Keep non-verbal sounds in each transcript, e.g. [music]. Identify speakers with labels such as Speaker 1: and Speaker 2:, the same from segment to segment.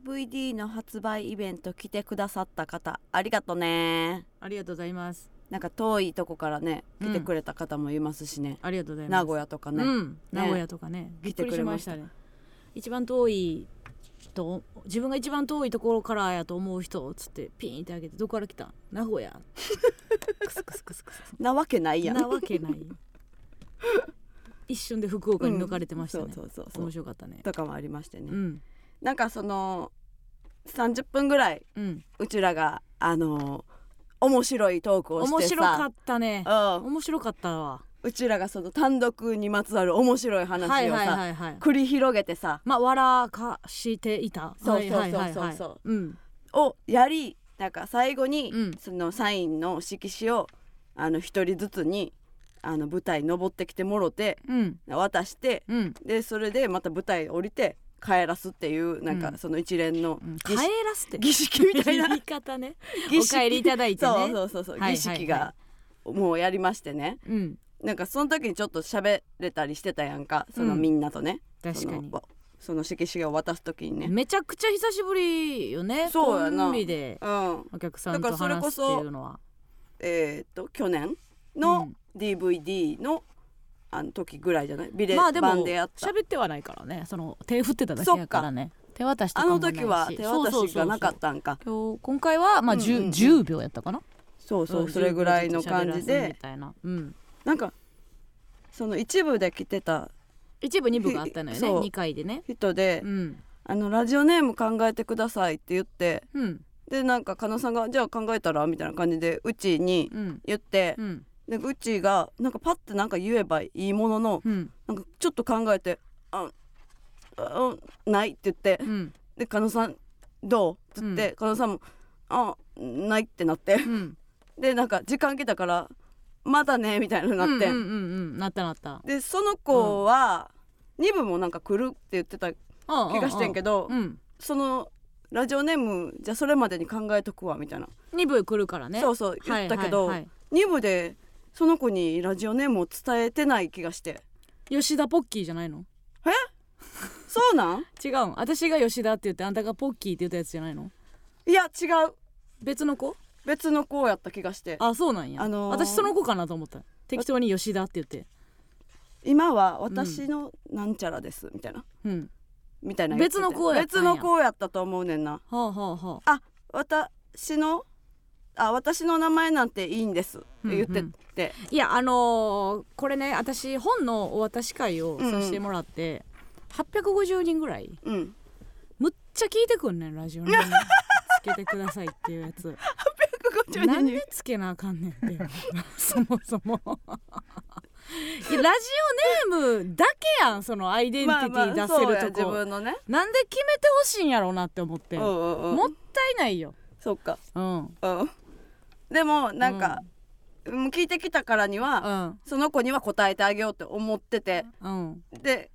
Speaker 1: DVD の発売イベント来てくださった方ありがとね
Speaker 2: ありがとうございます
Speaker 1: なんか遠いとこからね
Speaker 2: うん
Speaker 1: 来てくれた方もいますしね、
Speaker 2: ありがとうございます
Speaker 1: 名古屋とかね、
Speaker 2: うん、名古屋とかね
Speaker 1: 来
Speaker 2: び
Speaker 1: て
Speaker 2: っ
Speaker 1: く
Speaker 2: く
Speaker 1: れ
Speaker 2: りしましたね一番遠いと自分が一番遠いところからやと思う人つってピーンってあげてどこから来た名古屋クスクスクスクス
Speaker 1: なわけ [laughs] ないやん
Speaker 2: なわけない一瞬で福岡に抜かれてましたね、
Speaker 1: うんそうそうそう
Speaker 2: 面
Speaker 1: そう
Speaker 2: 白かったね
Speaker 1: とかもありましてね、
Speaker 2: うん
Speaker 1: なんかその30分ぐらい
Speaker 2: うん
Speaker 1: うちらがあの面白いトークをしてさ
Speaker 2: 面白かったね
Speaker 1: うん、
Speaker 2: 面白かったわ
Speaker 1: うちらがその単独にまつわる面白い話をさ、
Speaker 2: はいはいはいはい
Speaker 1: 繰り広げてさ
Speaker 2: まあ笑かしていた
Speaker 1: そう
Speaker 2: はいはいはい
Speaker 1: そうそう
Speaker 2: はい
Speaker 1: そう
Speaker 2: うん
Speaker 1: をやりなんか最後に、
Speaker 2: うん
Speaker 1: そのサインの色紙をあの一人ずつにあの舞台登ってきてもろて
Speaker 2: うん
Speaker 1: 渡して
Speaker 2: うん
Speaker 1: でそれでまた舞台降りて帰らすっていうなん
Speaker 2: う
Speaker 1: か
Speaker 2: ん
Speaker 1: その一連の
Speaker 2: うん帰
Speaker 1: 儀式,、
Speaker 2: らすって
Speaker 1: 儀式みたい
Speaker 2: 言
Speaker 1: ない
Speaker 2: 方ね
Speaker 1: [laughs] 儀
Speaker 2: お帰りいただいてね
Speaker 1: そうそうそうそう、
Speaker 2: はいはいはい
Speaker 1: 儀式がもうやりましてね
Speaker 2: うん
Speaker 1: なんかその時にちょっと喋れたりしてたやんかその
Speaker 2: うん
Speaker 1: みんなとね、
Speaker 2: 確
Speaker 1: そ
Speaker 2: か
Speaker 1: の
Speaker 2: に
Speaker 1: わその色紙を渡す時にね、
Speaker 2: めちゃくちゃ久しぶりよね
Speaker 1: そうやな
Speaker 2: コンビで
Speaker 1: うん
Speaker 2: お客さ
Speaker 1: だ
Speaker 2: ん
Speaker 1: か
Speaker 2: と
Speaker 1: らそれ
Speaker 2: 話
Speaker 1: こ
Speaker 2: す
Speaker 1: そ
Speaker 2: っていうのは
Speaker 1: えーっと去年の、
Speaker 2: うん
Speaker 1: DVD のあの時ぐらいじゃないビレ、
Speaker 2: まあでも
Speaker 1: 版でやった
Speaker 2: 喋ってはないからねその手振ってただけやからね手渡しと
Speaker 1: あ
Speaker 2: かも
Speaker 1: の
Speaker 2: ないし
Speaker 1: 時は手渡
Speaker 2: そうそうそう
Speaker 1: し
Speaker 2: そう
Speaker 1: がなかったんか
Speaker 2: 今日今回はまあ
Speaker 1: うんうんうん
Speaker 2: 10, 10秒やったかな
Speaker 1: そうそ
Speaker 2: ん
Speaker 1: うそれぐらいの感じ
Speaker 2: 10秒ずつ喋らせるみ
Speaker 1: で
Speaker 2: たいな、うん、
Speaker 1: なんかその一部で来てた
Speaker 2: 一部二部があったのよね
Speaker 1: そう
Speaker 2: 2回でね
Speaker 1: 人で、
Speaker 2: うん
Speaker 1: あの「ラジオネーム考えてください」って言って
Speaker 2: うん
Speaker 1: でなんか加納さんが「じゃあ考えたら?」みたいな感じでうちに
Speaker 2: うん
Speaker 1: 言って
Speaker 2: う、ん
Speaker 1: でうちがなんかパッてなんか言えばいいものの
Speaker 2: うん
Speaker 1: なんかちょっと考えて「ああない」って言って
Speaker 2: うん
Speaker 1: で加納さんどうっつって、加納さんも「あない」ってなって
Speaker 2: うん
Speaker 1: でなんか時間来たから「まだね」みたいになって、
Speaker 2: うんうんうんうんなったなった
Speaker 1: でその子は、二2部もなんか来るって言ってた気
Speaker 2: 気
Speaker 1: がしてんけど、
Speaker 2: うん
Speaker 1: そのラジオネームじゃあそれまでに考えとくわみたいな、
Speaker 2: 二部来るからね
Speaker 1: そうそう言ったけど、
Speaker 2: はいはいは
Speaker 1: 2部でその子にラジオネームを伝えてない気がして
Speaker 2: い吉田ポッキーじゃないの
Speaker 1: そうなん
Speaker 2: 違うん私が吉田って言ってあんたがポッキーって言ったやつじゃないの
Speaker 1: いや違う
Speaker 2: 別の子
Speaker 1: 別の子やった気がして
Speaker 2: あそうなんや、
Speaker 1: あのー
Speaker 2: 私その子かなと思った適当に吉田って言って
Speaker 1: 今は私のなんちゃらです、みたいな
Speaker 2: うん
Speaker 1: みたいな言ってて
Speaker 2: 別の子やった
Speaker 1: 別
Speaker 2: んや
Speaker 1: の子やったと思うねんな
Speaker 2: はあはあはあ
Speaker 1: あ私のあ私の名前なんていいんですって言ってて、
Speaker 2: いやあのーこれね私本のお渡し会をさせてもらって、850人ぐらい
Speaker 1: うん
Speaker 2: むっちゃ聞いてくんねんラジオにつ [laughs] けてくださいっていうやつ
Speaker 1: 850
Speaker 2: なん
Speaker 1: 人
Speaker 2: でつけなあかんねんって [laughs] そもそもいやラジオネームだけやんそのアイデンティティ出せ
Speaker 1: そう
Speaker 2: る
Speaker 1: や
Speaker 2: とこ、
Speaker 1: 自分のね
Speaker 2: なんで決めてほしいんやろうなって思って、
Speaker 1: うんうんうん
Speaker 2: もったいないよ
Speaker 1: そっか
Speaker 2: うん
Speaker 1: うんでもなんか、うん聞いてきたからには、
Speaker 2: うん
Speaker 1: その子には答えてあげようって思ってて
Speaker 2: うん
Speaker 1: で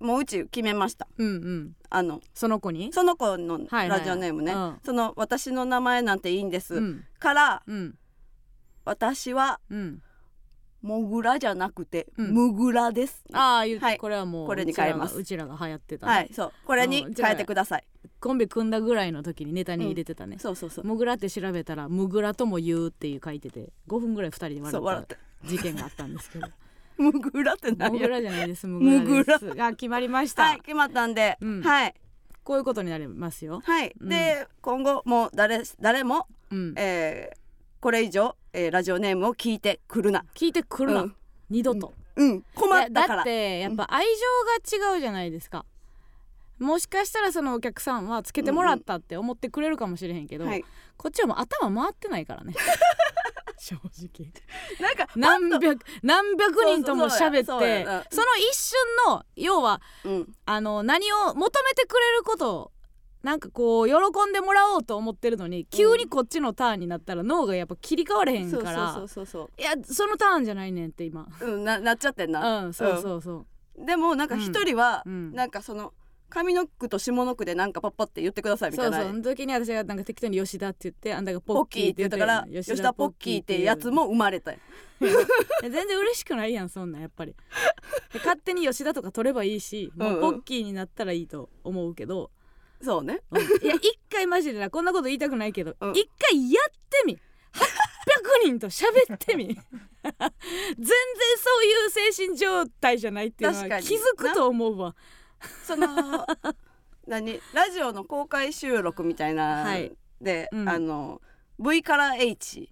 Speaker 1: もううち決めました
Speaker 2: うんうん
Speaker 1: あの
Speaker 2: その子に
Speaker 1: その子の
Speaker 2: はいはい
Speaker 1: ラジオネームね、
Speaker 2: うん
Speaker 1: その私の名前なんていいんです、
Speaker 2: うん
Speaker 1: から
Speaker 2: うん
Speaker 1: 私は
Speaker 2: うん
Speaker 1: モグラじゃなくて、
Speaker 2: うん
Speaker 1: ムグラです
Speaker 2: ああ言う、
Speaker 1: はい
Speaker 2: これはもう
Speaker 1: これに
Speaker 2: うちらが
Speaker 1: 変えます
Speaker 2: うちらが流行ってた、
Speaker 1: はいそうこれに
Speaker 2: うんじゃあ
Speaker 1: 変えてください
Speaker 2: コンビ組んだぐらいの時にネタに入れてたね、
Speaker 1: そうそうそう
Speaker 2: モグラって調べたら「モグラとも言う」っていう書いてて5分ぐらい2人で
Speaker 1: そう笑
Speaker 2: 笑
Speaker 1: っ
Speaker 2: った
Speaker 1: て
Speaker 2: 事件があったんですけど
Speaker 1: ムグラって何
Speaker 2: モ
Speaker 1: や
Speaker 2: グラじゃないですモグラですあ決まりました、
Speaker 1: はい決まったんで、
Speaker 2: うん
Speaker 1: はい
Speaker 2: こういうことになりますよ、
Speaker 1: はい、
Speaker 2: うん
Speaker 1: で今後もう誰誰も、
Speaker 2: うん、
Speaker 1: えーこれ以上、えーラジオネームを聞いてくるな
Speaker 2: 聞いてくるな、
Speaker 1: うん
Speaker 2: 二度と、
Speaker 1: うん困
Speaker 2: い
Speaker 1: っ
Speaker 2: や
Speaker 1: た
Speaker 2: だ
Speaker 1: か
Speaker 2: っ
Speaker 1: ら
Speaker 2: てやっぱ愛情が違うじゃないですかもしかしたらそのお客さんはつけてもらったって思ってくれるかもしれへんけど、
Speaker 1: はい、
Speaker 2: こっちはもう頭回ってな
Speaker 1: [laughs]
Speaker 2: いからね正直
Speaker 1: なんか
Speaker 2: 何百何百人とも喋ってそ
Speaker 1: そうやそうやそうやうん
Speaker 2: の一瞬の要は
Speaker 1: うん
Speaker 2: あの何を求めてくれることをなんかこう喜んでもらおうと思ってるのに急にこっちのターンになったら脳がやっぱ切り替われへん
Speaker 1: そうそ
Speaker 2: か
Speaker 1: う
Speaker 2: ら
Speaker 1: そうそうそ
Speaker 2: いやそのターンじゃないねんって今
Speaker 1: ううんななっちゃってんな、
Speaker 2: うんそうそうそう
Speaker 1: でもなんか一人は、
Speaker 2: うん
Speaker 1: なんかその上の句と下の句でなんかパッパって言ってくださいみ
Speaker 2: そ
Speaker 1: たいうな
Speaker 2: そうその時に私がなんか適当に吉田って言ってあんたが
Speaker 1: ポ
Speaker 2: ポ
Speaker 1: ッ
Speaker 2: ッ
Speaker 1: キ
Speaker 2: キ
Speaker 1: ー
Speaker 2: ー
Speaker 1: っ
Speaker 2: って
Speaker 1: 言
Speaker 2: て
Speaker 1: っ
Speaker 2: 言ってて
Speaker 1: か
Speaker 2: た
Speaker 1: ら吉田ポッキーってやつも生まれたよ
Speaker 2: 全然嬉しくないやんそんなんやっぱりで勝手に吉田とか取ればいいしもううんポッキーになったらいいと思うけど、
Speaker 1: そうね
Speaker 2: うんいや一回マジでなこんなこと言いたくないけど一、
Speaker 1: うん
Speaker 2: 回やってみ800人と喋ってみ [laughs] 全然そういう精神状態じゃないっていうのは
Speaker 1: 確かに
Speaker 2: 気づくと思うわ
Speaker 1: そ
Speaker 2: [laughs]
Speaker 1: の何ラジオの公開収録みたいな、
Speaker 2: はい
Speaker 1: で、
Speaker 2: うん
Speaker 1: あの V から H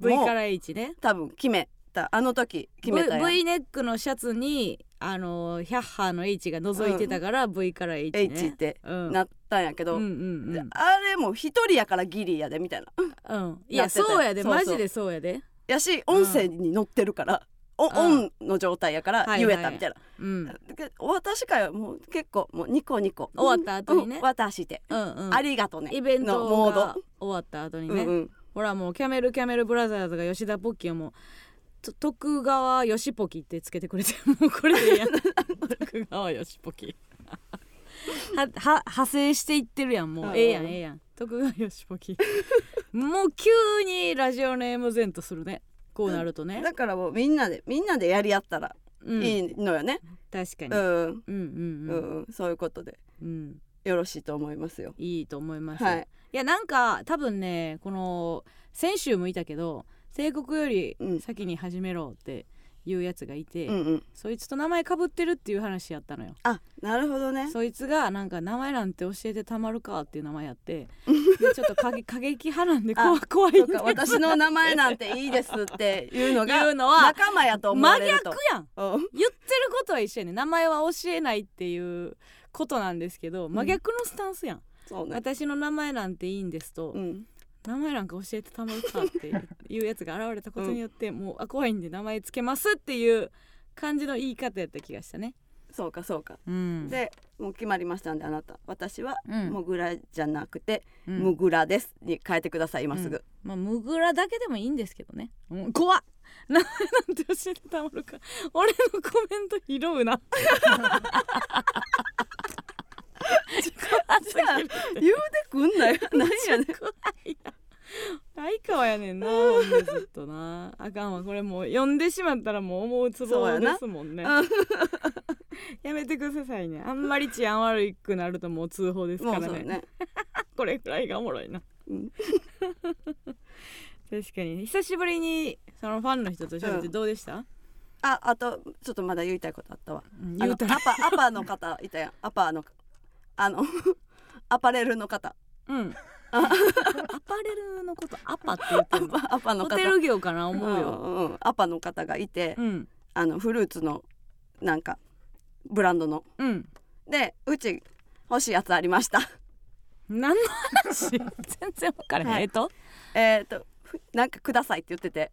Speaker 2: V
Speaker 1: も
Speaker 2: から H ね
Speaker 1: 多分決めたあの時決めたやん
Speaker 2: v, v ネックのシャツにあのヒャッハーの H が覗いてたから、V から H ね
Speaker 1: H って
Speaker 2: うん
Speaker 1: なったんやけど、
Speaker 2: うんうんうん
Speaker 1: あれも一人やからギリやでみたいな
Speaker 2: うん、い
Speaker 1: な
Speaker 2: や
Speaker 1: ってたよ
Speaker 2: そうやで
Speaker 1: そうそう
Speaker 2: マジでそうやで、
Speaker 1: やし音声に乗ってるから、お
Speaker 2: ん
Speaker 1: オンの状態やから
Speaker 2: はい
Speaker 1: 言えたみたいな、
Speaker 2: うん、
Speaker 1: で私からもう結構もうニコニコ
Speaker 2: 終わった後にね
Speaker 1: うん渡して、
Speaker 2: うんうん
Speaker 1: ありがとね
Speaker 2: イベン
Speaker 1: の
Speaker 2: ト
Speaker 1: モード
Speaker 2: が終わった後に
Speaker 1: うん
Speaker 2: ね、
Speaker 1: うん
Speaker 2: ほらもうキャメルキャメルブラザーズが吉田ポッキーをもうと徳川よしポキってつけてくれてもうこ
Speaker 1: [laughs]
Speaker 2: れでいいやん徳川よしポキはは派生していってるやんもう、
Speaker 1: うん
Speaker 2: ええやんええやん徳川よしポキもう急にラジオネーム前とするねこうなるとね、
Speaker 1: だからもうみんなでみんなでやり合ったら
Speaker 2: うん、
Speaker 1: いいのよね、
Speaker 2: 確
Speaker 1: う
Speaker 2: かに、う
Speaker 1: ん、うん
Speaker 2: ん、うんうん
Speaker 1: う
Speaker 2: うん
Speaker 1: んそういうことで
Speaker 2: うん
Speaker 1: よろしいと思いますよ
Speaker 2: いいと思います、
Speaker 1: はいい、
Speaker 2: やなんか多分ねこの先週もいたけど帝国より
Speaker 1: うん
Speaker 2: 先に始めろっていうやつがいて、
Speaker 1: うんうん
Speaker 2: そいつと名前かぶってるっていう話やったのよ
Speaker 1: あなるほどね
Speaker 2: そいつがなんか名前なんて教えてたまるかっていう名前や
Speaker 1: [laughs]
Speaker 2: ってでちょっと過激過激派なんで怖い
Speaker 1: あ
Speaker 2: 怖い
Speaker 1: そうん
Speaker 2: で
Speaker 1: か私の名前なんていいですっていうの
Speaker 2: [laughs] 言
Speaker 1: が
Speaker 2: うのは
Speaker 1: 仲間やと思わ
Speaker 2: 真
Speaker 1: れると
Speaker 2: 逆やん
Speaker 1: うん
Speaker 2: 言ってることは一緒やねん名前は教えないっていうことなんですけど真逆のスタンスやん、
Speaker 1: そうね
Speaker 2: 私の名前なんていいんですと、
Speaker 1: うん
Speaker 2: 名前なんか教えてたまるかっていうやつが現れたことによって、もうあ怖いんで名前つけますっていう感じの言い方やった気がしたね。
Speaker 1: そうかそうか
Speaker 2: うん、
Speaker 1: でもう決まりましたんであなた私は
Speaker 2: うん
Speaker 1: モグラじゃなくて
Speaker 2: うん、
Speaker 1: ムグラですに変えてください今す
Speaker 2: う
Speaker 1: ぐ
Speaker 2: まあムグラだけでもいいんですけどね。うん、怖っ [laughs] 名前なんて教えてたまるか俺のコメント拾うな。 [laughs]
Speaker 1: じゃあ言うてくんな
Speaker 2: [laughs]
Speaker 1: よ [laughs] 何やねん
Speaker 2: 怖いな。相川やねんなほんでずっとなあかんわこれもう呼んでしまったらもう思うつぼですもんね
Speaker 1: そうや
Speaker 2: やめてくださいねあんまり治安悪くなるともう通報ですか
Speaker 1: も
Speaker 2: ら
Speaker 1: う
Speaker 2: ね
Speaker 1: そうね
Speaker 2: これくらいがおもろいな
Speaker 1: うん
Speaker 2: 確かにね久しぶりにそのファンの人と喋って
Speaker 1: うん
Speaker 2: どうでした、
Speaker 1: ああとちょっとまだ言いたいことあったわ
Speaker 2: うん
Speaker 1: あ
Speaker 2: 言
Speaker 1: の
Speaker 2: う
Speaker 1: ア
Speaker 2: たら
Speaker 1: パアパの方いたやんアパのあの [laughs] アパレルの方 [laughs]
Speaker 2: うんアパレルのことアパって言って
Speaker 1: ア
Speaker 2: るの
Speaker 1: パアパの
Speaker 2: ホ
Speaker 1: 方
Speaker 2: テル業かな思うよ、
Speaker 1: んうん、アパの方がいて、
Speaker 2: うん
Speaker 1: あのフルーツのなんかブランドの
Speaker 2: うん
Speaker 1: でうち欲しいやつありました [laughs]
Speaker 2: 何の話 [laughs] 全然分からへん、
Speaker 1: はい
Speaker 2: えっと
Speaker 1: えっとふなんかくださいって言ってて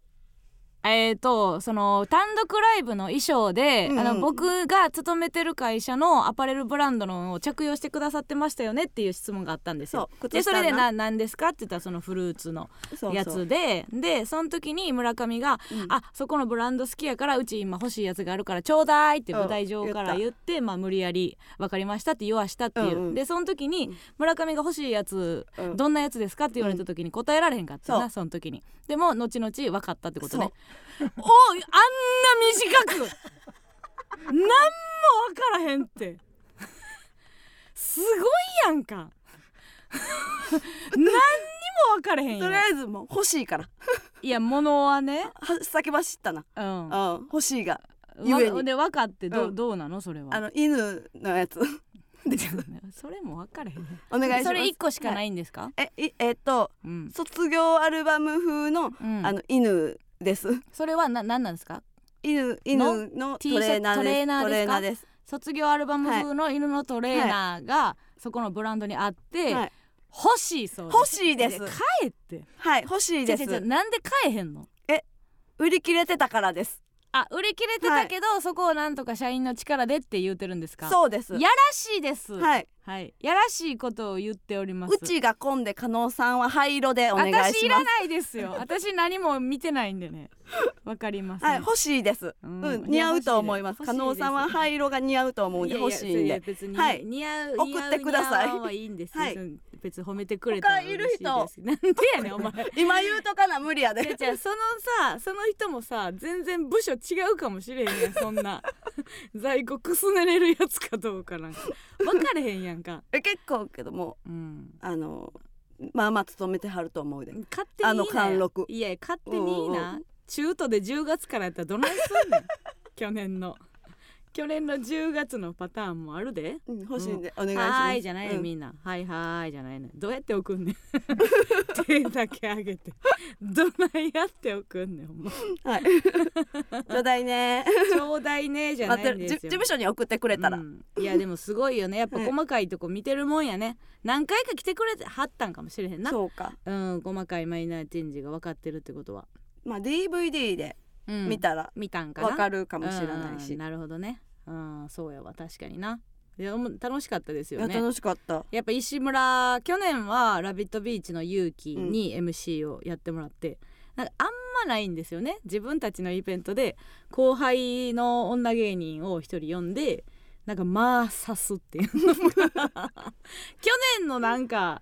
Speaker 2: えー、とその単独ライブの衣装で、
Speaker 1: うんうん
Speaker 2: あの僕が勤めてる会社のアパレルブランドのを着用してくださってましたよねっていう質問があったんですよ。
Speaker 1: そう
Speaker 2: で
Speaker 1: 靴下
Speaker 2: それで
Speaker 1: な
Speaker 2: な何ですかって言ったらそのフルーツの
Speaker 1: そうそう
Speaker 2: やつででその時に村上が「
Speaker 1: うん
Speaker 2: あそこのブランド好きやからうち今欲しいやつがあるからちょうだい」って
Speaker 1: うん
Speaker 2: 舞台上から言って、まあ、無理やり「分かりました」って言わしたっていう、
Speaker 1: うんうん
Speaker 2: でその時に村上が欲しいやつ
Speaker 1: うん
Speaker 2: どんなやつですかって言われた時に答えられへんかったな、
Speaker 1: そう
Speaker 2: その時にでも後々分かったってことね [laughs] おいあんな短く何も分からへんってすごいや
Speaker 1: [laughs]
Speaker 2: んか何にも分からへんや
Speaker 1: と
Speaker 2: ん
Speaker 1: りあえずもう欲しいから
Speaker 2: いや物はね
Speaker 1: は先走ったな、
Speaker 2: うん
Speaker 1: うん、欲しいがゆえ
Speaker 2: わ
Speaker 1: に
Speaker 2: で分かってど,、う
Speaker 1: うん
Speaker 2: どうなのそれは
Speaker 1: あの犬のや
Speaker 2: [laughs]
Speaker 1: つ
Speaker 2: それも分からへん
Speaker 1: お願いします、
Speaker 2: それ一個しかないいんですか、
Speaker 1: はいえいえっと
Speaker 2: うん、
Speaker 1: 卒業アルバム風の、
Speaker 2: うん
Speaker 1: あの犬です [laughs]
Speaker 2: それはな何なんですか
Speaker 1: 犬犬のト
Speaker 2: T シャツ
Speaker 1: レーナーです
Speaker 2: トレーナ
Speaker 1: ト
Speaker 2: ーですか
Speaker 1: レーナーです
Speaker 2: 卒業アルバム風の犬のトレーナーがそこのブランドにあって、
Speaker 1: はい
Speaker 2: 欲しいそうです
Speaker 1: 欲しいです
Speaker 2: や買えって
Speaker 1: はい欲しいで
Speaker 2: 違
Speaker 1: す
Speaker 2: う違う違うなんで買えへんの
Speaker 1: 売り切れてたからです
Speaker 2: あ売り切れてたけど、そこをなんとか社員の力でって言うてるんですか
Speaker 1: そうです
Speaker 2: やらしいですい、
Speaker 1: はい
Speaker 2: はい、やらしいことを言っております
Speaker 1: うちが混んで加納さんは灰色でお願いします
Speaker 2: 私いらないですよ私何も見てないんでねわかります、ね
Speaker 1: はい欲しいです
Speaker 2: う
Speaker 1: うんん、
Speaker 2: いや
Speaker 1: 似合うと思います
Speaker 2: 欲しい
Speaker 1: 加
Speaker 2: です
Speaker 1: 納さんは灰色が似合うと思うんで欲しいん
Speaker 2: やや
Speaker 1: で
Speaker 2: 別に、
Speaker 1: はい
Speaker 2: 似合う
Speaker 1: 送ってください
Speaker 2: 似合う似合わんはいいんですよ、
Speaker 1: はい
Speaker 2: 別に褒めてくれたら嬉しいで
Speaker 1: 他
Speaker 2: す
Speaker 1: い
Speaker 2: なんでやねんお
Speaker 1: [laughs]
Speaker 2: 前
Speaker 1: 今言うとかな無理やで
Speaker 2: [laughs] じゃあそのさその人もさ全然部署違うかもしれへんやんそんな在庫くすねれるやつかどうかなんか分かれへんやんか、
Speaker 1: え [laughs] 結構けども
Speaker 2: うん、
Speaker 1: あのまあまあ勤めてはると思うで
Speaker 2: 勝手にいいな
Speaker 1: あの貫禄
Speaker 2: いや勝手にいい
Speaker 1: うん
Speaker 2: な中途で10月からやったらどないすん [laughs] ねん去年の去年の10月のパターンもあるで
Speaker 1: うん欲しいんで、お願いします
Speaker 2: はーいじゃないね、
Speaker 1: うん
Speaker 2: みんなはいはーいじゃないねどうやって送
Speaker 1: [laughs]
Speaker 2: んねん手だけ上げてどないやって送んねんほんま
Speaker 1: はい [laughs] ちょうだいね
Speaker 2: ちょうだいねじゃな
Speaker 1: 待って
Speaker 2: い
Speaker 1: る
Speaker 2: ん
Speaker 1: じ
Speaker 2: で
Speaker 1: 事
Speaker 2: すよ
Speaker 1: 務所に送ってくれたら、
Speaker 2: うんいやでもすごいよねやっぱ
Speaker 1: うん
Speaker 2: 細かいとこ見てるもんやね何回か来てくれてはったんかもしれへんなう
Speaker 1: そうか
Speaker 2: ん細かいマイナーチェンジが分かってるってことは、
Speaker 1: まあ DVD で
Speaker 2: うん
Speaker 1: 見たら
Speaker 2: 見たんかな
Speaker 1: わかるかもしれないし、
Speaker 2: うんなるほどねうんそうやわ確かにないやもう楽しかったです
Speaker 1: い
Speaker 2: よ
Speaker 1: や
Speaker 2: ね
Speaker 1: 楽しかった
Speaker 2: やっぱ石村去年は「ラビットビーチ」の勇気に MC をやってもらって、なんかあんまないんですよね自分たちのイベントで後輩の女芸人を一人呼んでなんかまあ刺すっていうのが去年のなんか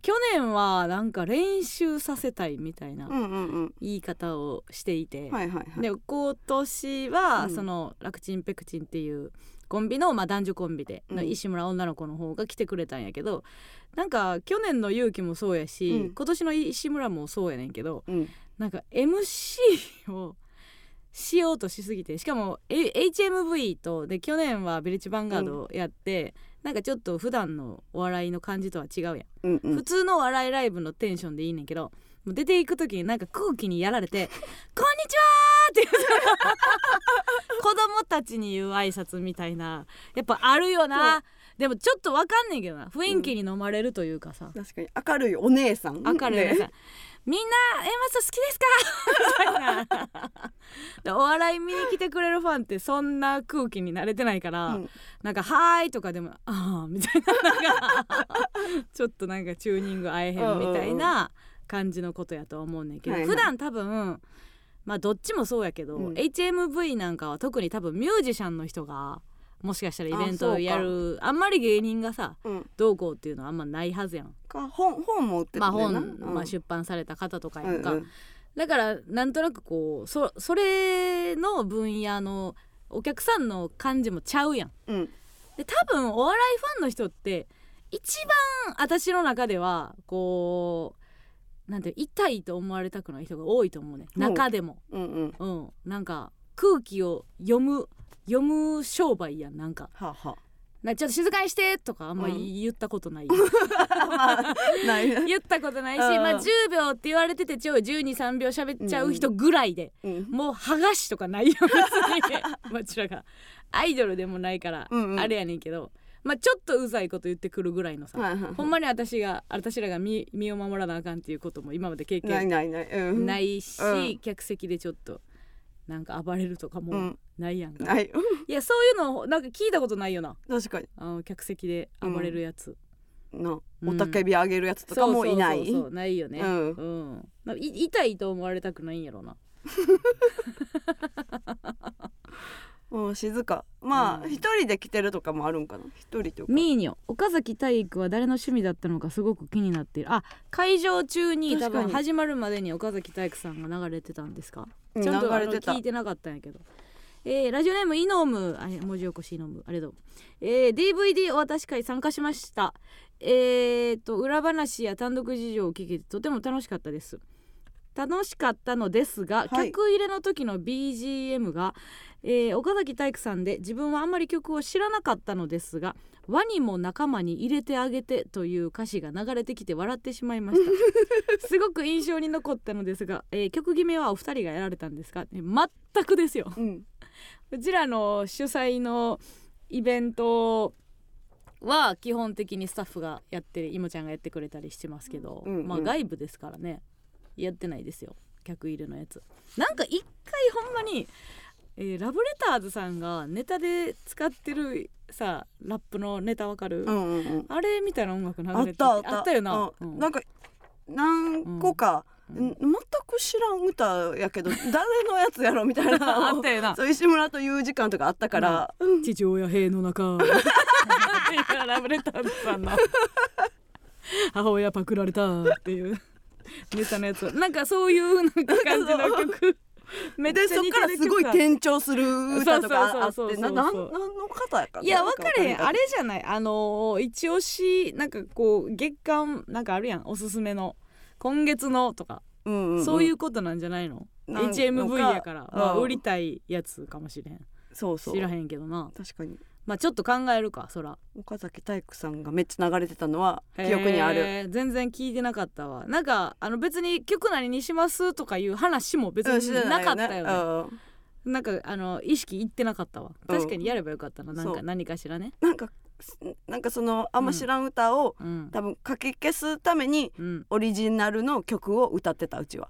Speaker 2: 去年はなんか練習させたいみたいな
Speaker 1: うんうん
Speaker 2: 言い方をしていて、
Speaker 1: うんはいはいはい
Speaker 2: で今年
Speaker 1: う
Speaker 2: は、
Speaker 1: ん
Speaker 2: その楽ちんペクチンっていうコンビの、まあ、男女コンビで、
Speaker 1: うん
Speaker 2: 石村女の子の方が来てくれたんやけどなんか去年の勇気もそうやし、
Speaker 1: うん
Speaker 2: 今年の石村もそうやねんけど
Speaker 1: うん
Speaker 2: なんか MC をしようとしすぎてしかも、え HMV とで去年はビレッジヴァンガードやって、なんかちょっと普段のお笑いの感じとは違うやん
Speaker 1: うんうん
Speaker 2: 普通の笑いライブのテンションでいいねんけどもう出ていく時になんか空気にやられ
Speaker 1: [laughs]
Speaker 2: て「こんにちは!」って言う [laughs] 子供たちに言う挨拶みたいなやっぱあるよなでもちょっとわかんねんけどな雰囲気に飲まれるというかさ、
Speaker 1: 確かに明るいお姉さん
Speaker 2: 明るい
Speaker 1: ね
Speaker 2: さ、みんな「エマス好きですか? 」 [laughs] みたいなでお笑い見に来てくれるファンってそんな空気に慣れてないから、
Speaker 1: うん
Speaker 2: なんか「はーい」とかでも「ああ」みたい
Speaker 1: [laughs]
Speaker 2: ななんかちょっとなんかチューニング合えへんみたいな感じのことやとは思うねんけど、
Speaker 1: はいはい
Speaker 2: 普段多分まあどっちもそうやけど、
Speaker 1: うん
Speaker 2: HMV なんかは特に多分ミュージシャンの人がもしかしたらイベント
Speaker 1: あそう
Speaker 2: を
Speaker 1: か
Speaker 2: やるあんまり芸人がさ
Speaker 1: うん
Speaker 2: どうこうっていうのはあんまないはずやん。
Speaker 1: か本本も売って
Speaker 2: ま
Speaker 1: た
Speaker 2: あ
Speaker 1: んだよ
Speaker 2: 本、
Speaker 1: な
Speaker 2: ま
Speaker 1: う
Speaker 2: あ、
Speaker 1: ん
Speaker 2: 出版された方とかや
Speaker 1: うんん
Speaker 2: か、
Speaker 1: うん
Speaker 2: だからなんとなくこうそそれの分野のお客さんの感じもちゃうやん。
Speaker 1: うん
Speaker 2: で多分お笑いファンの人って一番私の中ではこうなんていう痛いと思われたくない人が多いと思うね
Speaker 1: うん
Speaker 2: 中でも、
Speaker 1: うんうん
Speaker 2: うん、なんか空気を読む読む商売やんなんか
Speaker 1: はあは
Speaker 2: なちょっと静かにしてとかあんま
Speaker 1: うん
Speaker 2: 言ったことない、
Speaker 1: あまあ [laughs] ないね
Speaker 2: [laughs] 言ったことないし、
Speaker 1: うん
Speaker 2: まあ、10秒って言われててちょい123秒喋っちゃう人ぐらいで、
Speaker 1: うん
Speaker 2: もう剥がしとかないよ
Speaker 1: [laughs]
Speaker 2: 別にまちらがアイドルでもないから、
Speaker 1: うんうん
Speaker 2: あれやねんけど、まあ、ちょっとうざいこと言ってくるぐらいのさ、
Speaker 1: はいはい
Speaker 2: ほんまに私が私らが身身を守らなあかんっていうことも今まで経
Speaker 1: ない
Speaker 2: 験
Speaker 1: ないないうん
Speaker 2: ないし、
Speaker 1: うん
Speaker 2: 客席でちょっとなんか暴れるとか
Speaker 1: う
Speaker 2: も
Speaker 1: ん
Speaker 2: ないやんか、
Speaker 1: ない
Speaker 2: いやそういうのなんか聞いたことないよな
Speaker 1: 確かに
Speaker 2: あの客席で暴れるやつ、
Speaker 1: な
Speaker 2: うん
Speaker 1: おたけびあげるやつとかもいない
Speaker 2: そうそうそうそうないよね
Speaker 1: う
Speaker 2: うんん、なんかい痛いと思われたくないんやろな
Speaker 1: うん静かま
Speaker 2: う
Speaker 1: あ
Speaker 2: ん
Speaker 1: 一人で来てるとかもあるんかな一人とか
Speaker 2: ミーニョ岡崎体育は誰の趣味だったのかすごく気になっているあ会場中に多
Speaker 1: 確かに
Speaker 2: 分始まるまでに岡崎体育さんが流れてたんですか
Speaker 1: うん
Speaker 2: ちゃんとあ
Speaker 1: 流れ
Speaker 2: の
Speaker 1: てた
Speaker 2: 聞いてなかったんやけど、えーラジオネームイノームあれ文字起こしイノームありがとう、えー DVD お渡し会参加しましたえー、と裏話や単独事情を聞けてとても楽しかったです楽しかったのですが、
Speaker 1: はい
Speaker 2: 客入れの時の BGM が、えー岡崎体育さんで自分はあんまり曲を知らなかったのですが「ワニも仲間に入れてあげて」という歌詞が流れてきて笑ってしまいまし
Speaker 1: [laughs]
Speaker 2: たすごく印象に残ったのですが、えー曲決めはお二人がやられたんですか、え全くですよ
Speaker 1: うん
Speaker 2: うちらの主催のイベントは基本的にスタッフがやっていもちゃんがやってくれたりしてますけど、
Speaker 1: うんうん
Speaker 2: まあ外部ですからねやってないですよ客入れのやつなんか一回ほんまに、えーラブレターズさんがネタで使ってるさラップのネタわかる、
Speaker 1: うんうんうん
Speaker 2: あれみたいな音楽流
Speaker 1: あ
Speaker 2: れ
Speaker 1: ってた
Speaker 2: あったよな、
Speaker 1: う
Speaker 2: うん
Speaker 1: んなんか何個か
Speaker 2: うん
Speaker 1: ん全く知らん歌や
Speaker 2: [laughs]
Speaker 1: けど誰のやつやろみたいな
Speaker 2: あったよな
Speaker 1: そう石村という時間とかあったから、うん
Speaker 2: 地上や塀の [laughs] 中っていうラブレターズさんの母親パクられたっていうネタのやつなんかそういうなんか感じの曲 [laughs] めっち
Speaker 1: で
Speaker 2: ゃ
Speaker 1: そっ
Speaker 2: 似
Speaker 1: か
Speaker 2: て
Speaker 1: ら
Speaker 2: る
Speaker 1: す
Speaker 2: 曲
Speaker 1: ごい
Speaker 2: が
Speaker 1: 転調する歌とかあっ
Speaker 2: そうそ
Speaker 1: て
Speaker 2: うそうそ
Speaker 1: な
Speaker 2: うそう
Speaker 1: なんなんの方やから
Speaker 2: いや分かれへんあ
Speaker 1: れ
Speaker 2: れじゃないあのー一押しなんかこう月間なんかあるやんおすすめの今月のとか、そういうことなんじゃないの
Speaker 1: なん
Speaker 2: HMV やから、まあ、
Speaker 1: うん
Speaker 2: 売りたいやつかもしれへん
Speaker 1: そうそう
Speaker 2: 知らへんけどな
Speaker 1: 確かに
Speaker 2: まあちょっと考えるかそら
Speaker 1: 岡崎体育さんがめっちゃ流れてたのは記憶にある、
Speaker 2: へー全然聞いてなかったわなんかあの別に曲何にしますとかいう話も別
Speaker 1: うん
Speaker 2: になかった
Speaker 1: 知ら
Speaker 2: よね,、
Speaker 1: ないよね
Speaker 2: なんかあの意識いってなかったわ
Speaker 1: うん
Speaker 2: 確かにやればよかったななん
Speaker 1: そ
Speaker 2: か
Speaker 1: う
Speaker 2: 何かしらね
Speaker 1: うんなんかなんかそのあんま知らん歌を、
Speaker 2: うん、
Speaker 1: 多分書き消すために
Speaker 2: うん、
Speaker 1: オリジナルの曲を歌ってたうちは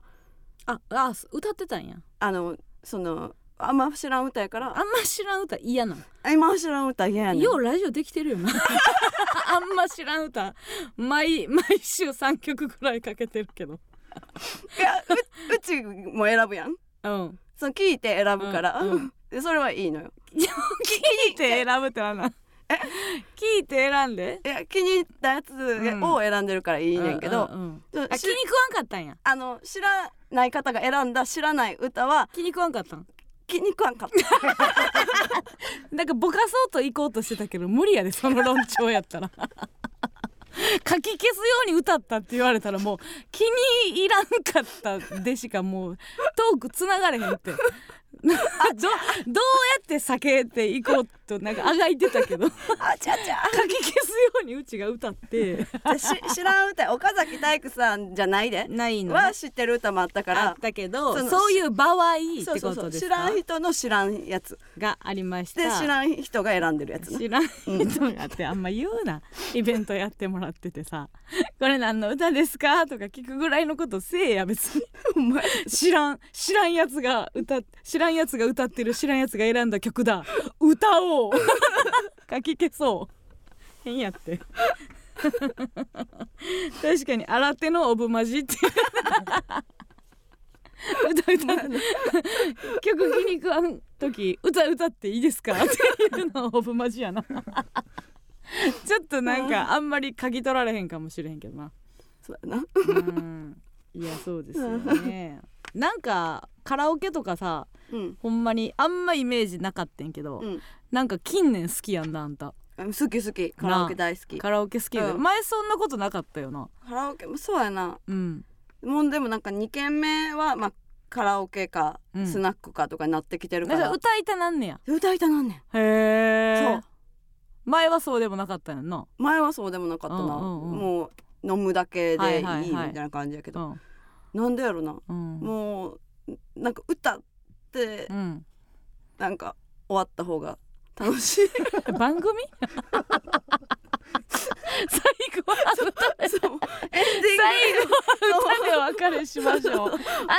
Speaker 2: ああ歌ってたんや
Speaker 1: あのそのあんま知らん歌やか
Speaker 2: あん
Speaker 1: ら
Speaker 2: ま知らん歌嫌なの
Speaker 1: あ今知らん歌嫌やねん
Speaker 2: ようラジオできてるよな [laughs] あんま知らん歌毎毎週3曲くらいかけてるけど
Speaker 1: いやううちも選ぶやん
Speaker 2: うん
Speaker 1: その聞いて選ぶから、
Speaker 2: うんうん
Speaker 1: でそれはいいのよ
Speaker 2: 聞いて選ぶってなんなん聞いて選んで
Speaker 1: いや気に入ったやつを選んでるからいいねんけど、
Speaker 2: うんうんうん
Speaker 1: ちょっと
Speaker 2: あ
Speaker 1: し
Speaker 2: 気に食わんかったんや
Speaker 1: あの知らない方が選んだ知らない歌は
Speaker 2: 気に食わんかったん
Speaker 1: 気に食わんか
Speaker 2: [laughs]
Speaker 1: った
Speaker 2: なんかぼかそうと行こうとしてたけど無理やでその論調やったらかき消すように歌ったって言われたらもう気に入らんかったでしかもうトークつながれへんってどどうやって避けていこうとなんかあがいてたけどか
Speaker 1: あちゃちゃ
Speaker 2: き消すようにうちが歌って
Speaker 1: し知らん歌岡崎体育さんじゃないで
Speaker 2: ないの、
Speaker 1: は知ってる歌もあったか
Speaker 2: あっ
Speaker 1: ら
Speaker 2: たけど
Speaker 1: その
Speaker 2: そういう場合っ
Speaker 1: そう
Speaker 2: て
Speaker 1: そ
Speaker 2: こ
Speaker 1: うそ
Speaker 2: と
Speaker 1: う
Speaker 2: です
Speaker 1: 知
Speaker 2: から
Speaker 1: ん人の知らんやつ
Speaker 2: がありまし
Speaker 1: で
Speaker 2: た
Speaker 1: 知らん人が選んでるやつな
Speaker 2: 知らん人がってあんま言うなイベントやってもらっててさ「これ何の歌ですか?」とか聞くぐらいのことせえや別に
Speaker 1: お前
Speaker 2: 知らん知らんやつが歌っ知らんやつが歌ってる知らんやつが選んだ曲だ歌おうかき消そう変やって確かに「新手のオブマジ」っていう歌歌って曲気に食わん時歌歌っていいです [laughs] かっていうのはオブマジや [laughs] なちょっとなんかあんまり嗅ぎ取られへんかもしれへんけどな
Speaker 1: そうやな
Speaker 2: うんいやそうですよねなんかカラオケとかさ
Speaker 1: うん
Speaker 2: ほんまにあんまイメージなかったんけど、
Speaker 1: うん
Speaker 2: なんか近年好きやんなあんた
Speaker 1: 好き好きカラオケ大好きカ
Speaker 2: カラオケ好きやけど、
Speaker 1: うん
Speaker 2: 前そんなことなかったよな
Speaker 1: ラオケもそうやな
Speaker 2: うん
Speaker 1: もうでもなんか2軒目はまあカラオケか
Speaker 2: うん
Speaker 1: スナックかとかになってきてるか、
Speaker 2: だからら歌いたなんねや
Speaker 1: 歌いたなんねん
Speaker 2: へえ
Speaker 1: そう
Speaker 2: 前はそうでもなかったんやんな、
Speaker 1: 前はそうでもなかったな、
Speaker 2: うんうんうん
Speaker 1: もう飲むだけでいい
Speaker 2: はいはい
Speaker 1: み
Speaker 2: は
Speaker 1: た
Speaker 2: い
Speaker 1: いな感じやけ
Speaker 2: う
Speaker 1: ど、
Speaker 2: ん
Speaker 1: なんでやろな
Speaker 2: うん
Speaker 1: もうなんか歌って
Speaker 2: うん、
Speaker 1: なんか終わった方が楽しい
Speaker 2: 番組 [laughs] 最後は歌で
Speaker 1: そうエンディ
Speaker 2: [laughs]
Speaker 1: ング
Speaker 2: 最後は歌でお別れしましょうあんたの歌声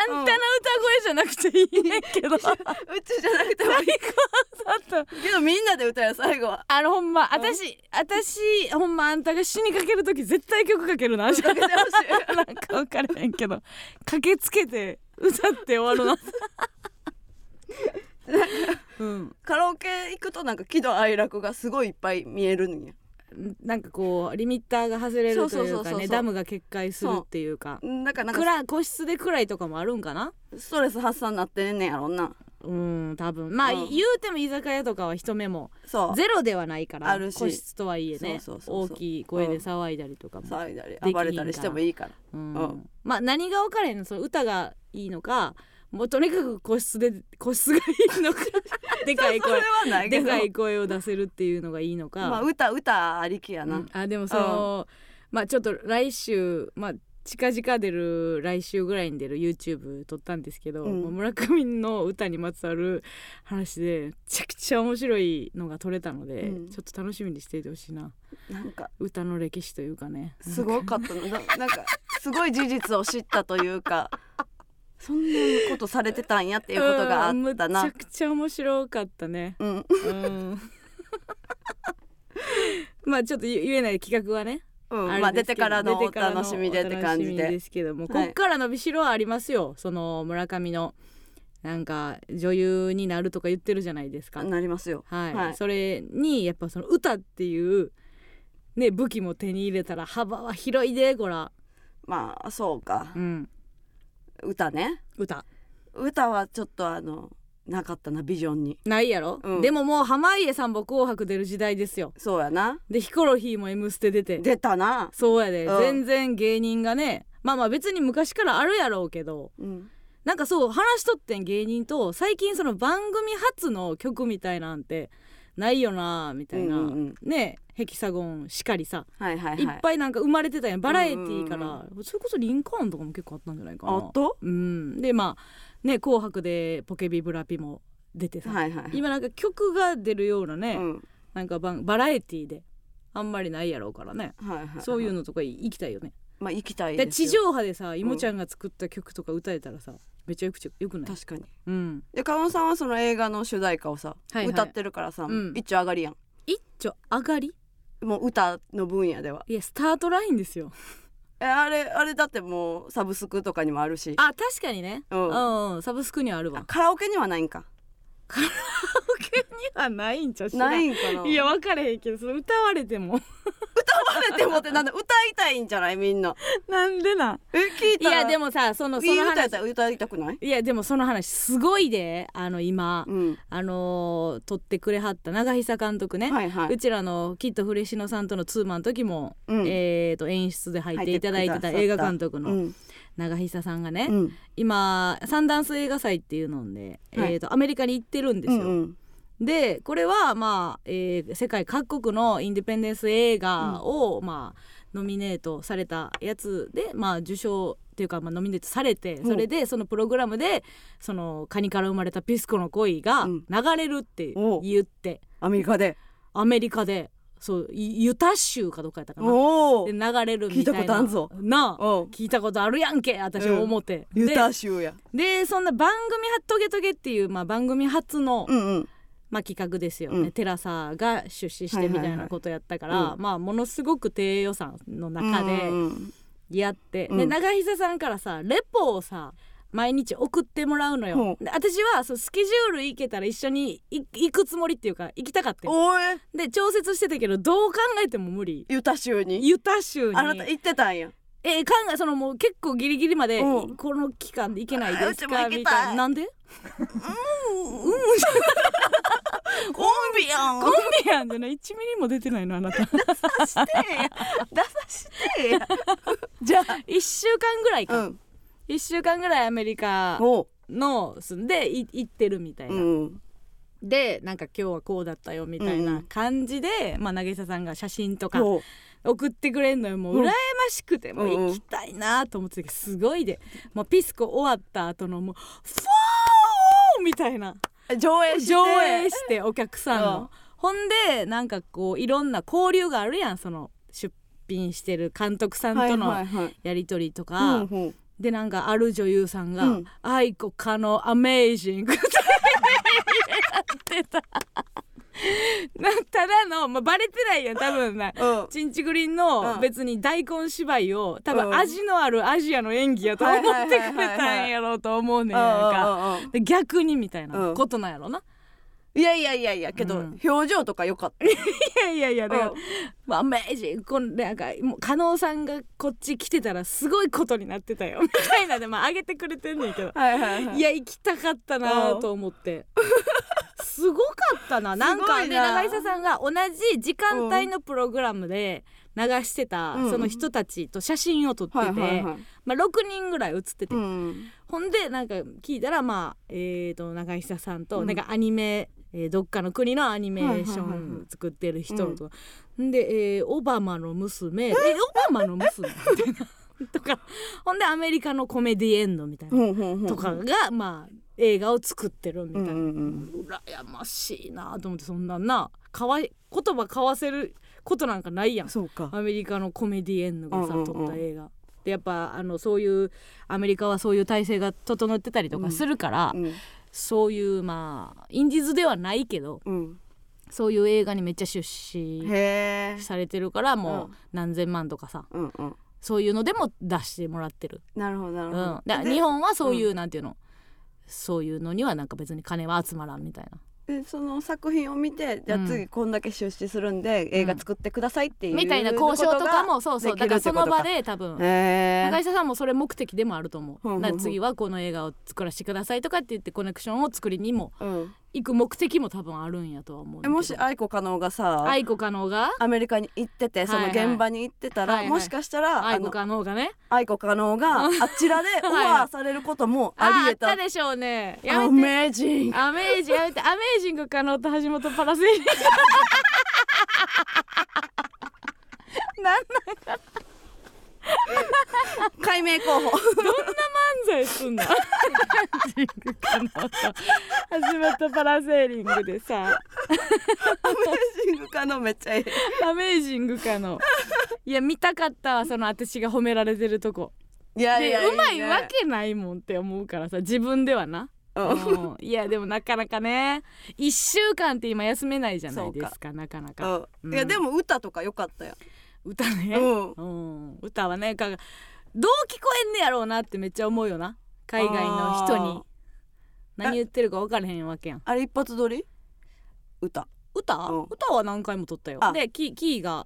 Speaker 2: じゃなくていいねんけど
Speaker 1: うちじゃなくてもいい
Speaker 2: 最高だった
Speaker 1: けどみんなで歌よ最後は
Speaker 2: あのほんま私私ほんまあんたが死にかける時絶対曲かけるななん
Speaker 1: かけてほし
Speaker 2: [laughs] か分からへんけど駆けつけて歌って終わるな [laughs] うん
Speaker 1: いカラオケ行くとなんか喜怒哀楽がすごいいっぱい見えるんや
Speaker 2: なんかこうリミッターが外れると
Speaker 1: そうそう
Speaker 2: い
Speaker 1: そうう
Speaker 2: か
Speaker 1: そうそ
Speaker 2: ね
Speaker 1: う
Speaker 2: ダムが決壊するっていうか
Speaker 1: だからなんか
Speaker 2: 暗個室で暗いとかもあるんかな
Speaker 1: ストレス発散になってんねんやろんな
Speaker 2: うん多分まあ、
Speaker 1: うん
Speaker 2: 言うても居酒屋とかは人目も
Speaker 1: そう
Speaker 2: ゼロではないから
Speaker 1: あるし
Speaker 2: 個室とはいえね
Speaker 1: そうそうそうそう
Speaker 2: 大きい声で騒いだりとかも
Speaker 1: 騒いだり
Speaker 2: きひん
Speaker 1: 暴れたりしてもいいから
Speaker 2: うん
Speaker 1: うん
Speaker 2: まあ何が分かれへんのその歌がいいのかもうとにかく個室で個室がいい
Speaker 1: [laughs]
Speaker 2: のかでかい
Speaker 1: それ
Speaker 2: 声
Speaker 1: はないけ
Speaker 2: で
Speaker 1: ど
Speaker 2: かい声を出せるっていうのがいいのか、
Speaker 1: まあ歌歌ありきやな、
Speaker 2: うんあでもその、まあちょっと来週まあ近々出る来週ぐらいに出る YouTube 撮ったんですけど、
Speaker 1: うん
Speaker 2: まあ村上の歌にまつわる話でめちゃくちゃ面白いのが撮れたので、
Speaker 1: うん
Speaker 2: ちょっと楽しみにしていてほしいな
Speaker 1: なんか
Speaker 2: 歌の歴史というかね
Speaker 1: すごかったのななんかすごい事実を知ったというかそんなことされてたんやっていうことがあ
Speaker 2: [laughs] うん
Speaker 1: った
Speaker 2: め
Speaker 1: な
Speaker 2: ちゃくちゃ面白かったね
Speaker 1: うん
Speaker 2: うん [laughs] まあちょっと言えない企画はね
Speaker 1: うん
Speaker 2: あれ
Speaker 1: まあ
Speaker 2: で
Speaker 1: 出
Speaker 2: す
Speaker 1: て
Speaker 2: けど
Speaker 1: からのお楽しみでって感じ
Speaker 2: お楽しみ
Speaker 1: で
Speaker 2: ですけども、
Speaker 1: はい
Speaker 2: こっから伸びしろはありますよその村上のなんか女優になるとか言ってるじゃないですか、
Speaker 1: なりますよ
Speaker 2: はい
Speaker 1: はい
Speaker 2: それにやっぱその歌っていうね武器も手に入れたら幅は広いでこら、
Speaker 1: まあそうか
Speaker 2: うん、
Speaker 1: 歌ね
Speaker 2: 歌
Speaker 1: 歌はちょっとあのなかったなビジョンに
Speaker 2: ないやろ、
Speaker 1: うん
Speaker 2: でももう濱家さんも「紅白」出る時代ですよ
Speaker 1: そうやな
Speaker 2: でヒコロヒーも「M ステ」出て
Speaker 1: 出たな
Speaker 2: そうやで、
Speaker 1: うん
Speaker 2: 全然芸人がねまあまあ別に昔からあるやろうけど
Speaker 1: うん
Speaker 2: なんかそう話しとってん芸人と最近その番組初の曲みたいなんてないよなみたいな、
Speaker 1: うんうんうん
Speaker 2: ねヘキサゴンしかりさ、
Speaker 1: はいはいはい
Speaker 2: いっぱいなんか生まれてたやんバラエティーから、
Speaker 1: うんうん
Speaker 2: それこそリンカーンとかも結構あったんじゃないかな
Speaker 1: あった
Speaker 2: うんでまあね「紅白」で「ポケビブラピ」も出てさ、
Speaker 1: はいはい
Speaker 2: 今なんか曲が出るようなね、
Speaker 1: うん
Speaker 2: なんかバンバラエティーであんまりないやろうからね、
Speaker 1: はいはいはい
Speaker 2: そういうのとか行きたいよね
Speaker 1: まあ行きたい
Speaker 2: で
Speaker 1: です
Speaker 2: 地
Speaker 1: よ
Speaker 2: 上波でさいもちゃんが作った曲とか歌えたらさめっちゃよくちよくない、
Speaker 1: 確かに
Speaker 2: うん、
Speaker 1: でカオンさんはその映画の主題歌をさ、
Speaker 2: はいはい
Speaker 1: 歌ってるからさ、
Speaker 2: うん
Speaker 1: 一丁上がりやん
Speaker 2: 一丁上がり
Speaker 1: もう歌の分野ではい
Speaker 2: やスタートラインですよ
Speaker 1: えあれあれだってもうサブスクとかにもあるし
Speaker 2: あ確かにね
Speaker 1: う
Speaker 2: うんん、うん、サブスクにはあるわ
Speaker 1: カラオケにはないんか
Speaker 2: 保険にはないんちゃう知らん
Speaker 1: ないんかない
Speaker 2: や分かれへんけどその歌われても
Speaker 1: [laughs] 食べてもってなんだ歌いたいんじゃないみんな
Speaker 2: [laughs] なんでな
Speaker 1: え聞い
Speaker 2: い
Speaker 1: たら
Speaker 2: やでもさそのそ
Speaker 1: いい
Speaker 2: の
Speaker 1: 歌やっ
Speaker 2: 話
Speaker 1: たら歌いたくない
Speaker 2: いやでもその話すごいであの今、
Speaker 1: うん
Speaker 2: あのー撮ってくれはった長久監督ね、
Speaker 1: はいはいう
Speaker 2: ちらのきっとフレシノさんとのツーマンの時も、
Speaker 1: うん
Speaker 2: えー、と演出で入っていただいてた
Speaker 1: 入って
Speaker 2: 映
Speaker 1: くださ
Speaker 2: 画
Speaker 1: った
Speaker 2: 監督
Speaker 1: う
Speaker 2: の
Speaker 1: ん
Speaker 2: 長久さんがね、
Speaker 1: うん
Speaker 2: 今サンダンス映画祭っていうので、
Speaker 1: はい
Speaker 2: えー、とアメリカに行ってるんです
Speaker 1: う
Speaker 2: よ。
Speaker 1: んうん
Speaker 2: でこれは、まあえー世界各国のインディペンデンス映画を、まあ、ノミネートされたやつで、まあ、受賞っていうか、まあ、ノミネートされて
Speaker 1: うん
Speaker 2: それでそのプログラムでそのカニから生まれたピスコの恋が
Speaker 1: うん
Speaker 2: 流れるって
Speaker 1: おう
Speaker 2: 言って。
Speaker 1: アメリカで
Speaker 2: アメリカでそうユユタ州かどっかやったかな
Speaker 1: お
Speaker 2: で
Speaker 1: お
Speaker 2: 流れるみたいな
Speaker 1: 聞いたことあんぞ
Speaker 2: なあ
Speaker 1: お
Speaker 2: 聞いたことあるやんけ私も思って、
Speaker 1: ユ
Speaker 2: で
Speaker 1: タ州や
Speaker 2: でそんな番組は「トゲトゲ」っていう、まあ、番組初の、
Speaker 1: うんうん
Speaker 2: まあ、企画ですよね、
Speaker 1: うん
Speaker 2: テラサが出資し
Speaker 1: はいは
Speaker 2: て
Speaker 1: い
Speaker 2: み
Speaker 1: はい
Speaker 2: たいなことやったから、
Speaker 1: う
Speaker 2: まあものすごく低予算の中
Speaker 1: うん
Speaker 2: で
Speaker 1: うん
Speaker 2: やって、
Speaker 1: うん
Speaker 2: で長久さんからさレポをさ毎日送ってもらうのよ
Speaker 1: ほ、う
Speaker 2: で私はそうスケジュール行けたら一緒にい行くつもりっていうか行きたかったよ
Speaker 1: おえ
Speaker 2: で調節してたけどどう考えても無理
Speaker 1: ユタ州に
Speaker 2: ユタ州に
Speaker 1: あなた行ってたんや
Speaker 2: え考えそのもう結構ギリギリまで
Speaker 1: うん
Speaker 2: この期間で行けない
Speaker 1: あ
Speaker 2: で
Speaker 1: [laughs] うち
Speaker 2: す
Speaker 1: も
Speaker 2: か
Speaker 1: 行きたい
Speaker 2: みたいななんで
Speaker 1: コンビやん
Speaker 2: コンビやんじゃない1ミリも出てないのあな [laughs] た
Speaker 1: 出さしてや出さしてや
Speaker 2: [laughs] じゃあ1週間ぐらいか、
Speaker 1: うん
Speaker 2: 1週間ぐらいアメリカ
Speaker 1: お
Speaker 2: の住んでい行ってるみたいな、
Speaker 1: うん
Speaker 2: でなんか今日はこうだったよみたい
Speaker 1: うんう
Speaker 2: なん感じで、まあ渚さんが写真とか
Speaker 1: お
Speaker 2: 送ってくれんのよもう
Speaker 1: うん
Speaker 2: 羨ましくて、もう
Speaker 1: うんうん
Speaker 2: 行きたいなと思ってたけどすごいでもうピスコ終わった後のもう「フォー!」みたいな
Speaker 1: 上映して
Speaker 2: 上映してお客さんの、
Speaker 1: うん
Speaker 2: ほんでなんかこういろんな交流があるやんその出品してる監督さんと
Speaker 1: は
Speaker 2: の
Speaker 1: いはいはい
Speaker 2: やり取りとか、
Speaker 1: うんうん
Speaker 2: でなんかある女優さんが
Speaker 1: うん
Speaker 2: 「愛子可のアメージング」って言ってた。なただの、まあ、バレてないやん多分な
Speaker 1: うん
Speaker 2: チンチグリン
Speaker 1: う
Speaker 2: の
Speaker 1: ん
Speaker 2: 別に大根芝居を多
Speaker 1: うん
Speaker 2: 分味のあるアジアの演技やと思ってくれたんやろうと思うねんやんか
Speaker 1: うんうんうん
Speaker 2: で逆にみたいな
Speaker 1: うん
Speaker 2: ことなんやろな、
Speaker 1: いやいやいやいやけど、
Speaker 2: うん
Speaker 1: 表情とか良かった
Speaker 2: いやいやいやだから、
Speaker 1: うん
Speaker 2: まあ、アメージこんなんかもう加納さんがこっち来てたらすごいことになってたよみたいなでまあ上げてくれてんねんけど
Speaker 1: はいはいはい
Speaker 2: いや行きたかったなと思って。すごかったななん
Speaker 1: すご
Speaker 2: か
Speaker 1: い
Speaker 2: ね
Speaker 1: な
Speaker 2: 長久さんが同じ時間帯のプログラムで流してた
Speaker 1: うん
Speaker 2: その人たちと写真を撮ってて、
Speaker 1: はいはいはい
Speaker 2: まあ、6人ぐらい写ってて、
Speaker 1: うん
Speaker 2: ほんでなんか聞いたらまあえー、と長久さんと、
Speaker 1: うん
Speaker 2: なんかアニメ、えーどっかの国のアニメーショ
Speaker 1: はいはいはいは
Speaker 2: ン作ってる人とか、んで、えーオバマの娘えオバマの娘 [laughs] みたいなとかほんでアメリカのコメディエンドみたいな、
Speaker 1: ほんほんほん
Speaker 2: とかがまあ映画を作ってるみた
Speaker 1: うん
Speaker 2: いな、
Speaker 1: うんうん
Speaker 2: 羨ましいなと思ってそんなんなかわい言葉交わせることなんかないやん
Speaker 1: そうか
Speaker 2: アメリカのコメディエンヌがさ、
Speaker 1: うんうんうん
Speaker 2: 撮った映画でやっぱあのそういうアメリカはそういう体制が整ってたりとかするから、
Speaker 1: うん
Speaker 2: そういうまあインディーズではないけど
Speaker 1: うん
Speaker 2: そういう映画にめっちゃ出資
Speaker 1: へえ
Speaker 2: されてるからも
Speaker 1: う
Speaker 2: う何千万とかさ
Speaker 1: うんうん
Speaker 2: そういうのでも出してもらってる、
Speaker 1: なるほどなる
Speaker 2: う
Speaker 1: ほ
Speaker 2: ん、
Speaker 1: ど、
Speaker 2: だから
Speaker 1: で
Speaker 2: 日本はそういう、なんていうのそういうのにはなんか別に金は集まらんみたいな
Speaker 1: でその作品を見てじゃあ次こんだけ出資するんで、映画作ってくださいっていう
Speaker 2: みたいな交渉とかもそうそう
Speaker 1: でき
Speaker 2: だか
Speaker 1: る
Speaker 2: ら
Speaker 1: って
Speaker 2: そ
Speaker 1: ことか
Speaker 2: の場で多分
Speaker 1: へ
Speaker 2: 高
Speaker 1: ー
Speaker 2: 井さんもそれ目的でもあると思
Speaker 1: うんうんう
Speaker 2: うんな次はこの映画を作らせてくださいとかって言ってコネクションを作りにも
Speaker 1: うん、
Speaker 2: 行く目的も多分あるんやとは思う
Speaker 1: えもし愛子加納がさ、
Speaker 2: 愛子可能が
Speaker 1: アメリカに行っててその現場に行ってたら、
Speaker 2: はいはい
Speaker 1: もしかしたら
Speaker 2: 愛
Speaker 1: あ
Speaker 2: 子
Speaker 1: の
Speaker 2: 可能がね
Speaker 1: 愛子加納があちらでオファーされることもありえ
Speaker 2: ああ
Speaker 1: た
Speaker 2: ったでしょうねや
Speaker 1: アメ
Speaker 2: めて
Speaker 1: ージング
Speaker 2: アメージやめてアメージング可能と橋本パラセーリ
Speaker 1: 解明候補
Speaker 2: 漫才すんのアメージング可能と橋本パラセーリングでさ
Speaker 1: アメージング加納めっちゃいい
Speaker 2: アメージング可能いや見たかったわその私が褒められてるとこ
Speaker 1: いやい
Speaker 2: で
Speaker 1: や
Speaker 2: うまいわけないもんって思うからさ自分ではな、
Speaker 1: け、うん
Speaker 2: うんいやでもなかなかね1週間って今休めないじゃないですかなかなか、
Speaker 1: うんいやでも歌とか良かったよ、
Speaker 2: 歌ね、
Speaker 1: うん、
Speaker 2: うん、歌はねかどう聞こえんねやろうなってめっちゃ思うよな海外の人に
Speaker 1: あー
Speaker 2: 何言ってるか分からへんわけやん
Speaker 1: あれ一発撮り歌
Speaker 2: 歌、
Speaker 1: うん
Speaker 2: 歌は何回も撮ったよ
Speaker 1: あ
Speaker 2: でキキーが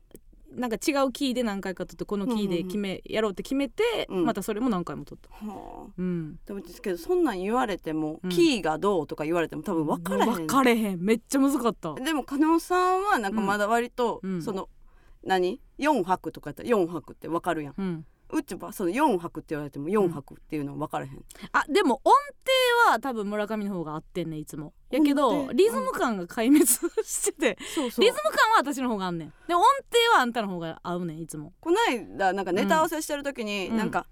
Speaker 2: なんか違うキーで何回か撮ってこのキーで決め、やろうって決めて、
Speaker 1: うん
Speaker 2: またそれも何回も撮った、
Speaker 1: はあ
Speaker 2: うん、
Speaker 1: でもですけどそんなん言われても、
Speaker 2: うん
Speaker 1: キーがどうとか言われても多分分からへ
Speaker 2: もうん分かれへんめっちゃ難かった
Speaker 1: でも加納さんはなんかまだ割と、
Speaker 2: うん
Speaker 1: その何4拍とかやったら4拍って分かるやん
Speaker 2: うん、
Speaker 1: うちはその4拍って言われても4拍っていうの分からへん、
Speaker 2: あでも音程は多分村上の方が合ってんねいつもやけ
Speaker 1: 音
Speaker 2: ど
Speaker 1: 程
Speaker 2: リズム感が壊滅してて
Speaker 1: そうそ
Speaker 2: リズム感は私の方があんねんで音程はあんたの方が合うねんいつも
Speaker 1: こないだなんかネタ合わせしてる時に、
Speaker 2: うん
Speaker 1: なんか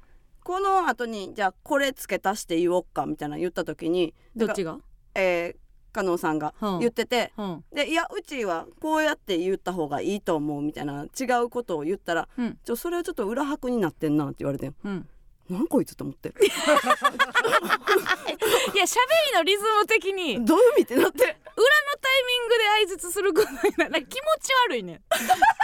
Speaker 1: この後にじゃあこれ付け足して言おっかみたいなの言った時に
Speaker 2: どっちが
Speaker 1: えー、加納さんが
Speaker 2: うん
Speaker 1: 言ってて、
Speaker 2: うん
Speaker 1: でいやうちはこうやって言った方がいいと思うみたいな違うことを言ったら、
Speaker 2: うん
Speaker 1: ちょそれはちょっと裏拍になってんなって言われて
Speaker 2: うん
Speaker 1: なんこいつと思 [laughs] って
Speaker 2: いや喋りのリズム的に裏の
Speaker 1: どういう意味ってなって
Speaker 2: タイミングで挨拶することになるなんか気持ち悪いねん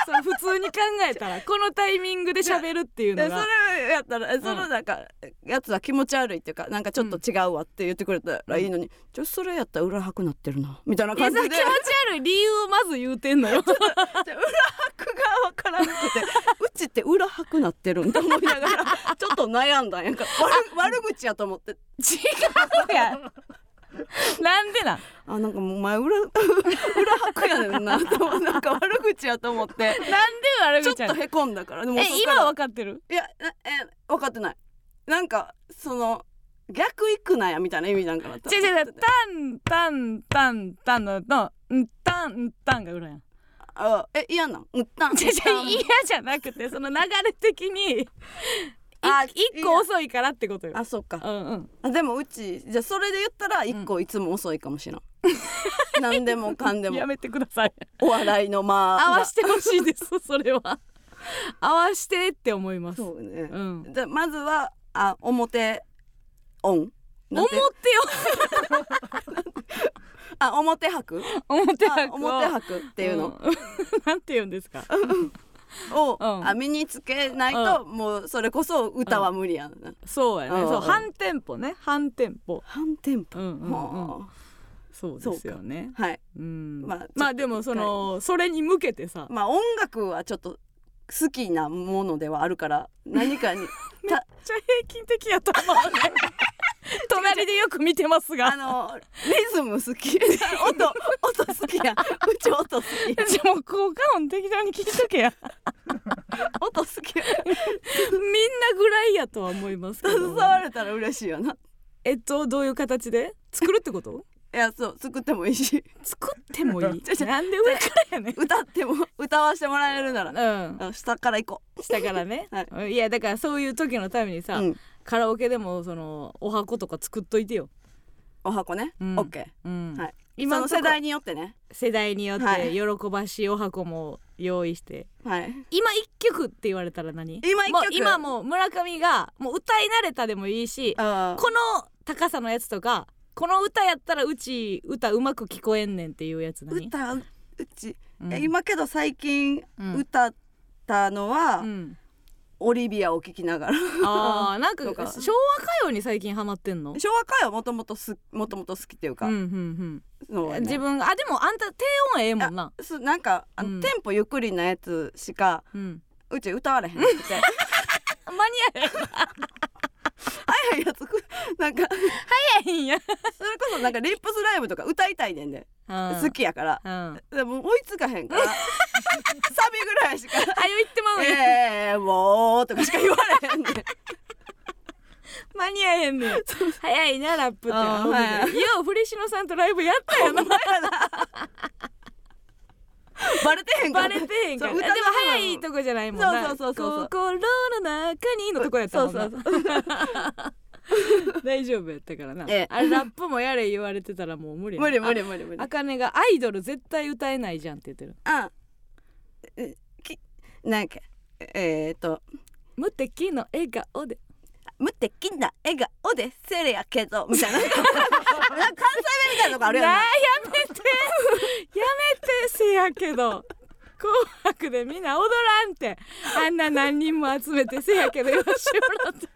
Speaker 2: その普通に考えたらこのタイミングで喋るっていう
Speaker 1: で
Speaker 2: の
Speaker 1: そ
Speaker 2: が
Speaker 1: れやったらえそのなんか、やつは気持ち悪いっていうかなんかちょっと違うわって言ってくれたらいいのに、ちょそれやったら裏拍なってるなみたいない
Speaker 2: や
Speaker 1: 感
Speaker 2: そ
Speaker 1: じで
Speaker 2: の気持ち悪い理由をまず言うてんのよ
Speaker 1: で裏拍が分からな [laughs] くてうちって裏拍なってるんだ思いなが [laughs] らちょっと悩んだんやんか悪悪口やと思って
Speaker 2: 違うやん [laughs] なんでなん
Speaker 1: あなんかもうお前裏 [laughs] 裏拍やねんなと思ってなんか悪口やと思って
Speaker 2: なんで悪
Speaker 1: ちょっ
Speaker 2: 口やね
Speaker 1: と
Speaker 2: ん
Speaker 1: へこんだからでも
Speaker 2: え
Speaker 1: そっか
Speaker 2: 今
Speaker 1: ら
Speaker 2: 分かってる
Speaker 1: いやなえ分かってないなんかその逆行くなやみたいな意味なんかな
Speaker 2: 違う違う違うタンタンタンタンののんタンタンが裏やん
Speaker 1: あえ嫌なんうったん
Speaker 2: [laughs] 違う違う嫌じゃなくてその流れ的にい
Speaker 1: あ
Speaker 2: 一個遅いからってことよ
Speaker 1: あそっか
Speaker 2: うんうん
Speaker 1: あでもうちじゃあそれで言ったら一個いつも遅いかもし
Speaker 2: [laughs]
Speaker 1: れん、何でもかんでも
Speaker 2: やめてください
Speaker 1: お笑いのまあ
Speaker 2: 合わしてほしい
Speaker 1: [laughs]
Speaker 2: ですそれは合わしてって思います
Speaker 1: そうね、
Speaker 2: うん
Speaker 1: じゃあまずはあ表オンな
Speaker 2: 思っ
Speaker 1: ん
Speaker 2: て
Speaker 1: て
Speaker 2: よ
Speaker 1: あ表拍
Speaker 2: 表
Speaker 1: あ
Speaker 2: 拍を
Speaker 1: 表拍っていうの、
Speaker 2: うん [laughs] なんて言うんですか
Speaker 1: を、
Speaker 2: うん
Speaker 1: あ身につけないと、もうそれこそ歌は無理やんな、
Speaker 2: そうやね
Speaker 1: うん
Speaker 2: そう半テンポね半テンポ
Speaker 1: 半テンポ、
Speaker 2: うんうんうん
Speaker 1: は
Speaker 2: そうですよね
Speaker 1: あはい
Speaker 2: うん
Speaker 1: まあ
Speaker 2: まあでもそのそれに向けてさ
Speaker 1: まあ音楽はちょっと好きなものではあるから何か
Speaker 2: [laughs]
Speaker 1: にた
Speaker 2: めっちゃ平均的やと
Speaker 1: [laughs]
Speaker 2: 思うね隣でよく見てますが
Speaker 1: あのリズム好
Speaker 2: [laughs]
Speaker 1: き音音好きやんうち音好きや
Speaker 2: じゃあもう効果音適当に聞いと
Speaker 1: [laughs]
Speaker 2: けや
Speaker 1: 音好きや
Speaker 2: みんなぐらいやとは思いますけ
Speaker 1: 携 [laughs]
Speaker 2: ど
Speaker 1: われたら嬉しいよな
Speaker 2: えっとどういう形で作るってこと
Speaker 1: いやそう作ってもいいし
Speaker 2: 作っても
Speaker 1: [laughs]
Speaker 2: いい
Speaker 1: ちょちょ
Speaker 2: なんで上からやね
Speaker 1: 歌っても歌わしてもらえるなら
Speaker 2: ん
Speaker 1: あの下から行こ
Speaker 2: うんしたからね、、
Speaker 1: [laughs] はい
Speaker 2: やだからそういう時のために
Speaker 1: う、
Speaker 2: さ、
Speaker 1: うん、
Speaker 2: カラオケでもそのお箱とか作っといてよ、
Speaker 1: お箱ね、
Speaker 2: うん
Speaker 1: オッケ
Speaker 2: うん
Speaker 1: はいー
Speaker 2: 今
Speaker 1: その
Speaker 2: の世
Speaker 1: 世
Speaker 2: 代
Speaker 1: 代によってね
Speaker 2: 世代によって
Speaker 1: はい
Speaker 2: 喜ばしいお箱も用意して、
Speaker 1: はい
Speaker 2: 今一曲って言われたら何
Speaker 1: 今一曲
Speaker 2: もう今もう村上がもう歌い慣れたでもいいし
Speaker 1: あー
Speaker 2: この高さのやつとかこの歌やったらうち歌うまく聞こえんねんっていうやつ何、
Speaker 1: 歌ううち
Speaker 2: うん
Speaker 1: 今けど最近
Speaker 2: うん
Speaker 1: 歌ったのは、
Speaker 2: うん
Speaker 1: オリビアを聞きながら
Speaker 2: あーなんか
Speaker 1: とか
Speaker 2: 昭和歌謡に最近ハマってんの
Speaker 1: 昭和歌謡もともとすもともと好きっていうか、
Speaker 2: うんうん
Speaker 1: そう
Speaker 2: うん
Speaker 1: やね
Speaker 2: 自分あでもあんた低音ええもんな
Speaker 1: すなんかあの、
Speaker 2: うん
Speaker 1: テンポゆっくりなやつしか
Speaker 2: うん
Speaker 1: うち歌われへんく [laughs] て
Speaker 2: 間に合
Speaker 1: 早いやつくなんか
Speaker 2: えへんや
Speaker 1: それこそなんかリップスライムとか歌いたいねんで、
Speaker 2: 好
Speaker 1: 好きやから
Speaker 2: [laughs] うんあよ
Speaker 1: でも追いつかへんからサビぐらい [laughs] しか
Speaker 2: 言ってま
Speaker 1: 「
Speaker 2: うねん
Speaker 1: えー、もう」とかしか言われへん [laughs] ねん
Speaker 2: 間に合えへんねん早いなラップって
Speaker 1: あーはい
Speaker 2: いやフレシノさんとライブやったよな
Speaker 1: バレてへんか
Speaker 2: バ
Speaker 1: ら
Speaker 2: レてへんから
Speaker 1: [laughs] そ
Speaker 2: で
Speaker 1: う
Speaker 2: も
Speaker 1: 歌の部分
Speaker 2: 早いとこじゃないもんな
Speaker 1: そうそうそうそうそう
Speaker 2: 心の中にのとこやったもんな
Speaker 1: そう
Speaker 2: [laughs] 大丈夫やったからな、
Speaker 1: ええ
Speaker 2: あれラップもやれ言われてたらもう無理や
Speaker 1: 無理無理無理無理
Speaker 2: あかねがアイドル絶対歌えないじゃんって言ってる
Speaker 1: あえきなんかえー、っと
Speaker 2: 無敵の笑顔で
Speaker 1: 無敵な笑顔でせれやけどみた
Speaker 2: [laughs]
Speaker 1: いななんか関西弁みたいなのがあるやん
Speaker 2: な
Speaker 1: な
Speaker 2: あやめてやめてせやけど紅白でみんな踊らんてあんな何人も集めてせやけどよしもらって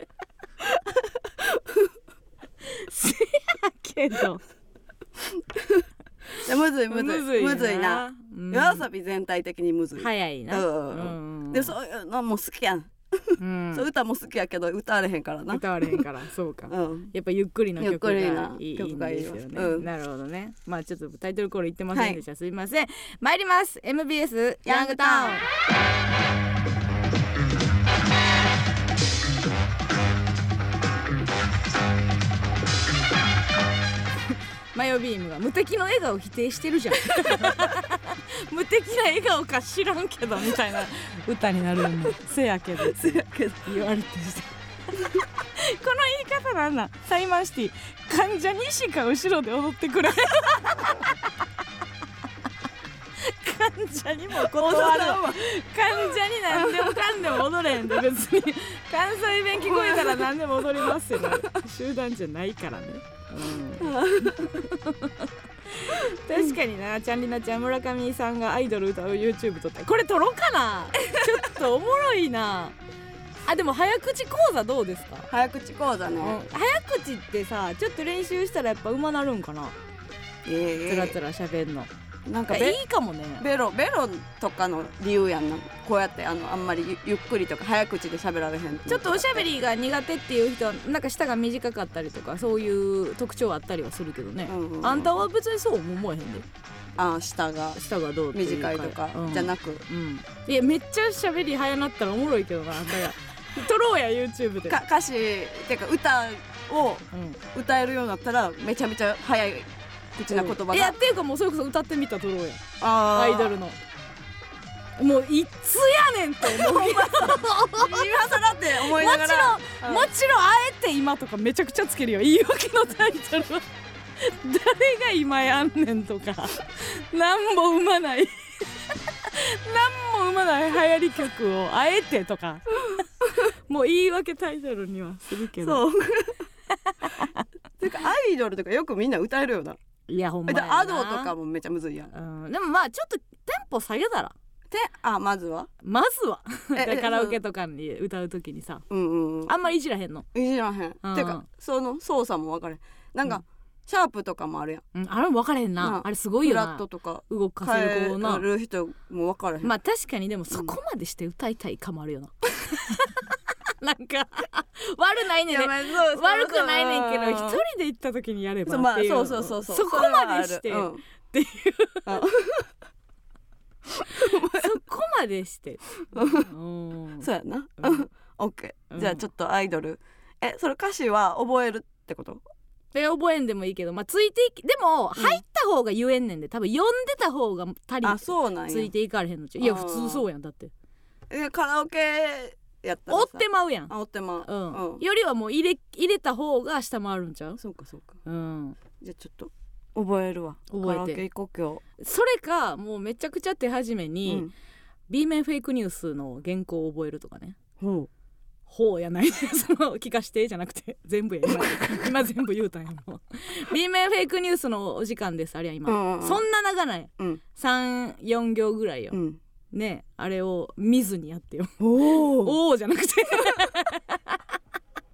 Speaker 2: せやけど
Speaker 1: いやむずいむずいむずい
Speaker 2: よ
Speaker 1: な、
Speaker 2: うん
Speaker 1: 夜遊び全体的にむずい、
Speaker 2: 早いな、
Speaker 1: うんうんうで
Speaker 2: う
Speaker 1: そういうのも好きやん、
Speaker 2: ん
Speaker 1: そう歌も好きやけど歌われへんからな
Speaker 2: 歌われへんからそうか
Speaker 1: うん
Speaker 2: やっぱゆっくりの曲
Speaker 1: ゆっくり
Speaker 2: が
Speaker 1: ない
Speaker 2: い
Speaker 1: 曲がいい
Speaker 2: ん
Speaker 1: わ
Speaker 2: ですよね、
Speaker 1: うん
Speaker 2: なるほどねまあちょっとタイトルコール言ってませんでした、すいません参ります MBS ヤング [laughs] タウンマヨビームが無敵の笑顔を否定してる [laughs] じゃん無敵な笑顔か知らんけどみたいな歌になるんだせやけど
Speaker 1: せやけど
Speaker 2: 言われてるこの言い方なんなんサイマンシティ患者にしか後ろで踊ってくれ患者にも断る
Speaker 1: 踊らんわ
Speaker 2: 患者に何でもかんでも踊れへんで別に関西弁聞こえたら何でも踊りますよ集団じゃないからね、うん確かになちゃんりなちゃん村上さんがアイドル歌う YouTube 撮ってこれ撮ろうかなちょっとおもろいなあでも早口講座どうですか、
Speaker 1: 早口講座ね、
Speaker 2: 早口ってさちょっと練習したらやっぱうまなるんかな
Speaker 1: ええ
Speaker 2: つらつらしゃべんの、
Speaker 1: なんか
Speaker 2: いや
Speaker 1: ベ
Speaker 2: いいかもね
Speaker 1: ベロベロとかの理由やんなこうやってあのあんまりゆゆっくりとか早口で喋られへん
Speaker 2: ちょっとおしゃべ
Speaker 1: り
Speaker 2: りが苦手っていう人はなんか舌が短かったりとかそういう特徴はあったりはするけどね、あんたは別にそうも思えへんで
Speaker 1: あ下が
Speaker 2: 舌がどうっていう
Speaker 1: 短いとか
Speaker 2: うん
Speaker 1: じゃなく
Speaker 2: うんいやめっちゃしゃべり早なったらおもろいけどなあん
Speaker 1: [laughs]
Speaker 2: たが撮ろうや YouTube で
Speaker 1: か歌詞てか歌を
Speaker 2: うん
Speaker 1: 歌えるようになったらめちゃめちゃ早い口な言葉が、
Speaker 2: いやっていうかもうそれこそ歌ってみたら撮ろうや
Speaker 1: あー
Speaker 2: アイドルのもういつやねんって思うもち
Speaker 1: 今更って思いながら
Speaker 2: ろんもちろんあえて今とかめちゃくちゃつけるよ言い訳のタイトルは誰が今やんねんとか何も生まない何も生まない流行り曲をあえてとかもう言い訳タイトルにはするけど
Speaker 1: そうてかアイドルとかよくみんな歌えるよない
Speaker 2: やほんま
Speaker 1: え
Speaker 2: やな
Speaker 1: だアドとかもめちゃむずいやん
Speaker 2: うんでもまあちょっとテンポ下げたら
Speaker 1: てあまずは
Speaker 2: まずは
Speaker 1: え
Speaker 2: カラオケとかに歌う時にさ
Speaker 1: うんうんうん
Speaker 2: あんまりいじらへんの、
Speaker 1: いじらへん。て
Speaker 2: うん
Speaker 1: かその操作も分かれへん。なんか、
Speaker 2: うん
Speaker 1: シャープとかもあるやん。
Speaker 2: うん、あれも分かれへんな、
Speaker 1: なあ
Speaker 2: あれすごい
Speaker 1: フ
Speaker 2: よ
Speaker 1: ラッ
Speaker 2: な
Speaker 1: トとか
Speaker 2: 動かせる
Speaker 1: 変
Speaker 2: 子な
Speaker 1: える人も分からへん。
Speaker 2: まあ確かにでもそこまでして歌いたいかもあるよな、 [laughs] なんか悪ない
Speaker 1: い
Speaker 2: ねん
Speaker 1: や
Speaker 2: ね
Speaker 1: まあそうそう
Speaker 2: 悪くないねんけど一
Speaker 1: そう
Speaker 2: 人で行った時にやれ
Speaker 1: そう
Speaker 2: ば
Speaker 1: ま
Speaker 2: っ
Speaker 1: あ
Speaker 2: ていう
Speaker 1: そうそうそうそう。
Speaker 2: そこまでし
Speaker 1: そ
Speaker 2: て、
Speaker 1: れはある
Speaker 2: ていう
Speaker 1: あ
Speaker 2: そこまでして、うん
Speaker 1: うん [laughs] そうやな。
Speaker 2: うん
Speaker 1: オッケ
Speaker 2: うん
Speaker 1: ー。じゃあちょっとアイドル。えそれ歌詞は覚えるってこと？
Speaker 2: で覚えんでもいいけどまあついていきでも
Speaker 1: うん
Speaker 2: 入った方が言えんねんで多分読んでた方が足り
Speaker 1: あそうなん
Speaker 2: つ
Speaker 1: や
Speaker 2: い。ていかれへんのちゃういや
Speaker 1: あー
Speaker 2: 普通そうやんだって
Speaker 1: えカラオケやったら
Speaker 2: 追
Speaker 1: さ。
Speaker 2: ってまうやん
Speaker 1: あ追ってまう。
Speaker 2: うん、
Speaker 1: うん。
Speaker 2: よりはもう入れ入れた方が下回るんちゃう
Speaker 1: そうかそうか。
Speaker 2: うん
Speaker 1: じゃあちょっと覚えるわ。
Speaker 2: 覚えて
Speaker 1: カラオケ行こう今
Speaker 2: それかもうめちゃくちゃ手始め
Speaker 1: 日。う
Speaker 2: に
Speaker 1: ん
Speaker 2: B 面フェイクニュースの原稿を覚えるとかね
Speaker 1: ほう。
Speaker 2: ほうやない [laughs] その聞かしてじゃなくて全部や今
Speaker 1: [laughs]
Speaker 2: 今全部言うたんやもう B 面フェイクニュースのお時間ですあれや今、
Speaker 1: うんうんうん
Speaker 2: そんな長ない、
Speaker 1: うん
Speaker 2: 34行ぐらいよ、
Speaker 1: うん。
Speaker 2: ねあれを見ずにやってよ
Speaker 1: おお
Speaker 2: おおーじゃなくて [laughs]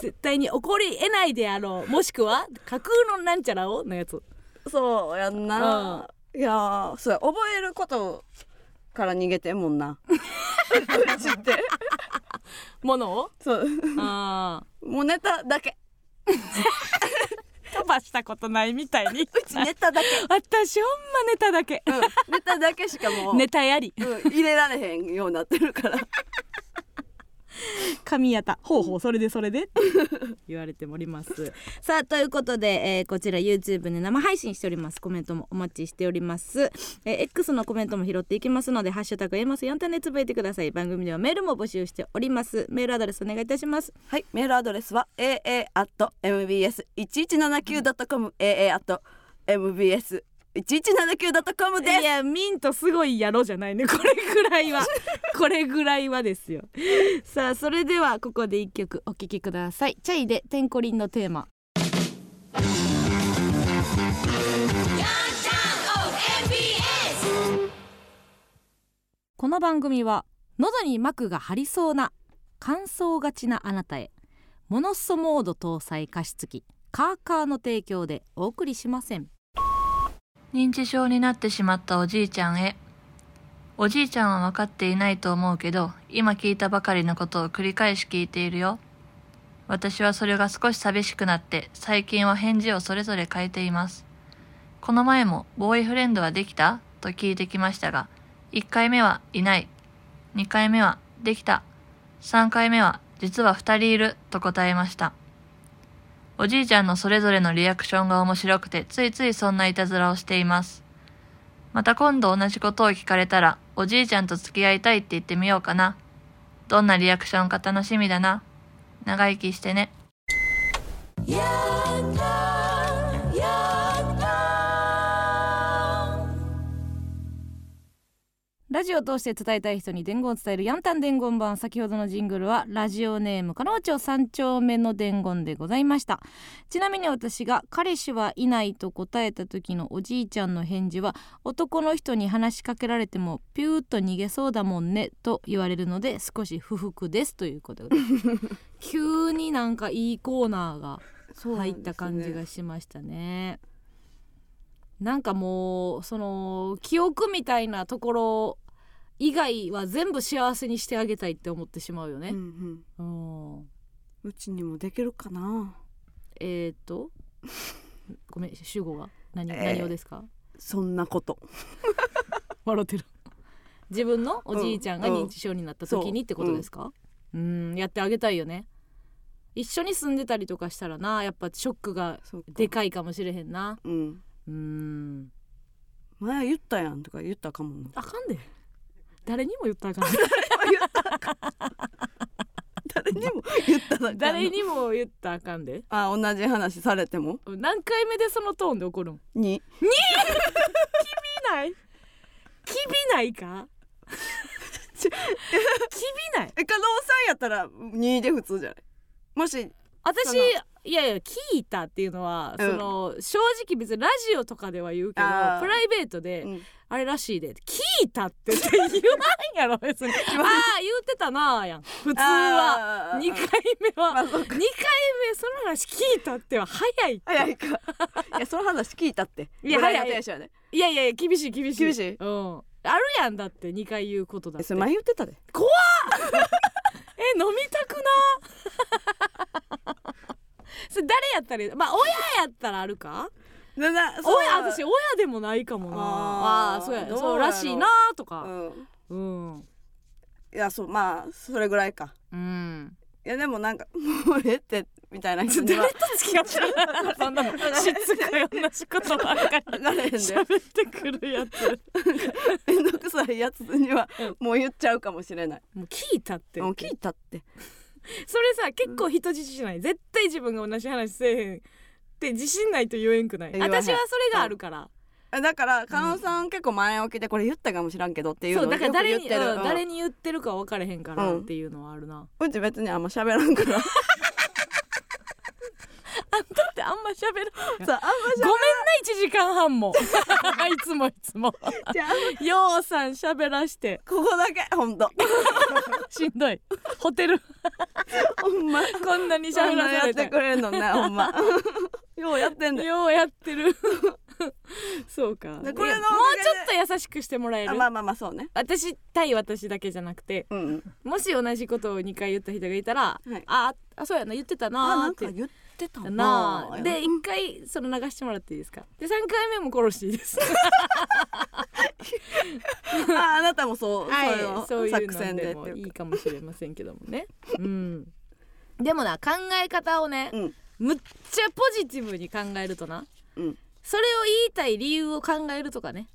Speaker 2: 絶対に起こり得ないであろうもしくは架空のなんちゃらをのやつ
Speaker 1: そうやんな、いやーそうや覚えることから逃げてんもんなうちって
Speaker 2: もの [laughs] を
Speaker 1: そう
Speaker 2: あ
Speaker 1: [laughs] もうネタだけ
Speaker 2: ー飛ばしたことないみたいに
Speaker 1: うち
Speaker 2: [laughs]
Speaker 1: ネタだけ、
Speaker 2: 私ほんまネタだけ
Speaker 1: うん、ネタだけしかもう、
Speaker 2: [laughs] ネタやり
Speaker 1: うん、入れられへんようになってるから
Speaker 2: 神谷田ほうほうそれでそれで [laughs] 言われておりますさあということで、えーこちら YouTube で生配信しておりますコメントもお待ちしております、えー X のコメントも拾っていきますので「ハッシュタグエマス4点でつぶえてください番組ではメールも募集しておりますメールアドレスお願いいたします
Speaker 1: はい、メールアドレスは aa mbs 一一七九 .com aa mbs 一一七九 .com
Speaker 2: い
Speaker 1: です。
Speaker 2: やミントすごいやろじゃないねこれぐ
Speaker 1: [laughs]
Speaker 2: らいはこれぐらいはですよさあそれではここで一曲お聴きくださいチャイで「てんこりんのテーマ」この番組は喉に膜が張りそうな乾燥がちなあなたへモノッソモード搭載加湿器カーカーの提供でお送りしません
Speaker 3: 認知症になってしまったおじいちゃんへおじいちゃんは分かっていないと思うけど今聞いたばかりのことを繰り返し聞いているよ私はそれが少し寂しくなって最近は返事をそれぞれ変えていますこの前も「ボーイフレンドはできた?」と聞いてきましたが1回目はいない2回目はできた3回目は実は2人いると答えましたおじいちゃんのそれぞれのリアクションが面白くて、ついついそんないたずらをしています。また今度同じことを聞かれたら、おじいちゃんと付き合いたいって言ってみようかな。どんなリアクションか楽しみだな。長生きしてね。
Speaker 2: ラジオを通して伝えたい人に伝言を伝えるヤンタン伝言版先ほどのジングルはラジオネーム加納町三丁目の伝言でございましたちなみに私が彼氏はいないと答えた時のおじいちゃんの返事は男の人に話しかけられてもピューッと逃げそうだもんねと言われるので少し不服ですということで急になんかいいコーナーが入った感じがしましたね。なんかもうその記憶みたいなところ以外は全部幸せにしてあげたいって思ってしまうよ
Speaker 1: うんう
Speaker 2: ね。
Speaker 1: ん。
Speaker 2: うん、
Speaker 1: うちにもできるかな。
Speaker 2: えー、っと [laughs] ごめん主語が何,、
Speaker 1: えー
Speaker 2: 何をですか
Speaker 1: そんなこと。
Speaker 2: [laughs] 笑ってる自分のおじいちゃんが認知症になった時にってことですかうんやってあげたいよね一緒に住んでたりとかしたらなやっぱショックが
Speaker 1: そう
Speaker 2: でかいかもしれへんな
Speaker 1: うん。
Speaker 2: うん
Speaker 1: 前言ったやんとか言ったか
Speaker 2: [laughs]
Speaker 1: もな。
Speaker 2: あかんで誰にも言ったらあかんで
Speaker 1: [laughs] 誰にも言っただけ。
Speaker 2: [laughs] 誰。にも言ったらあかんで
Speaker 1: あ、同じ話されても。
Speaker 2: 何回目でそのトーンで怒るん
Speaker 1: に。
Speaker 2: きびないきびない [laughs] かきびない
Speaker 1: え、加納さんやったら、にで普通じゃない。もし。そ
Speaker 2: 私
Speaker 1: の
Speaker 2: いやいや聞いたっていうのは、
Speaker 1: うん
Speaker 2: その正直別にラジオとかでは言うけど
Speaker 1: あー
Speaker 2: プライベートで、
Speaker 1: うん
Speaker 2: あれらしいで聞いたって言わんやろ [laughs] 別にああ言ってたなあやん普通は
Speaker 1: あー
Speaker 2: 2回目は、
Speaker 1: まあ、そ
Speaker 2: 2
Speaker 1: うか
Speaker 2: 回目その話聞いたっては早い
Speaker 1: 早いか。いや、その話聞いたって。
Speaker 2: いや
Speaker 1: ぐらの
Speaker 2: 早い
Speaker 1: テンションやね。
Speaker 2: いやいやいや厳しい厳しい
Speaker 1: 厳しい
Speaker 2: うんあるやんだって2回言うことだっ
Speaker 1: え
Speaker 2: て
Speaker 1: それ前言ってたで
Speaker 2: え飲みたくな [laughs] それ誰やったらまあ親やったらあるか
Speaker 1: ななそう
Speaker 2: 親私親でもないかもなあ
Speaker 1: あー
Speaker 2: あーそうや
Speaker 1: どうやろう
Speaker 2: そうらしいなと
Speaker 1: う
Speaker 2: か
Speaker 1: ん
Speaker 2: うんうん、
Speaker 1: いやそうまあそれぐらいかいやでもなんか [laughs] 「もうええって」みたいな人には
Speaker 2: 誰と付き合ってる [laughs] そんな
Speaker 1: [laughs]
Speaker 2: のしつこい同じことばっかり
Speaker 1: 流れへんで
Speaker 2: 喋ってくるやつ
Speaker 1: 面倒くさいやつには
Speaker 2: うん
Speaker 1: もう言っちゃうかもしれない
Speaker 2: もう聞いたって
Speaker 1: もう聞いたって
Speaker 2: それさ結構人質じゃない絶対自分が同じ話せえへんって自信ないと言えんくない
Speaker 1: 言わへん
Speaker 2: 私はそれがあるから、
Speaker 1: えだから加納さん結構前置きでこれ言ったかもしらんけどっていう
Speaker 2: そう
Speaker 1: のを
Speaker 2: だ
Speaker 1: よ
Speaker 2: か
Speaker 1: く
Speaker 2: ら誰
Speaker 1: 言っ
Speaker 2: に、
Speaker 1: てる
Speaker 2: うん誰
Speaker 1: に
Speaker 2: に言ってるか分からへんから
Speaker 1: うん
Speaker 2: っていうのはあるな、 [laughs]
Speaker 1: うち別にあんま喋らんから
Speaker 2: あんたってあんまんま喋る
Speaker 1: さああんま
Speaker 2: ごめんな1時間半 [laughs] もいつもいつも
Speaker 1: じゃあ
Speaker 2: ようさん喋らして
Speaker 1: ここだけほんと
Speaker 2: しんどいホテル
Speaker 1: ほんま
Speaker 2: こんなに
Speaker 1: そ
Speaker 2: [laughs] 喋
Speaker 1: んな
Speaker 2: ら
Speaker 1: んや
Speaker 2: さ
Speaker 1: っ
Speaker 2: れ
Speaker 1: て
Speaker 2: て
Speaker 1: くれんのねほん
Speaker 2: [laughs]
Speaker 1: まようやってんね
Speaker 2: ようやってる [laughs] そうか
Speaker 1: でこれの
Speaker 2: もうちょっと優しくしてもらえ
Speaker 1: あ
Speaker 2: る
Speaker 1: まあまあまあそうね
Speaker 2: 私対私だけじゃなくて
Speaker 1: うんうん
Speaker 2: もし同じことを2回言った人がいた
Speaker 1: は
Speaker 2: ら、
Speaker 1: い
Speaker 2: ああそうやな言ってた
Speaker 1: あ
Speaker 2: な
Speaker 1: なん
Speaker 2: ーっ
Speaker 1: か
Speaker 2: て
Speaker 1: 言ってた
Speaker 2: な
Speaker 1: な
Speaker 2: あで1回その流してもらっていいですかで3回目も殺していいです
Speaker 1: [laughs] あ [laughs] あなたもそう、
Speaker 2: はい
Speaker 1: そ
Speaker 2: そう
Speaker 1: う
Speaker 2: い
Speaker 1: いう作
Speaker 2: の
Speaker 1: 戦で
Speaker 2: で
Speaker 1: って
Speaker 2: も
Speaker 1: いう
Speaker 2: い
Speaker 1: か
Speaker 2: いかもしれませんけどもねうんでもな考え方をね、
Speaker 1: うん
Speaker 2: むっちゃポジティブに考えるとな
Speaker 1: うん
Speaker 2: それを言いたい理由を考えるとかね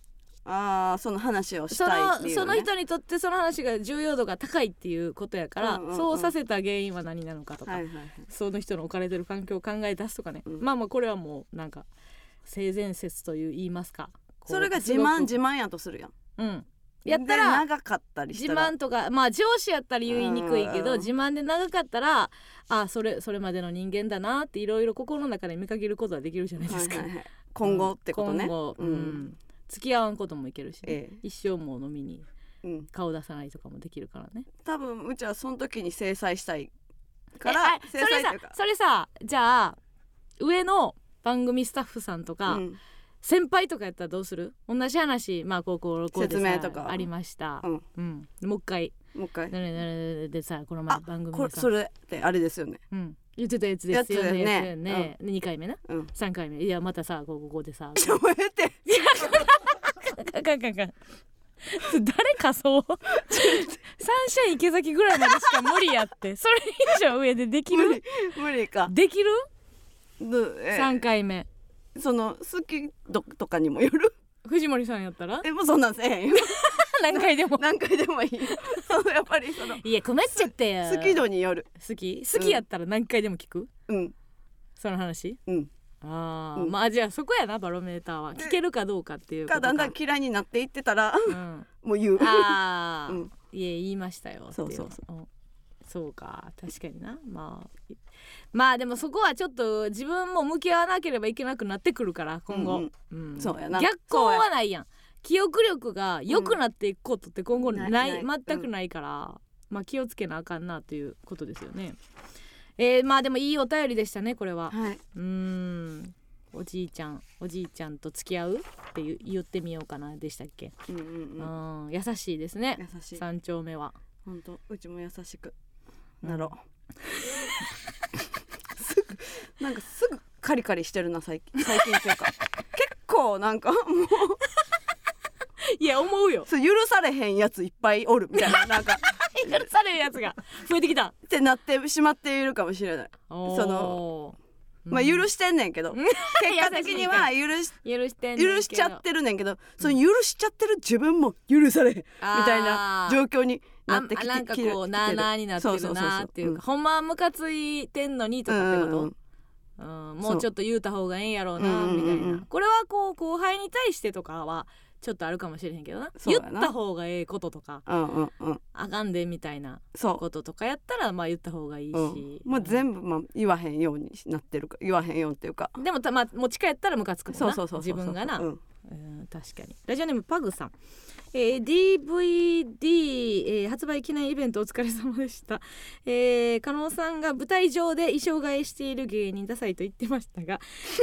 Speaker 1: ああその話をし
Speaker 2: そ
Speaker 1: たい
Speaker 2: の
Speaker 1: っていう、ね、
Speaker 2: その人にとってその話が重要度が高いっていうことやから、
Speaker 1: うんうんうん
Speaker 2: そうさせた原因は何なのかとか、
Speaker 1: はいはいはい
Speaker 2: その人の置かれてる環境を考え出すとかね、
Speaker 1: うん
Speaker 2: まあまあこれはもうなんか性善説という言いますかこう
Speaker 1: それが自
Speaker 2: すご
Speaker 1: 慢
Speaker 2: く
Speaker 1: 自慢やとするやん
Speaker 2: うんやったら
Speaker 1: で長かったり
Speaker 2: 自
Speaker 1: したら
Speaker 2: 慢とかまあ上司やったら言いにくいけ
Speaker 1: う
Speaker 2: ど
Speaker 1: ん
Speaker 2: 自慢で長かったらあそれそれまでの人間だなっていろいろ心の中で見かけることはできるじゃないですか、
Speaker 1: はいはいはい今後ってことね、
Speaker 2: 今後、うん
Speaker 1: うん
Speaker 2: 付き合わんこともいけるしね、
Speaker 1: え
Speaker 2: 一生もう飲みに
Speaker 1: えうん、
Speaker 2: 顔出さないとかもできるからね
Speaker 1: 多分うちはその時に制裁したいか
Speaker 2: え
Speaker 1: ら
Speaker 2: あ
Speaker 1: 制裁っていう
Speaker 2: それさ
Speaker 1: か
Speaker 2: それさじゃあ上の番組スタッフさんとか、
Speaker 1: うん
Speaker 2: 先輩とかやったらどうする同じ話まあこうこうこうでさ
Speaker 1: 説明とか
Speaker 2: ありました、
Speaker 1: うん
Speaker 2: うんもう一回
Speaker 1: もう一
Speaker 2: 「
Speaker 1: 回
Speaker 2: なれなれ」でさこの
Speaker 1: あ
Speaker 2: 前番組
Speaker 1: これ
Speaker 2: でさ
Speaker 1: それってあれですよね
Speaker 2: うん、言ってたやつですよね
Speaker 1: やつだよね
Speaker 2: やつだよね、で2回目な
Speaker 1: うん [laughs]
Speaker 2: 3回目いやまたさこうこうこうでさ
Speaker 1: ちょもうええって
Speaker 2: かんかんかんかん誰かそうサンシャイン池崎ぐらいまでしか無理やってそれ以上上ででき
Speaker 1: 無
Speaker 2: る
Speaker 1: 理無理か
Speaker 2: できる
Speaker 1: どえ
Speaker 2: 3回目
Speaker 1: その好きどとかにもよる
Speaker 2: 藤森さんやったら
Speaker 1: でもそんなん [laughs] せえへんよ
Speaker 2: 何回でも
Speaker 1: 何回でもいいよそのやっぱりその
Speaker 2: いや困っちゃったよ
Speaker 1: 好き度による
Speaker 2: 好き好きやったら何回でも聞く、
Speaker 1: うん
Speaker 2: その話
Speaker 1: うん
Speaker 2: ああ、
Speaker 1: うん
Speaker 2: まあじゃあそこやなバロメーターは聞けるかどうかっていうこと
Speaker 1: が
Speaker 2: か
Speaker 1: だんだん嫌いになっていってたら [laughs]
Speaker 2: うん、
Speaker 1: もう言う
Speaker 2: ああ、
Speaker 1: うん
Speaker 2: いえ言いましたよってい
Speaker 1: そうそうそ
Speaker 2: うんそうか確かになまあまあでもそこはちょっと自分も向き合わなければいけなくなってくるから今後、
Speaker 1: うん
Speaker 2: うん
Speaker 1: そうやな
Speaker 2: 逆光はないやん記憶力が良くなっていくことって今後ない,、
Speaker 1: ないない
Speaker 2: 全くないから、まあ気をつけなあかんなということですよねえー、まあでもいいお便りでしたねこれは
Speaker 1: はい、
Speaker 2: うーんおじいちゃんおじいちゃんと付き合うって言う言ってみようかなでしたっけ、
Speaker 1: うんうん
Speaker 2: う
Speaker 1: うん、
Speaker 2: ん、優しいですね
Speaker 1: 優しい
Speaker 2: 三丁目は
Speaker 1: 本当うちも優しく
Speaker 2: うん
Speaker 1: なろう、 [laughs] すぐなんかすぐカリカリしてるな最近最近っていうか結構なんかもう
Speaker 2: いや思うよ
Speaker 1: そう許されへんやついっぱいおるみたいななん
Speaker 2: [laughs]
Speaker 1: か
Speaker 2: 許されるやつが増えてきた
Speaker 1: ってなってしまっているかもしれない、
Speaker 2: そ
Speaker 1: そのまあ許してんねんけど結果的には許し
Speaker 2: [laughs] 許してんねんけど
Speaker 1: 許しちゃってるねんけどその許しちゃってる自分も許されへんみ
Speaker 2: あー
Speaker 1: たいな状況にな
Speaker 2: あ
Speaker 1: ってきて
Speaker 2: なんか
Speaker 1: きてる
Speaker 2: こうなあなあになって
Speaker 1: そ
Speaker 2: る
Speaker 1: そそ
Speaker 2: なあっていうかほんまはムカついてんのにと
Speaker 1: うん
Speaker 2: かってこと、
Speaker 1: う
Speaker 2: うんん
Speaker 1: うん
Speaker 2: もうちょっと言うた方がええんやろうな
Speaker 1: そう
Speaker 2: みたいな、
Speaker 1: うんうんうん
Speaker 2: これはこう後輩に対してとかはちょっとあるかもしれへんけどな
Speaker 1: そう
Speaker 2: 言
Speaker 1: やな
Speaker 2: った方がええこととか
Speaker 1: うんうんうん
Speaker 2: あかんでみたいな
Speaker 1: そう
Speaker 2: こととかやったらまあ言った方がいいし、
Speaker 1: うん、まあ全部まあ言わへんようになってるか言わへんようにっていうか
Speaker 2: でもたまあ持ち帰ったらムカつくもんな
Speaker 1: そうそうそうそう
Speaker 2: 自分がな、
Speaker 1: うん
Speaker 2: うん確かにラジオネームパグさん、えー DVD、えー発売記念イベントお疲れ様でした、えー、加納さんが舞台上で衣装替えしている芸人ダサいと言ってましたが、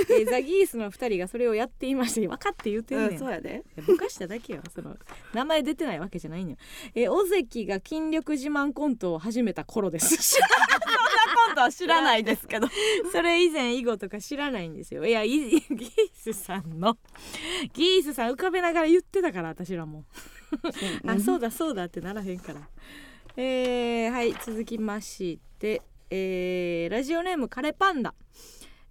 Speaker 2: え
Speaker 1: [laughs]
Speaker 2: ーザギースの2人がそれをやっていまして分かって言ってんねん、
Speaker 1: うんそうやで
Speaker 2: いやぼかしただけよその名前出てないわけじゃないのよ、えー、尾関が筋力自慢コントを始めた頃です
Speaker 1: [laughs] 今度は知らないですけど
Speaker 2: それ以前以後とか知らないんですよいや [laughs] いギースさんのギースさん浮かべながら言ってたから私らもあそうだそうだってならへんからえーはい続きまして、えーラジオネームカレパンダ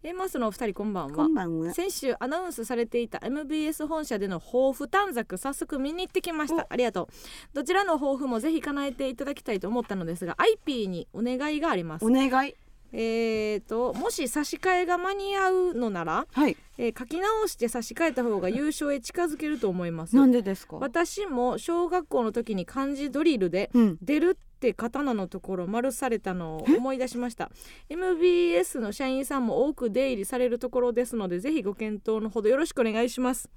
Speaker 2: えーマスのお二人こんばんは
Speaker 1: ばん
Speaker 2: 先週アナウンスされていた MBS 本社での抱負短冊早速見に行ってきましたありがとうどちらの抱負もぜひ叶えていただきたいと思ったのですが IP にお願いがあります
Speaker 1: お願い
Speaker 2: えーともし差し替えが間に合うのなら、
Speaker 1: はい
Speaker 2: えー書き直して差し替えた方が優勝へ近づけると思います
Speaker 1: なんでですか
Speaker 2: 私も小学校の時に漢字ドリルで
Speaker 1: うん
Speaker 2: 出るって刀のところ丸されたのを思い出しました MBS の社員さんも多く出入りされるところですのでぜひご検討のほどよろしくお願いします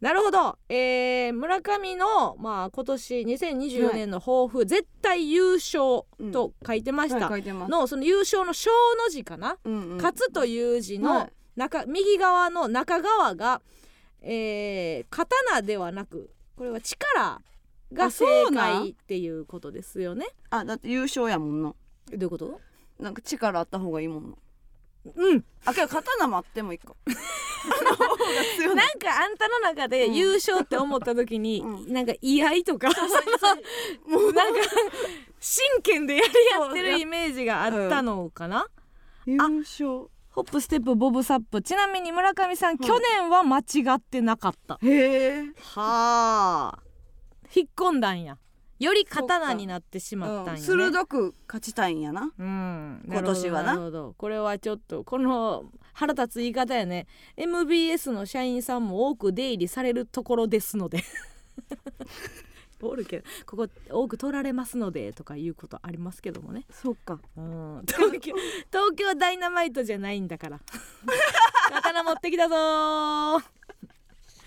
Speaker 2: なるほど、えー村上の、まあ、今年2024年の抱負、絶対優勝と書いてました、
Speaker 1: 書いてます。
Speaker 2: のその優勝の「勝」の字かな、
Speaker 1: うんうん
Speaker 2: 勝つという字
Speaker 1: は
Speaker 2: の
Speaker 1: い
Speaker 2: 中、右側の中側が、えー刀ではなくこれは力が
Speaker 1: あ
Speaker 2: 正
Speaker 1: そうなん
Speaker 2: 解っていうことですよね。
Speaker 1: あだって優勝やもんな。
Speaker 2: どういうこと
Speaker 1: なんか力あった方がいいもんな。
Speaker 2: うん、
Speaker 1: あけど刀もあってもいいか。あの方が強いな。
Speaker 2: なんかあんたの中で優勝って思った時 [laughs] に、
Speaker 1: う
Speaker 2: なんか居合とか [laughs] もうなんか真剣でやり合ってるイメージがあったのかな、
Speaker 1: 優勝。
Speaker 2: ホップステップボブサップちなみに村上さん、去年は間違ってなかった
Speaker 1: へえ。
Speaker 2: はあ引っ込んだんやより
Speaker 1: そっか
Speaker 2: 刀になってしまったんや、
Speaker 1: うん
Speaker 2: ね
Speaker 1: 鋭く勝ちたいんやな。
Speaker 2: うん、
Speaker 1: 今年はな
Speaker 2: るほどるほどこれはちょっとこの腹立つ言い方やね MBS の社員さんも多く出入りされるところですのでおるけどここ多く取られますのでとかいうことありますけどもね、
Speaker 1: そうか。
Speaker 2: うん、 [laughs] 東京東京ダイナマイトじゃないんだから [laughs] 刀持ってきたぞー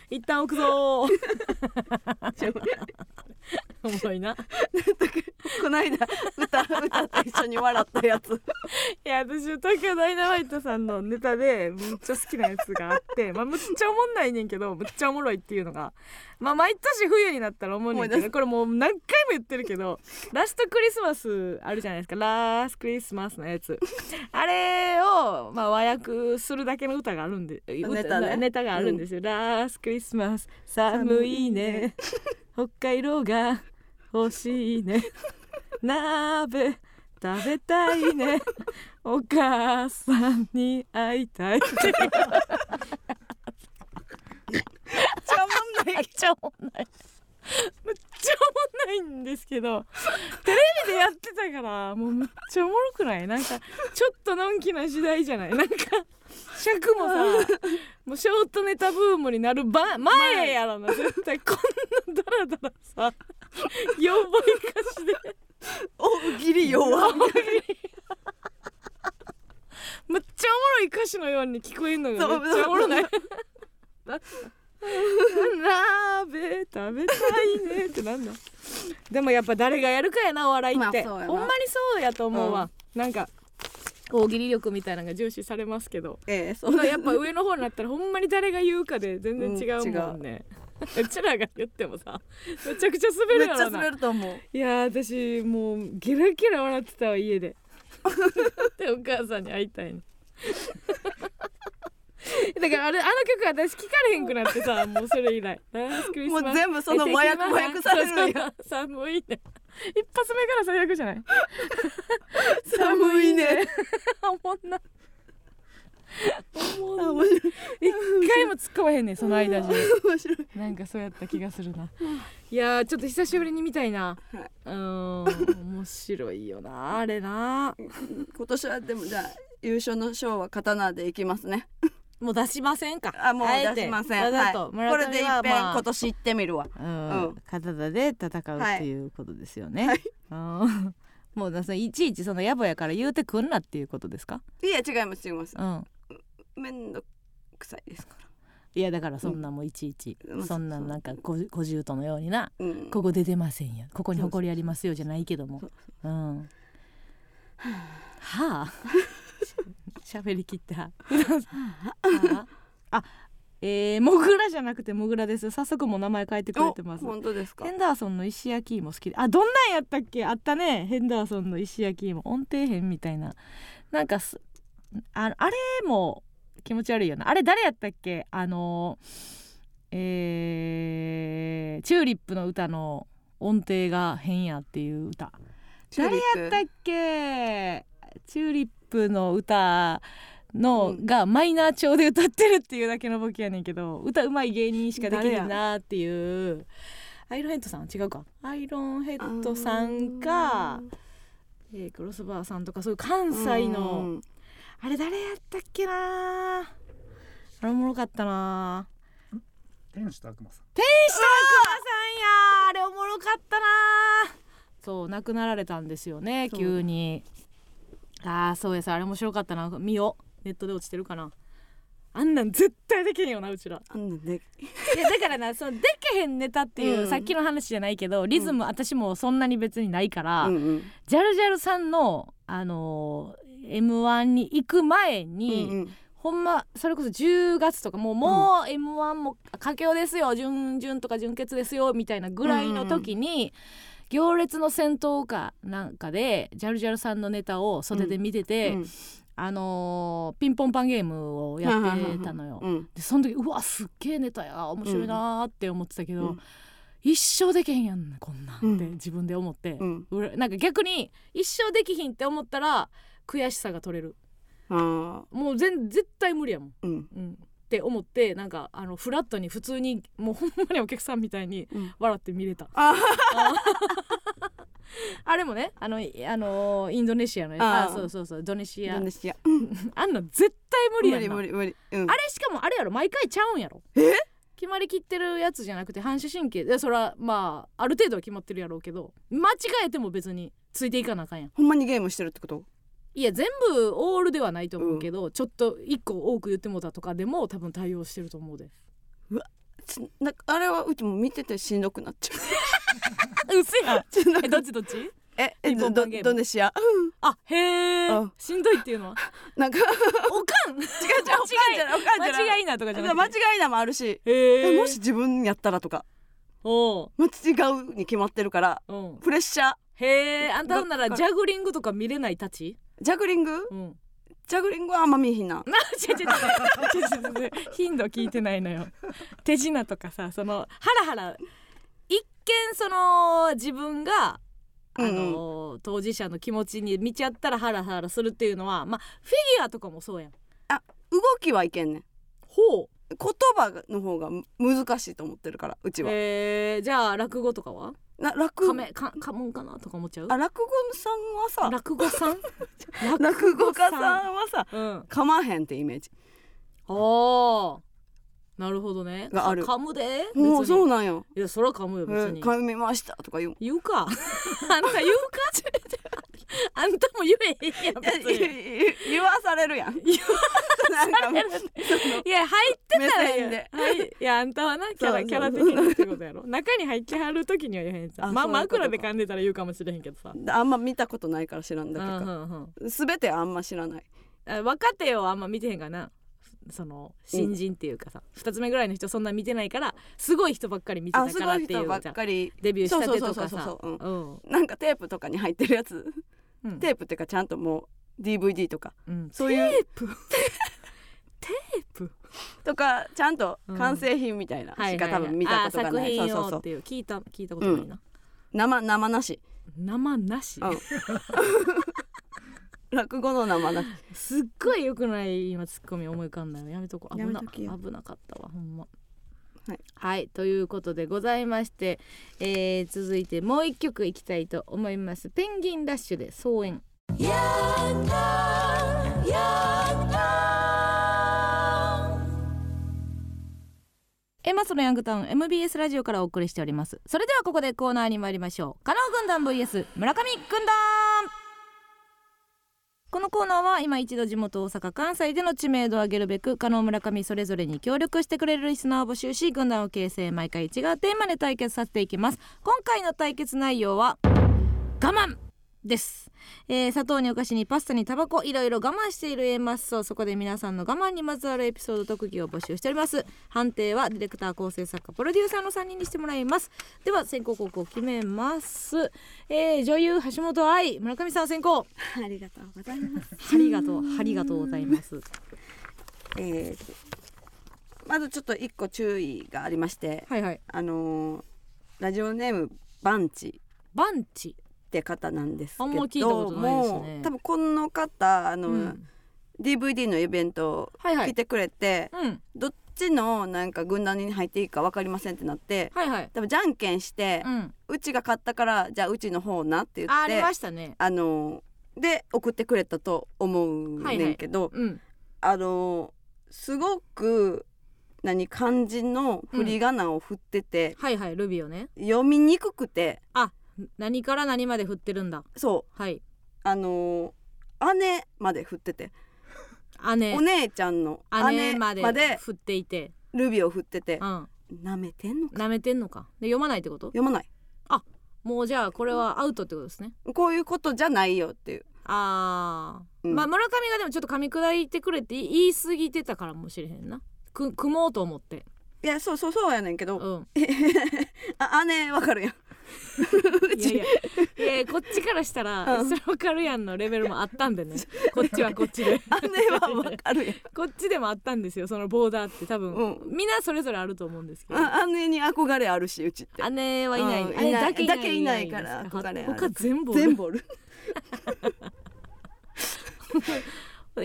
Speaker 2: 一旦置くぞ [laughs] ーおもろいな
Speaker 1: この間歌歌と一緒に笑ったやつ。
Speaker 2: いや私東京ダイナマイトさんのネタでむっちゃ好きなやつがあって、まあ、むっちゃおもんないねんけどむっちゃおもろいっていうのが、まあ、毎年冬になったら思うねんけ
Speaker 1: 思い出
Speaker 2: どこれもう何回も言ってるけどラストクリスマスあるじゃないですかラーストクリスマスのやつ [laughs] あれを、まあ、和訳するだけの歌があるんで歌
Speaker 1: ネタね
Speaker 2: ネタがあるんですよ、ラーストクリスマス寒いね北海道が欲しいね鍋食べたいねお母さんに会いたいっていう
Speaker 1: ちゃおもんない。
Speaker 2: めっちゃおもんないめっちゃおもんないんですけどテレビでやってたからもうめっちゃおもろくないなんかちょっとのんきな時代じゃないなんか尺もさもうショートネタブームになるば前やろな絶対こんなダラダラさよぼいかしで
Speaker 1: おぎり弱。
Speaker 2: めっちゃおもろい歌詞のように聞こえるの
Speaker 1: そ
Speaker 2: が
Speaker 1: う
Speaker 2: めっちゃおもろない。鍋食べたいねってなんだでもやっぱ誰がやるかやなお笑いって、
Speaker 1: まあそうやな
Speaker 2: ほんまにそうやと思うわ、なんか大喜利力みたいなのが重視されますけど
Speaker 1: ええそ
Speaker 2: そう
Speaker 1: う。
Speaker 2: やっぱ上の方になったらほんまに誰が言うかで全然違うもんね、うちらが言ってもさめちゃくちゃ滑る
Speaker 1: めっ
Speaker 2: や
Speaker 1: ちゃ
Speaker 2: ろな
Speaker 1: 滑ると思う。
Speaker 2: いやー私もうゲラゲラ笑ってたわ家ででお母さんに会いたいの [laughs] だからあれあの曲私聞かれへんくなってさもうそれ以来
Speaker 1: も
Speaker 2: も
Speaker 1: う全部その和訳和訳されるんや。
Speaker 2: 寒いね一発目から最悪じゃない
Speaker 1: 寒いね。
Speaker 2: [laughs] おもんなおもんな一回も突っ込まへんねんその間中
Speaker 1: 面白い。
Speaker 2: [laughs] なんかそうやった気がするな。いやーちょっと久しぶりに見たいな。
Speaker 1: はいう
Speaker 2: ーん面白いよなあれな。
Speaker 1: 今年はでもじゃあ優勝の賞は刀でいきますね。
Speaker 2: もう出しませんか。
Speaker 1: あもう出しません。はい。これで一遍今年行ってみるわ。
Speaker 2: うん
Speaker 1: うん
Speaker 2: 刀で戦う
Speaker 1: はい
Speaker 2: っていうことですよね。うん [laughs] もうなそのいちいちその野暮やから言うてくんなっていうことですか。
Speaker 1: いや違います違います。
Speaker 2: うん。
Speaker 1: めんどくさいですから。
Speaker 2: いやだからそんなもういちいち、
Speaker 1: うん
Speaker 2: そんななんかごごじゅうとのようにな
Speaker 1: うん。
Speaker 2: ここで出ませんよここに誇りありますよじゃないけども
Speaker 1: そう
Speaker 2: うんはあ [laughs] しゃべりきったはああえー、モグラじゃなくてモグラです早速もう名前変えてくれて
Speaker 1: お
Speaker 2: ます
Speaker 1: 本当ですか
Speaker 2: ヘ。ンダーソンの石焼き芋好きであどんなんやったっけあったねヘンダーソンの石焼き芋音程編みたいななんかすああれも気持ち悪いよなあれ誰やったっけあのえーチューリップの歌の音程が変やっていう歌
Speaker 1: チュー
Speaker 2: 誰
Speaker 1: リッ
Speaker 2: や
Speaker 1: プ
Speaker 2: ったっけチューリップの歌の
Speaker 1: うん
Speaker 2: がマイナー調で歌ってるっていうだけのボケやねんけど歌うまい芸人しかできるなっていうアイロンヘッドさんは違うかアイロンヘッドさんか、えークロスバーさんとかそういう関西
Speaker 1: う
Speaker 2: の
Speaker 1: ん
Speaker 2: あれ誰やったっけなあれおもろかったな
Speaker 4: 天使と悪魔さん
Speaker 2: 天使と悪魔さんやあれおもろかったなそう亡くなられたんですよね
Speaker 1: そう
Speaker 2: 急にああそうやさあれ面白かったな見ようネットで落ちてるかなあんなん絶対できへんよなうちら
Speaker 1: あんなんで
Speaker 2: いやだからなそのでけへんネタっていう、
Speaker 1: うん
Speaker 2: さっきの話じゃないけどリズム、私もそんなに別にないから、
Speaker 1: うんうん
Speaker 2: ジャルジャルさんのあのー m 1に行く前に、
Speaker 1: うんうん
Speaker 2: ほんまそれこそ10月とかもうもう m 1も佳境ですよ準々とか準決ですよみたいなぐらいの時に、行列の戦闘かなんかでジャルジャルさんのネタを袖で見てて、
Speaker 1: うん
Speaker 2: あのーピンポンパンゲームをやってたのよ。
Speaker 1: うん
Speaker 2: でその時うわすっげえネタや面白いなーって思ってたけど、
Speaker 1: うん
Speaker 2: 一生できへんやんこんなんって、
Speaker 1: うん
Speaker 2: 自分で思って
Speaker 1: う、ん
Speaker 2: うらなんか逆に一生できひんって思ったら悔しさが取れる
Speaker 1: あ
Speaker 2: もう全絶対無理やもん、
Speaker 1: ーうん
Speaker 2: うん、って思ってなんかあのフラットに普通にもうほんまにお客さんみたいに
Speaker 1: うん
Speaker 2: 笑って見れた、
Speaker 1: あ
Speaker 2: [laughs] あれもねあの、いあのーインドネシアのやつあ
Speaker 1: あー
Speaker 2: そうそうそうドネシ
Speaker 1: イ
Speaker 2: ア
Speaker 1: ンドネシア
Speaker 2: あんの絶対無理
Speaker 1: 無
Speaker 2: やん
Speaker 1: 理
Speaker 2: な
Speaker 1: 無理無理うん
Speaker 2: あれしかもあれやろ毎回ちゃうんやろ
Speaker 1: え
Speaker 2: 決まりきってるやつじゃなくて反射神経でそれはまあある程度は決まってるやろうけど間違えても別についていかなあかんやん
Speaker 1: ほんまにゲームしてるってこと
Speaker 2: いや全部オールではないと思うけど、ちょっと一個多く言ってもうたとかでも多分対応してると思うで
Speaker 1: つなんかあれはうちも見ててしんどくなっちゃ
Speaker 2: うせや
Speaker 1: う [laughs] なんか
Speaker 2: [laughs] えどっちどっち
Speaker 1: ええ
Speaker 2: ピン
Speaker 1: ど
Speaker 2: ポンパンゲーム
Speaker 1: ドネシア
Speaker 2: あへえ
Speaker 1: うん
Speaker 2: しんどいっていうのは
Speaker 1: なんか
Speaker 2: おかん違う違
Speaker 1: お
Speaker 2: う
Speaker 1: かんじゃないおかんじゃない
Speaker 2: 間違いなとかじゃなくて
Speaker 1: 間違いなもあるし
Speaker 2: へ
Speaker 1: え
Speaker 2: え
Speaker 1: もし自分やったらとか
Speaker 2: おう
Speaker 1: 間違うに決まってるから
Speaker 2: うん
Speaker 1: プレッシャー
Speaker 2: へえあんたほんなら
Speaker 1: どっ
Speaker 2: ジ
Speaker 1: か
Speaker 2: ャグリングとか見れないたち
Speaker 1: ジャグリング
Speaker 2: うん
Speaker 1: ジャグリングはあんま見えひんな
Speaker 2: な違う違う違う違う違う違う頻度聞いてないのよ手品とかさそのハラハラ一見その自分があの、当事者の気持ちに見ちゃったらハラハラするっていうのはまあフィギュアとかもそうやん
Speaker 1: 動きはいけんねん
Speaker 2: ほう
Speaker 1: 言葉の方が難しいと思ってるからうちは、
Speaker 2: えー、じゃあ落語とかは
Speaker 1: な落
Speaker 2: カ
Speaker 1: 語
Speaker 2: メか家紋かなとか思っちゃう
Speaker 1: あ落語さんはさ
Speaker 2: 落
Speaker 1: [laughs]
Speaker 2: 語さん
Speaker 1: 落語家
Speaker 2: ん
Speaker 1: さんはさ
Speaker 2: うん
Speaker 1: 噛まへんってイメージ
Speaker 2: ああなるほどね
Speaker 1: がある
Speaker 2: か噛むで別に
Speaker 1: もうそうなんよ
Speaker 2: いやそら噛むよ
Speaker 1: え
Speaker 2: 別に、
Speaker 1: 噛みましたとか言う
Speaker 2: 言うか [laughs] あんた言うかあんたも言えへんやん別
Speaker 1: え
Speaker 2: に
Speaker 1: 言う言わされるやん
Speaker 2: [laughs] 言
Speaker 1: なんか
Speaker 2: いや入ってた
Speaker 1: 目
Speaker 2: ら言
Speaker 1: 線
Speaker 2: う
Speaker 1: で
Speaker 2: はい、いやあんたはなキャ
Speaker 1: そ
Speaker 2: ラ
Speaker 1: う
Speaker 2: キャラ的にってことやろ中に入ってはる時には言えへんさ
Speaker 1: あ
Speaker 2: まあ
Speaker 1: そういうことか
Speaker 2: 枕で噛んでたら言うかもしれへんけどさ
Speaker 1: あんま見たことないから知らんだけ
Speaker 2: うん
Speaker 1: か、
Speaker 2: うんうん
Speaker 1: 全てあんま知らない
Speaker 2: あ若手をあんま見てへんからなその新人っていうかさ、二つ目ぐらいの人そんな見てないからすごい人ばっかり見て
Speaker 1: あ
Speaker 2: た
Speaker 1: す
Speaker 2: か
Speaker 1: ご
Speaker 2: らっ
Speaker 1: い
Speaker 2: てい
Speaker 1: 人
Speaker 2: う
Speaker 1: ばっ
Speaker 2: じゃん
Speaker 1: かり
Speaker 2: デビューしたてと
Speaker 1: そうそ
Speaker 2: か
Speaker 1: うそう
Speaker 2: さ
Speaker 1: そうそう
Speaker 2: うん
Speaker 1: なんかテープとかに入ってるやつ
Speaker 2: うん
Speaker 1: テープっていうかちゃんともう DVD とか
Speaker 2: うん
Speaker 1: そういう
Speaker 2: テー
Speaker 1: [laughs]
Speaker 2: プテープ
Speaker 1: とかちゃんと完成品みたいなしか多分見たことがない、
Speaker 2: あ
Speaker 1: そ
Speaker 2: ー作品
Speaker 1: うそう
Speaker 2: を
Speaker 1: そ
Speaker 2: っ
Speaker 1: う
Speaker 2: ていう聞いた聞いたことないな、
Speaker 1: 生生なし
Speaker 2: 生なし、
Speaker 1: うん落語の生なし
Speaker 2: すっごい良くない今ツッコミ思い浮かんだよやめとこう危
Speaker 1: やめ
Speaker 2: な
Speaker 1: ときよ
Speaker 2: 危なかったわほんま
Speaker 1: はい、
Speaker 2: はいということでございまして、えー続いてもう一曲いきたいと思いますペンギンラッシュで草園エマスのヤングタウン MBS ラジオからお送りしておりますそれではここでコーナーに参りましょう加納軍団 VS 村上軍団このコーナーは今一度地元大阪関西での知名度を上げるべく加納村上それぞれに協力してくれるリスナーを募集し軍団を形成毎回違うテーマで対決させていきます今回の対決内容は我慢です、えー砂糖にお菓子にパスタにタバコいろいろ我慢している A マッソそこで皆さんの我慢にまつわるエピソード特技を募集しております判定はディレクター構成作家プロデューサーの3人にしてもらいますでは先行後攻決めます、えー女優橋本愛村上さん先行
Speaker 1: ありがとうございます
Speaker 2: ありがとう、ありがとうございます。
Speaker 1: えーとまずちょっと一個注意がありまして
Speaker 2: はいはい。
Speaker 1: あのーラジオネームバンチ
Speaker 2: バンチ。
Speaker 1: って方なんですけど
Speaker 2: あんま聞いたことないですね
Speaker 1: もう多分この方あの、
Speaker 2: うん。
Speaker 1: DVD のイベント
Speaker 2: はいは
Speaker 1: 来
Speaker 2: い。
Speaker 1: てくれて、
Speaker 2: うん。
Speaker 1: どっちのなんか軍団に入っていいか分かりませんってなって
Speaker 2: はいはい。
Speaker 1: 多分じゃんけんして
Speaker 2: う、ん。
Speaker 1: うちが買ったからじゃあうちの方なって言
Speaker 2: ああ
Speaker 1: って
Speaker 2: り
Speaker 1: あ
Speaker 2: ましたね。
Speaker 1: ので送ってくれたと思うねんけど、
Speaker 2: うん。
Speaker 1: あのすごく何漢字の振り仮名を振ってて、
Speaker 2: はいはい。ルビーをね。
Speaker 1: 読みにくくて
Speaker 2: あ、何から何まで振ってるんだ
Speaker 1: そ
Speaker 2: はい。
Speaker 1: うあのー姉まで振ってて
Speaker 2: 姉
Speaker 1: お姉ちゃんの姉
Speaker 2: 姉ま
Speaker 1: ま
Speaker 2: で
Speaker 1: で
Speaker 2: 振っていて、
Speaker 1: ルビを振ってて
Speaker 2: うん、
Speaker 1: なめてんのか
Speaker 2: 舐めてんのか。で読まないってこと？
Speaker 1: 読まない
Speaker 2: もうじゃあこれはアウトってことですね。
Speaker 1: こういうことじゃないよっていう
Speaker 2: ああ、
Speaker 1: うん
Speaker 2: まあ村上がでもちょっと噛み砕いてくれって言い過ぎてたからもしれへんな。く組もうと思って。
Speaker 1: いやそうそうそうやねんけど
Speaker 2: うん。
Speaker 1: [laughs] あ姉わかるやんう
Speaker 2: いやい
Speaker 1: ち
Speaker 2: やいやこっちからしたら、
Speaker 1: うん
Speaker 2: それわかるやんのレベルもあったんでね。こっちはこっ
Speaker 1: [laughs]
Speaker 2: ちで。
Speaker 1: 姉はわかるやん
Speaker 2: こっちでもあったんですよそのボーダーって多分、
Speaker 1: う
Speaker 2: みんなそれぞれあると思うんですけど、
Speaker 1: あ姉に憧れあるしうちって
Speaker 2: 姉はいない、
Speaker 1: うん
Speaker 2: 姉
Speaker 1: いない
Speaker 2: だけいない
Speaker 1: だけいないから
Speaker 2: です
Speaker 1: 憧れある
Speaker 2: 他全部
Speaker 1: 全部おる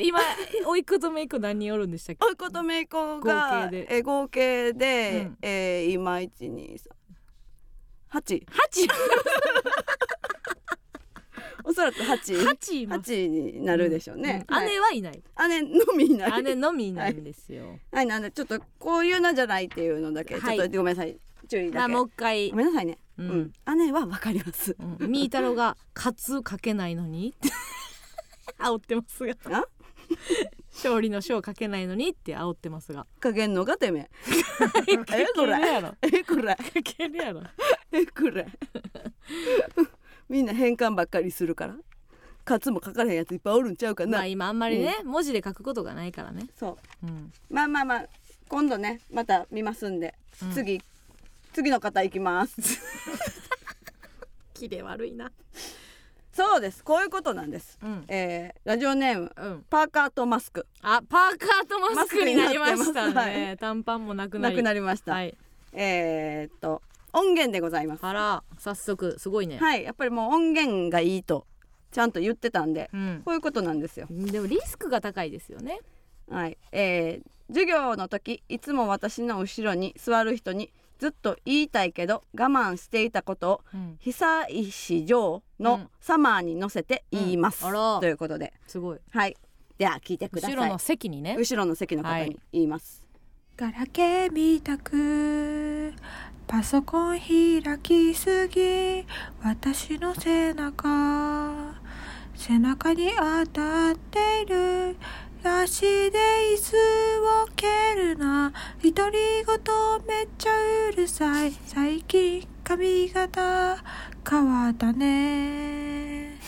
Speaker 2: 今おいっ子とめいっ子何人おるんでしたっけ
Speaker 1: おいことめいこが
Speaker 2: 合計で
Speaker 1: え合計で、
Speaker 2: うん
Speaker 1: えー今一二三八
Speaker 2: 八
Speaker 1: [laughs] おそらく八
Speaker 2: 八います
Speaker 1: 八になるでしょうね、
Speaker 2: うん
Speaker 1: はい
Speaker 2: 姉はいない
Speaker 1: 姉のみいない
Speaker 2: 姉のみいないんですよ、
Speaker 1: はいなんでちょっとこういうのじゃないっていうのだけ、
Speaker 2: はい
Speaker 1: ちょっとごめんなさい注意
Speaker 2: ま
Speaker 1: だ
Speaker 2: あ
Speaker 1: け
Speaker 2: もう一回
Speaker 1: ごめんなさいね、
Speaker 2: う
Speaker 1: うんん姉はわかります
Speaker 2: うんみーたろうが「カツかけないのに」って煽ってますが
Speaker 1: あ
Speaker 2: 勝利の賞かけないのにって煽ってますが
Speaker 1: 加減のがてめえ
Speaker 2: かけ
Speaker 1: こ
Speaker 2: る
Speaker 1: れ
Speaker 2: やろ
Speaker 1: え [laughs] これ
Speaker 2: かけるやろ
Speaker 1: えこれみんな変換ばっかりするから勝も書かれへんやついっぱいおるんちゃうかな、
Speaker 2: まあ今あんまりね、文字で書くことがないからね、
Speaker 1: そう
Speaker 2: うん、
Speaker 1: まあまあまあ今度ねまた見ますんで、
Speaker 2: うん
Speaker 1: 次次の方行きます
Speaker 2: キレ悪いな
Speaker 1: そうですこういうことなんです、
Speaker 2: うん
Speaker 1: えーラジオネーム
Speaker 2: うん
Speaker 1: パーカーとマスク
Speaker 2: あパーカーとマスクになりました
Speaker 1: マスクになってます
Speaker 2: ね、短パンもなくな
Speaker 1: な
Speaker 2: り
Speaker 1: くなりました、
Speaker 2: はい
Speaker 1: えーっと音源でございます
Speaker 2: あら早速すごいね、
Speaker 1: はいやっぱりもう音源がいいとちゃんと言ってたんで、
Speaker 2: うん
Speaker 1: こういうことなんですよ
Speaker 2: でもリスクが高いですよね
Speaker 1: はい、えー授業の時いつも私の後ろに座る人にずっと言いたいけど我慢していたことを
Speaker 2: うん
Speaker 1: 久石城
Speaker 2: う
Speaker 1: の
Speaker 2: ん
Speaker 1: サマーに乗せて言います、
Speaker 2: うんあら
Speaker 1: ということです
Speaker 2: ごい
Speaker 1: はいでは聞いてください
Speaker 2: 後ろの席にね
Speaker 1: 後ろの席の方に言います、
Speaker 5: ガラケーみたくパソコン開きすぎ私の背中背中に当たってる足で椅子を蹴るな独り言めっちゃうるさい最近髪型変わったね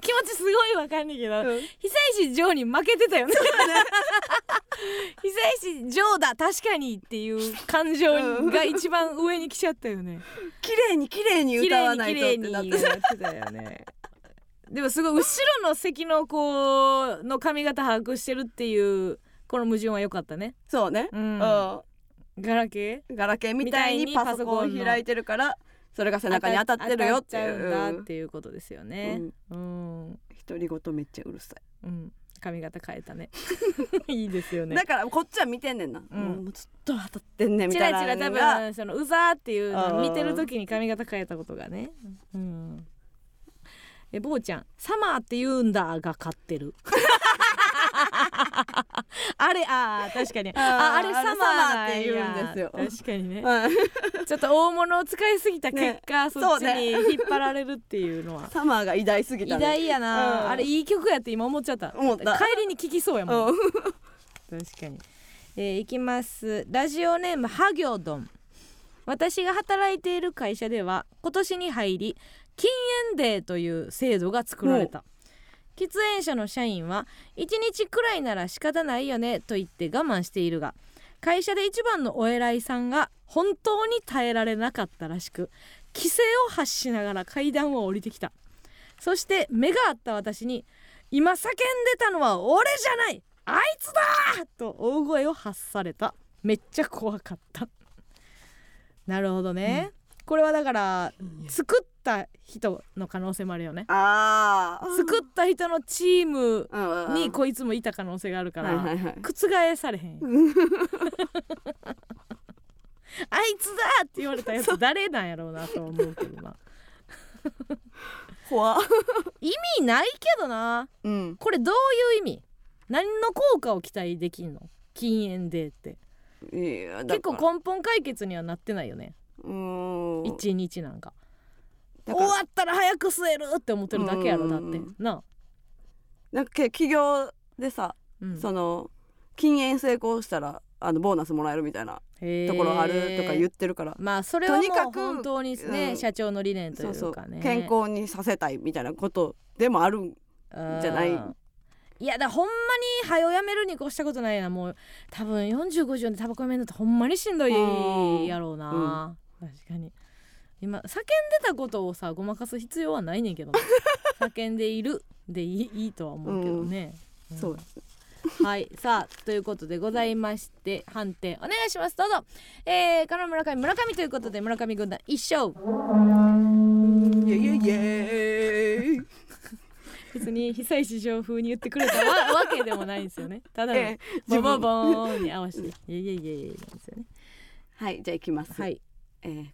Speaker 2: 気持ちすごいわかんないけど、
Speaker 1: うん
Speaker 2: 久石城に負けてたよね [laughs] 久石城だ確かにっていう感情が一番上に来ちゃったよね
Speaker 1: 綺麗に綺麗に
Speaker 2: 綺
Speaker 1: 歌
Speaker 2: 麗
Speaker 1: わ
Speaker 2: に
Speaker 1: ない
Speaker 2: 綺
Speaker 1: とっ
Speaker 2: 麗
Speaker 1: て
Speaker 2: に
Speaker 1: な
Speaker 2: や
Speaker 1: っ
Speaker 2: っててたよねでもすごい後ろの席の子の髪型把握してるっていうこの矛盾は良かったね
Speaker 1: [laughs] そうね、
Speaker 2: うん
Speaker 1: うん
Speaker 2: ガラケ
Speaker 1: ガラケーみたいにパソコ
Speaker 2: みたいにパソコン
Speaker 1: ン
Speaker 2: の
Speaker 1: 開いてるからそれが背
Speaker 2: ー
Speaker 1: 中に当たってるよってい
Speaker 2: 当たっちゃうんだっ
Speaker 1: う
Speaker 2: ていうことですよねうん、うん
Speaker 1: 独り言めっちゃうるさい、
Speaker 2: 髪型変えたね [laughs] いいで
Speaker 1: [laughs]
Speaker 2: すよね
Speaker 1: だからこっちは見てんねんな、
Speaker 2: うん
Speaker 1: もうずっと当たってんねんみ
Speaker 2: チ
Speaker 1: たい
Speaker 2: ラ
Speaker 1: な
Speaker 2: チラ多
Speaker 1: のが
Speaker 2: 分そのうざーっていうのを見てる
Speaker 1: うん
Speaker 2: 時に髪型変えたことがねうんえ坊ちゃん「サマーって言うんだ」が買っ
Speaker 1: [laughs]
Speaker 2: てるあれあー確かにああ
Speaker 1: あー
Speaker 2: れ
Speaker 1: あれ
Speaker 2: サマー
Speaker 1: サマーって言うんですよ
Speaker 2: 確かにね
Speaker 1: うん
Speaker 2: ちょっと大物を使いすぎた結果、そっち
Speaker 1: そう
Speaker 2: に
Speaker 1: ね
Speaker 2: 引っ張られるっていう
Speaker 1: [laughs]
Speaker 2: のは
Speaker 1: サマーが偉大すぎた
Speaker 2: 偉
Speaker 1: ね
Speaker 2: 大やな、
Speaker 1: うん
Speaker 2: あれいい曲やって今思っちゃった
Speaker 1: 思った
Speaker 2: 帰りに聴きそうやもん、
Speaker 1: うん
Speaker 2: 確かに、えー、いきますラジオネームハギョドン私が働いている会社では今年に入り禁煙デーという制度が作られた喫煙者の社員は1日くらいなら仕方ないよねと言って我慢しているが会社で一番のお偉いさんが本当に耐えられなかったらしく規制を発しながら階段を降りてきたそして目が合った私に「今叫んでたのは俺じゃないあいつだ!」と大声を発されためっちゃ怖かったなるほどね、これはだから作った人の可能性もあるよね
Speaker 1: あー
Speaker 2: 作った人のチーム
Speaker 1: うんうん
Speaker 2: にこいつもいた可能性があるから、
Speaker 1: はいはいはい
Speaker 2: 覆されへん [laughs] あいつだって言われたやつ誰なんやろうなとは思うけどな
Speaker 1: 怖っ
Speaker 2: [laughs] 意味ないけどな
Speaker 1: うん
Speaker 2: これどういう意味何の効果を期待できんの禁煙デーって
Speaker 1: いやだから
Speaker 2: 結構根本解決にはなってないよね
Speaker 1: うーん
Speaker 2: 一日なんか
Speaker 1: だか
Speaker 2: 終
Speaker 1: ら
Speaker 2: わったら早く吸えるって思ってるだけやろだっ
Speaker 1: う
Speaker 2: て
Speaker 1: ん
Speaker 2: な
Speaker 1: なんかけ企業でさ、その禁煙成功したらあのボーナスもらえるみたいなと
Speaker 2: と
Speaker 1: ころあるとか言っ
Speaker 2: っ
Speaker 1: てるから、
Speaker 2: まあそれはもう
Speaker 1: とにかく
Speaker 2: 本当にね、
Speaker 1: うん
Speaker 2: 社長の理念とい
Speaker 1: そうそうう
Speaker 2: かね
Speaker 1: 健康にさせたいみたいなことでもあるんじゃない
Speaker 2: うんいやだからほんまに早よやめるに越したことないなもう多分4050でタバコやめるのってほんまにしんどいやろうな、確かに今叫んでたことをさごまかす必要はないねん
Speaker 1: [laughs]
Speaker 2: けどな叫んでいるでいいいいとは思うけどね、ん
Speaker 1: そうです
Speaker 2: はいさあということでございまして判定お願いしますどうぞえー、から村上村上ということで村上軍団一勝
Speaker 1: イエイエイエイ
Speaker 2: 別に被災市場風に言ってくれたわわけでもないんですよねただの
Speaker 1: ええ [laughs]
Speaker 2: ボボ
Speaker 1: 自分
Speaker 2: ボーンに合わせて「いえいえいえいえ」なんですよね
Speaker 1: はいじゃあいきます、
Speaker 2: はい
Speaker 1: えー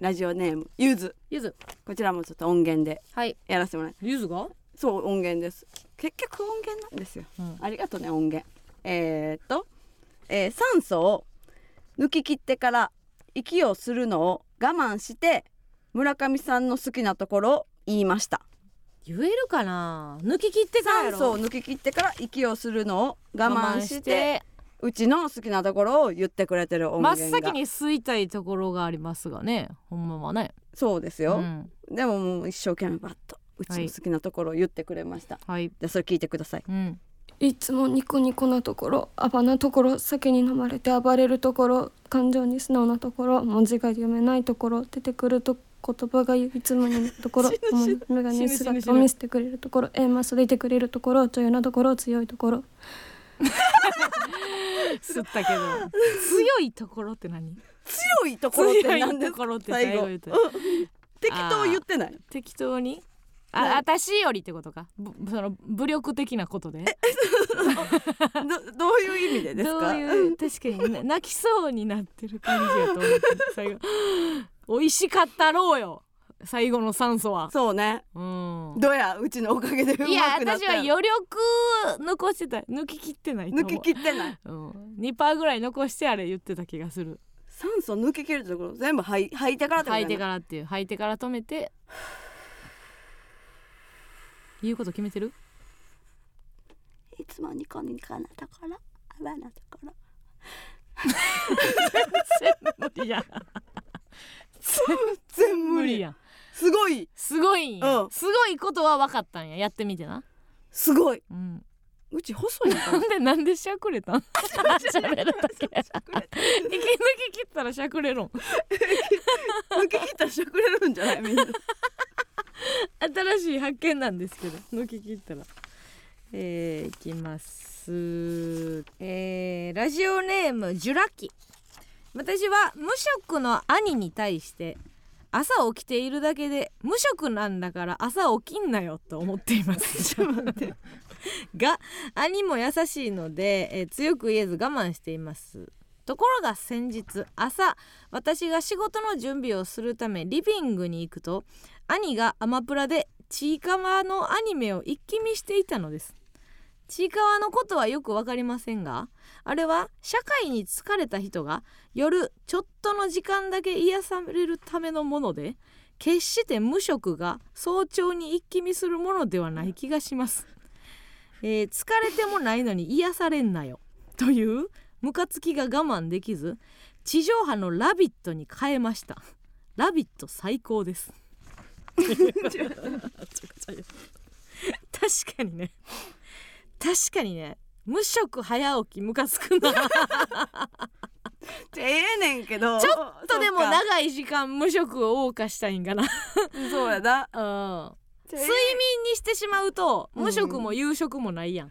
Speaker 1: ラジオネームゆず
Speaker 2: ゆず
Speaker 1: こちらもちょっと音源で
Speaker 2: はい
Speaker 1: やらせてもらい
Speaker 2: ゆずが
Speaker 1: そう音源です結局音源なんですよ、
Speaker 2: うん
Speaker 1: ありがとうね音源えー、っと、えー酸素を抜き切ってから息をするのを我慢して村上さんの好きなところを言いました
Speaker 2: 言えるかな抜き切ってからや
Speaker 1: 酸
Speaker 2: ろ
Speaker 1: 素を抜き切ってから息をするのを我慢して
Speaker 2: 我
Speaker 1: うちの好きなところを言ってくれてる音
Speaker 2: 真っ
Speaker 1: 源が
Speaker 2: 先に吸いたいところがありますがねほんまはね
Speaker 1: そうです
Speaker 2: う
Speaker 1: よ、
Speaker 2: ん
Speaker 1: でももう一生懸命バッとうちの好きなところを言ってくれました、
Speaker 2: はい
Speaker 1: じゃあそれ聞いてください
Speaker 2: うん
Speaker 6: いつもニコニコなところアバなところ酒に飲まれて暴れるところ感情に素直なところ文字が読めないところ出てくると言葉がいつもにところ眼鏡姿を見せてくれるところえまそれいてくれるところ女優なところ強いところ
Speaker 2: 吸ったけ [laughs] ど
Speaker 4: 強いところって何
Speaker 1: 強いところっ
Speaker 2: 強
Speaker 1: て何
Speaker 2: い
Speaker 1: です
Speaker 2: と
Speaker 1: か
Speaker 2: ころって
Speaker 1: 最
Speaker 2: 最
Speaker 1: 後
Speaker 2: 後言って
Speaker 1: 適当言ってない
Speaker 2: 適当にあ私よりってことかぶその武力的なことで
Speaker 1: どどういう意味でですか
Speaker 2: どういう確か
Speaker 1: [laughs]
Speaker 2: にな泣きそうになってる感じやと思って最後美味しかったろうよ最後の酸素は
Speaker 1: そうね
Speaker 2: うん
Speaker 1: どやうちのおかげでうまく
Speaker 2: い
Speaker 1: な
Speaker 2: や
Speaker 1: った
Speaker 2: 私は余力残してた抜き切ってないと
Speaker 1: 抜
Speaker 2: 思う
Speaker 1: き切ってない
Speaker 2: うん、2%ぐらい残してあれ言ってた気がする
Speaker 1: 酸素抜き切るところ全部吐い吐いてからってこと
Speaker 2: 吐
Speaker 1: や
Speaker 2: い
Speaker 1: な
Speaker 2: てからっていう吐いてから止めて言うこと決め
Speaker 1: [laughs]
Speaker 2: てる
Speaker 1: いつもニコニコなところあわなところ
Speaker 2: 無理や
Speaker 1: 全然無
Speaker 2: 無
Speaker 1: 理
Speaker 2: 理やん
Speaker 1: すごい
Speaker 2: すごいんや、
Speaker 1: うん
Speaker 2: すごいことは分かったんややってみてな、
Speaker 1: すごい [laughs]
Speaker 2: うん、
Speaker 1: うち細い
Speaker 2: [laughs]
Speaker 1: のか
Speaker 2: な
Speaker 1: ら
Speaker 2: んでなんでしゃくれたん喋るだけや [laughs] 息抜き切ったらしゃくれるん
Speaker 1: 抜き切ったらしゃくれるんじゃないみ
Speaker 2: [laughs]
Speaker 1: んな
Speaker 2: 新しい発見なんですけど抜き切ったらえー、いきますえー、ラジオネームジュラキ私は無職の兄に対して朝起きているだけで無職なんだから朝起きんなよと思っていますが兄も優しいので、えー強く言えず我慢していますところが先日朝私が仕事の準備をするためリビングに行くと兄がアマプラでちいかわのアニメを一気見していたのですちいかわのことはよくわかりませんがあれは社会に疲れた人が夜ちょっとの時間だけ癒されるためのもので決して無職が早朝に一気見するものではない気がします、えー疲れてもないのに癒されんなよというムカつきが我慢できず地上波の「ラビット!」に変えました「ラビット!」最高です確かにね確かにね無職早起きムカつく
Speaker 1: [laughs]
Speaker 2: なち
Speaker 1: ええねんけど
Speaker 2: ちょ
Speaker 1: っ
Speaker 2: ょっとでも長い時間無職を謳歌したいんかな
Speaker 1: [laughs] そうやな
Speaker 2: うん
Speaker 1: 睡
Speaker 2: 睡眠にしてしまうと無職も夕食もないやん、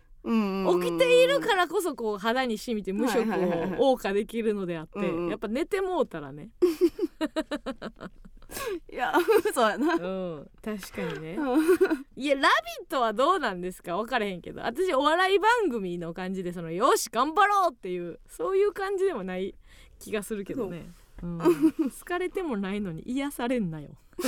Speaker 2: 起きているからこそこう肌に染みて無職を
Speaker 1: はいはいはいはい
Speaker 2: 謳歌できるのであって、
Speaker 1: うんうん
Speaker 2: やっぱ寝てもうたらね
Speaker 1: いや [laughs] そうやな
Speaker 2: うん確かにねいや「ラビット!」はどうなんですか分からへんけど私お笑い番組の感じでそのよし頑張ろうっていうそういう感じでもない気がするけどね、うん、疲れてもないのに癒されんなよ [laughs]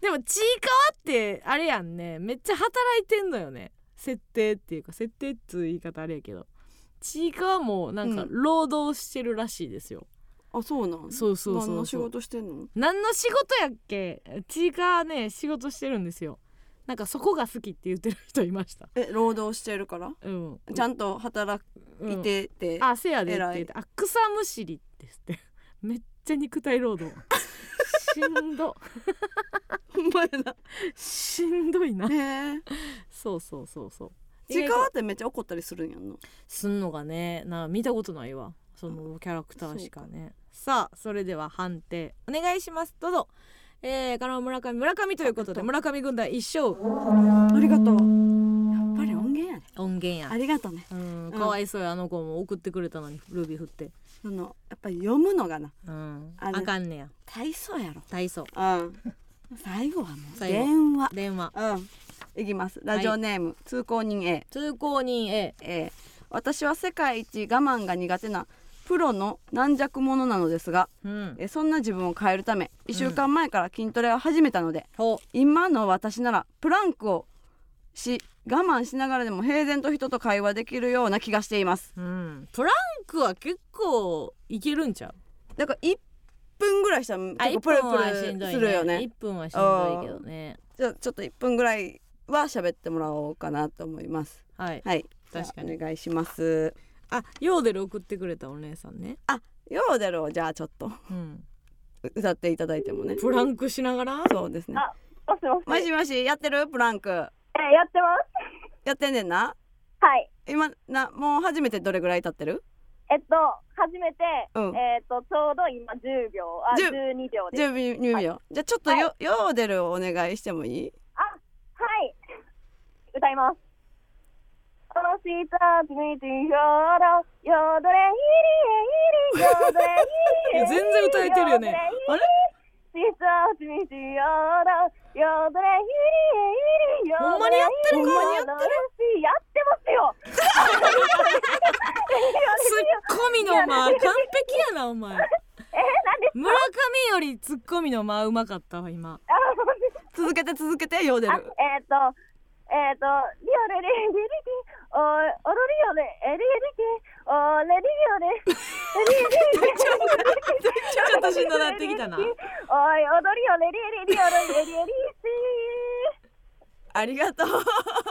Speaker 2: でもちいかわってあれやんねめっちゃ働いてんのよね設定っていうか設定っつう言い方あれやけどちいかわもなんか
Speaker 1: うん
Speaker 2: 労働してるらしいですよ、
Speaker 1: あそうなん
Speaker 2: そうそうそうそう
Speaker 1: 何の仕事してんの
Speaker 2: 何の仕事やっけちいかはね仕事してるんですよなんかそこが好きって言ってる人いました [laughs]
Speaker 1: え労働してるから
Speaker 2: うん
Speaker 1: ちゃんと働
Speaker 2: うん
Speaker 1: いてて、
Speaker 2: あせやでって言っ
Speaker 1: 偉い
Speaker 2: てあ草むしりですって [laughs] めっちゃ肉体
Speaker 1: [laughs]
Speaker 2: 労働しんど
Speaker 1: [laughs] ほんまやな
Speaker 2: しんどいな
Speaker 1: へえ
Speaker 2: そうそうそうそう
Speaker 1: ち
Speaker 2: 意
Speaker 1: かわ
Speaker 2: 外
Speaker 1: っ
Speaker 2: と
Speaker 1: てめっちゃ怒ったりするんやんな
Speaker 2: すんのがねな見たことないわそのキャラクターしかねさあそれでは判定お願いしますどうぞえー、カノン村上村上ということで村上軍団一勝
Speaker 1: ありがとうやっぱり音源やね
Speaker 2: 音源や
Speaker 1: ありがとうね
Speaker 2: うん
Speaker 1: うん
Speaker 2: かわいそうやあの子も送ってくれたのにルビー振って
Speaker 1: そのやっぱり読むのがな
Speaker 2: うん
Speaker 1: あ
Speaker 2: あ
Speaker 1: れ
Speaker 2: かんねや
Speaker 1: 体操やろ
Speaker 2: 体操
Speaker 1: うん [laughs] 最後はもう
Speaker 2: 最後
Speaker 1: 電話
Speaker 2: 電話
Speaker 1: うんいきますラジオネーム、通行人 A
Speaker 2: 通行人 A
Speaker 1: えー私は世界一我慢が苦手なプロの軟弱者なのですが、
Speaker 2: うん
Speaker 1: えーそんな自分を変えるため1週間前から筋トレを始めたので、
Speaker 2: ほ
Speaker 1: 今の私ならプランクをし我慢しながらでも平然と人と会話できるような気がしています
Speaker 2: う、うん、プランクは結構いけるんちゃう
Speaker 1: だから1分ぐらいしたら
Speaker 2: あ
Speaker 1: 結
Speaker 2: 一
Speaker 1: 構プル
Speaker 2: 分
Speaker 1: プ
Speaker 2: はしんど
Speaker 1: ル
Speaker 2: い
Speaker 1: するよね
Speaker 2: 一分はしんどいけどね
Speaker 1: じゃあちょっと1分ぐらいは喋ってもらおうかなと思います
Speaker 2: はい
Speaker 1: はい
Speaker 2: 確かに
Speaker 1: じゃあお願いします
Speaker 2: あヨーデル送ってくれたお姉さんね
Speaker 1: ようだろうじゃあちょっと
Speaker 2: うん
Speaker 1: 歌っていただいても [laughs] ね
Speaker 2: プランクしながら
Speaker 1: そうですね
Speaker 7: もしもし。
Speaker 1: もしもしやってるプランク
Speaker 7: えーやってます。
Speaker 1: やってんねんな
Speaker 7: はい。
Speaker 1: 今なもう初めてどれぐらい経ってる
Speaker 7: えっと、初めて、
Speaker 1: うん
Speaker 7: えっと、ちょうど今10秒、あ、
Speaker 1: 10
Speaker 7: 12秒です。
Speaker 1: 10秒、じゃあちょっとよ、ヨーデルをお願いしてもいい
Speaker 7: はい。歌います。このシーターズミーティングヨードヨードレヒリエヒリヨードレヒリエ [laughs]
Speaker 2: いや全然歌えてるよね
Speaker 7: あれシーターズミーティングヨードヨードレヒリエヒリヨー
Speaker 2: ほんまにやってるか
Speaker 7: ほんまにやってるやってますよ
Speaker 2: ツッコミの間完璧やなお前
Speaker 7: えー、なんで
Speaker 2: 村上よりツッコミの間うまかったわ今
Speaker 7: あの
Speaker 1: 続けて続けてヨーデ
Speaker 7: あ
Speaker 1: ル
Speaker 7: えっ、と、えっ、と、リオレレリリリ、お、オロリオレ、エリエリケ、お、レリオレ、エリエリケ、
Speaker 2: ちょっとしんどなってきたな [laughs]
Speaker 7: おい、オロリオレ、リリリオレ、エリエリ
Speaker 1: ありがとう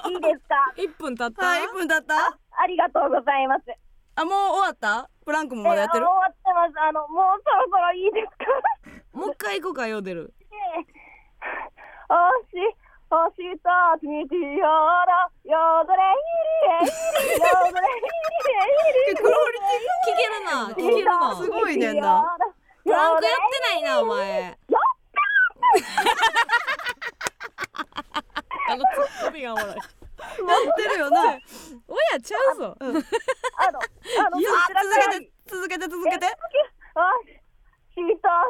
Speaker 7: シいいですか
Speaker 2: 一分経った、
Speaker 1: はい1分経った
Speaker 7: ありがとうございます。
Speaker 1: あもう終わったプランクもまだやってる
Speaker 7: えー終わってます。あの、もうそろそろいいですか
Speaker 2: もう一回行こうかヨーデル
Speaker 7: おし、おしとつみてよろ、よどれいりえいり、よどれいりえいり。
Speaker 1: クオリ
Speaker 2: 聞けるな聞けるな
Speaker 1: すごいねんな。
Speaker 2: プランクやってないなお前 [laughs] あのツッコミがおもろい
Speaker 1: ティやってるよなよ
Speaker 2: 親ちゃうぞ
Speaker 7: あの、あの、こちらから
Speaker 1: 続けて続けて続けて
Speaker 7: あ、ひと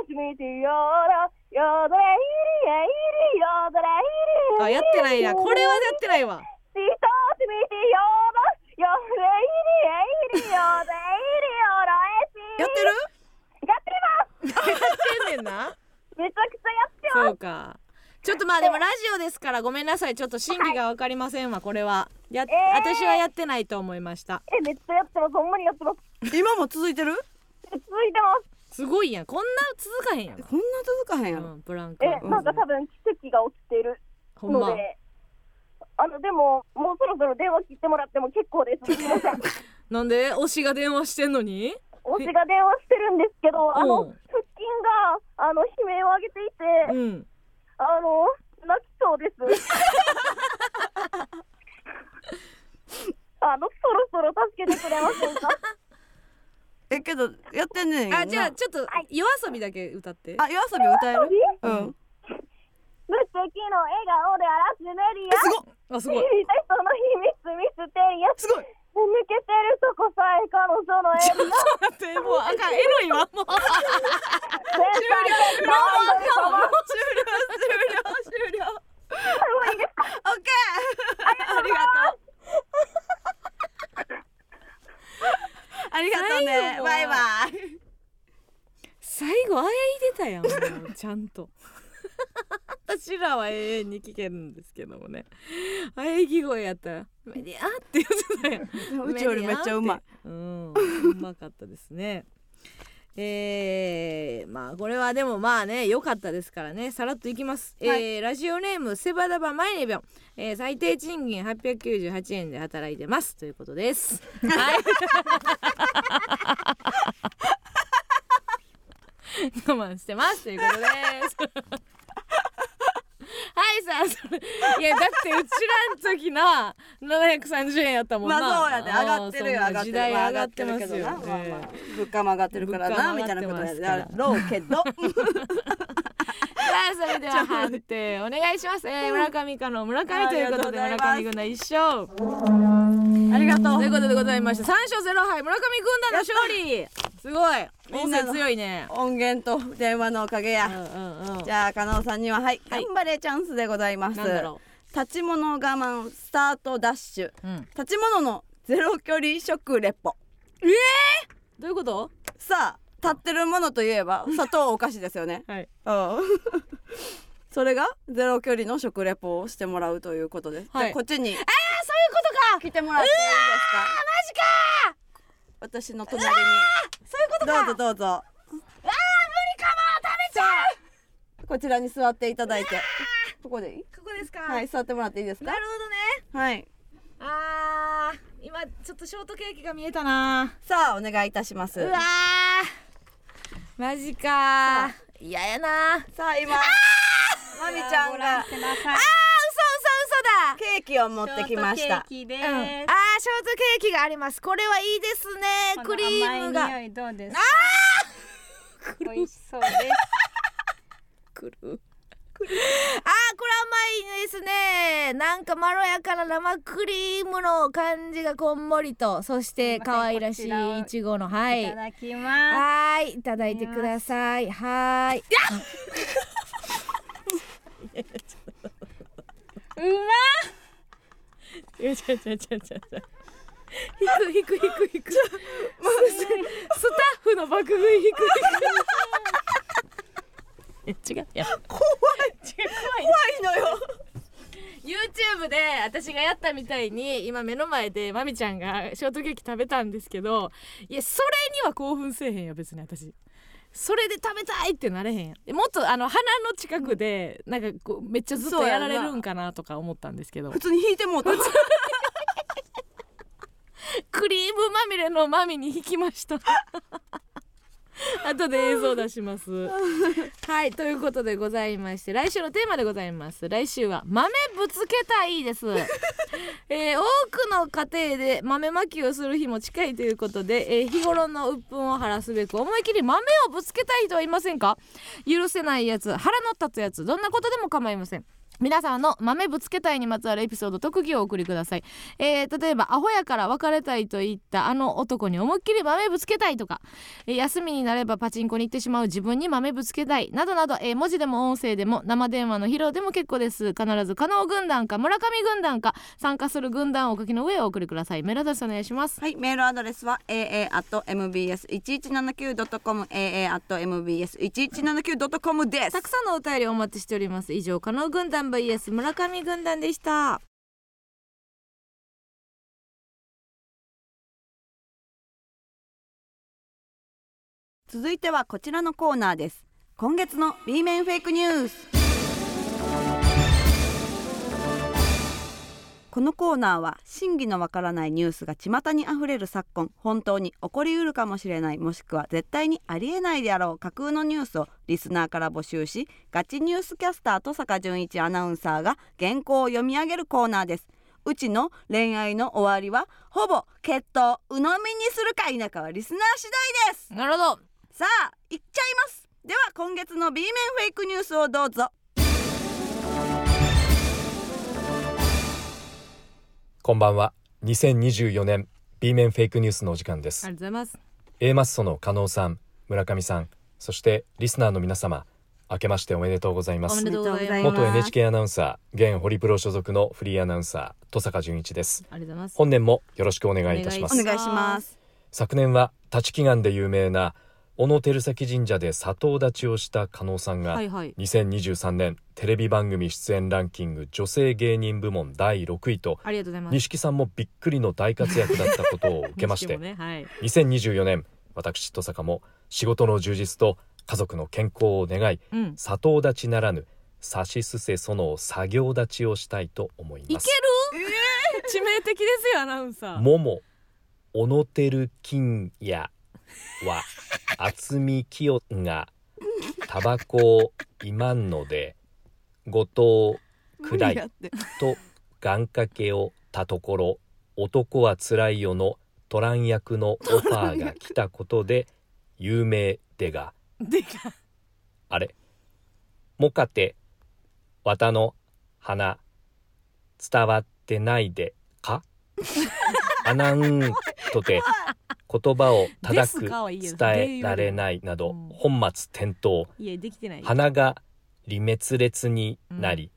Speaker 7: しみてよろ、よどれいりえいり、よどれいり。
Speaker 2: あやってないなこれはやってないわ
Speaker 7: ひとしみてよろ、よどれいりえいり、よどれいり、よろえし。
Speaker 1: やってる
Speaker 7: やってます。
Speaker 2: てんねんな
Speaker 7: めちゃくちゃやってます。
Speaker 2: そうかちょっとまあでもラジオですからごめんなさいちょっと真偽が分かりませんわこれはや、
Speaker 7: えー
Speaker 2: 私はやってないと思いました
Speaker 7: え、めっちゃやってます。ほんまにやってます。
Speaker 1: 今も続いてる
Speaker 7: 続いてます。
Speaker 2: すごいやんこんな続かへんやん、
Speaker 1: こんな続かへんやろ、
Speaker 2: うん、ブランク
Speaker 7: え、なんか多分奇跡が起きてる
Speaker 2: ほん
Speaker 7: の
Speaker 2: ま
Speaker 7: で。あの、でも、もうそろそろ電話切ってもらっても結構です。すみません。
Speaker 2: なんで推しが電話してんのに
Speaker 7: 推しが電話してるんですけど、あ
Speaker 2: う
Speaker 7: の
Speaker 2: ん
Speaker 7: 腹筋があの悲鳴を上げていて、
Speaker 2: うん
Speaker 7: あの泣きそ
Speaker 1: [laughs]
Speaker 7: うです。あのそろそろ助けてくれませ
Speaker 1: [laughs]
Speaker 7: んか。
Speaker 1: えけどやってんねんよな
Speaker 2: あじゃあちょっと夜遊びだけ歌って
Speaker 1: あ夜遊び歌えるう
Speaker 2: 遊び
Speaker 1: ん
Speaker 7: 無敵の笑顔で荒らすメリア。
Speaker 1: すごっ
Speaker 2: あす
Speaker 7: 見
Speaker 2: ごい
Speaker 7: た人の秘密ミステリアス。
Speaker 1: すごい
Speaker 7: 抜けてるとこさえ彼女のエ
Speaker 1: [laughs]
Speaker 7: リア。
Speaker 2: 待ってもうあかんエロいわもう
Speaker 7: 終了。もう
Speaker 1: 終了終了オッケーありがとうありがとうね
Speaker 2: 最後は
Speaker 1: バイバイ
Speaker 2: 最後あやいでたやんもうちゃんと [laughs] 私らは永遠に聞けるんですけどもねあやいき声やったら「メディア」って [laughs] 言ってたやん
Speaker 1: うちよりめっちゃうまい
Speaker 2: うんうまかったですねえー、まあこれはでもまあね良かったですからねさらっといきます、えーラジオネームセバダバマイネビョン、えー最低賃金898円で働いてますということですはい [laughs] 我慢してますということです [laughs] はいさあそれいやだってうちらの時な730円やったもんな
Speaker 1: まあそうやで上がってるよ
Speaker 2: あ
Speaker 1: 上
Speaker 2: ー
Speaker 1: が
Speaker 2: そ
Speaker 1: ってる
Speaker 2: んな時代
Speaker 1: まあ
Speaker 2: 上がってますよ、
Speaker 1: 上がってるけどなまあま
Speaker 2: え
Speaker 1: あ
Speaker 2: ー
Speaker 1: 物価も上がってるから
Speaker 2: 物価
Speaker 1: な
Speaker 2: も
Speaker 1: み
Speaker 2: 上
Speaker 1: たい
Speaker 2: がっ
Speaker 1: なこと
Speaker 2: てま
Speaker 1: や
Speaker 2: すから
Speaker 1: ろうけど
Speaker 2: [laughs]
Speaker 1: [laughs]
Speaker 2: さあそれでは判定お願いします、えー、村上かの村上ということで
Speaker 1: あり
Speaker 2: 村
Speaker 1: がとうございます
Speaker 2: 上軍団一勝
Speaker 1: ありがと
Speaker 2: という
Speaker 1: う
Speaker 2: ことでございまして三勝ゼロ敗村上軍団の勝利すごい
Speaker 1: み
Speaker 2: み
Speaker 1: ん
Speaker 2: ん
Speaker 1: な
Speaker 2: な
Speaker 1: の
Speaker 2: 強いね
Speaker 1: 音源と電話のおかげ
Speaker 2: う
Speaker 1: や
Speaker 2: んうんうん
Speaker 1: じゃあ加納さんにははい頑張れチャンスでございます
Speaker 2: なんだろ
Speaker 1: 立ち物我慢スタートダッシュ
Speaker 2: う、うん、
Speaker 1: 立ち物のゼロ距離食レポ
Speaker 2: どういうこと
Speaker 1: さあ立ってるものといえば砂糖お菓子ですよね
Speaker 2: [laughs] はい
Speaker 1: うん [laughs] それがゼロ距離の食レポをしてもらうということです、
Speaker 2: はい
Speaker 1: じゃあこっちにああそういうことか来てもらっていいですかうわマジか私の隣にそういうことかどうぞどうぞああ無理かも食べちゃうこちらに座っていただいてここでいい
Speaker 2: ここですか
Speaker 1: はい座ってもらっていいですか
Speaker 2: なるほ
Speaker 1: はい
Speaker 2: どねあー今ちょっとショートケーキが見えたな
Speaker 1: さあお願いいたします
Speaker 2: うわーマジかー嫌ややなー
Speaker 1: さあ今まみちゃんが
Speaker 2: あー嘘嘘嘘だ
Speaker 1: ケーキを持ってきました
Speaker 2: うん、あーショートケーキがありますこれはいいですねクリームが
Speaker 8: いどうですか [laughs] 美味しそう
Speaker 2: くる。あーこれ甘いですねなんかまろやかな生クリームの感じがこんもりとそして可愛らしいいちごのは
Speaker 8: で
Speaker 2: い
Speaker 8: すいただきま
Speaker 2: はーいいただいてくださいはーいいや
Speaker 8: すうま
Speaker 9: 違う違う違う違う違う
Speaker 2: 引く引く引く引くス [laughs] スタッフの爆食い引く
Speaker 9: 違ういや
Speaker 1: 怖いのよ
Speaker 2: YouTube で私がやったみたいに今目の前でまみちゃんがショートケーキ食べたんですけどいやそれには興奮せえへんよ別に私それで食べたいってなれへんやんでもっとあの鼻の近くでなんかこうめっちゃずっとやられるんかなとか思ったんですけど
Speaker 1: 普通に引いてもうた
Speaker 2: クリームまみれのまみに引きました [laughs] 後で映像出しますはいということでございまして来週のテーマでございます来週は豆ぶつけたいです、えー多くの家庭で豆まきをする日も近いということで、えー日頃の鬱憤を晴らすべく思い切り豆をぶつけたい人はいませんか許せないやつ腹の立つやつどんなことでも構いません皆さんの豆ぶつけたいにまつわるエピソード特技をお送りくださいえー例えばアホやから別れたいと言ったあの男に思いっきり豆ぶつけたいとか、えー休みになればパチンコに行ってしまう自分に豆ぶつけたいなどなど、えー文字でも音声でも生電話の披露でも結構です必ず加納軍団か村上軍団か参加する軍団をお書きの上お送りくださいメールアドレスお願いします
Speaker 1: はい、メールアドレスは aa.mbs1179.com aa.mbs1179.com で
Speaker 2: た
Speaker 1: す
Speaker 2: く。さんのお便りをお待ちしております以上加納軍団 vs 村上軍団でした
Speaker 1: 続いてはこちらのコーナーです。今月の B 面フェイクニュース。このコーナーは真偽のわからないニュースが巷にあふれる昨今本当に起こりうるかもしれないもしくは絶対にありえないであろう架空のニュースをリスナーから募集しガチニュースキャスターと坂淳一アナウンサーが原稿を読み上げるコーナーですうちの恋愛の終わりはほぼ決闘鵜呑みにするか否かはリスナー次第です
Speaker 2: なるほど
Speaker 1: さあ行っちゃいますでは今月の B 面フェイクニュースをどうぞ
Speaker 10: こんばんは。2024年 B 面フェイクニュースのお時間で
Speaker 2: あ
Speaker 10: す。
Speaker 2: りがとうございます
Speaker 10: A マッソの加納さん、村上さん、そしてリスナーの皆様、明けましておめでとうございま
Speaker 2: おめ
Speaker 10: す
Speaker 2: で。とうございます
Speaker 1: おめでとうご
Speaker 10: 元
Speaker 1: ざいます
Speaker 10: NHK アナウンサー、現ホリプロ所属のフリーアナウンサー、戸坂淳一です。
Speaker 2: ありがとうございます
Speaker 10: 本年もよろしくお願いいたしま
Speaker 1: お
Speaker 10: す。
Speaker 1: 願いします
Speaker 10: 昨年は立ち祈願で有名な小野照崎神社で佐藤立ちをした加納さんが、
Speaker 2: はいはい
Speaker 10: 2023年テレビ番組出演ランキング女性芸人部門第6位と
Speaker 2: ありがとうございます
Speaker 10: 錦さんもびっくりの大活躍だったことを受けまして、
Speaker 2: 錦もねはい
Speaker 10: 2024年私登坂も仕事の充実と家族の健康を願い
Speaker 2: うん
Speaker 10: 砂糖立ちならぬさしすせその作業立ちをしたいと思い
Speaker 2: いけ
Speaker 10: ま
Speaker 2: る
Speaker 10: す
Speaker 2: 致命的ですよアナウンサー
Speaker 10: ももおのてる金やは厚み清がタバコをいまんのでごとうくらいと願掛けをたところ男はつらいよのトラン役のオファーが来たことで有名でが
Speaker 2: でか
Speaker 10: あれもかて綿の花伝わってないで
Speaker 2: [laughs]
Speaker 10: かアナウンとて言葉を正
Speaker 2: です
Speaker 10: く
Speaker 2: かはいいよ
Speaker 10: 伝えられないなど
Speaker 2: うん
Speaker 10: 本末転倒
Speaker 2: いやできてない
Speaker 10: 鼻が離滅裂になり、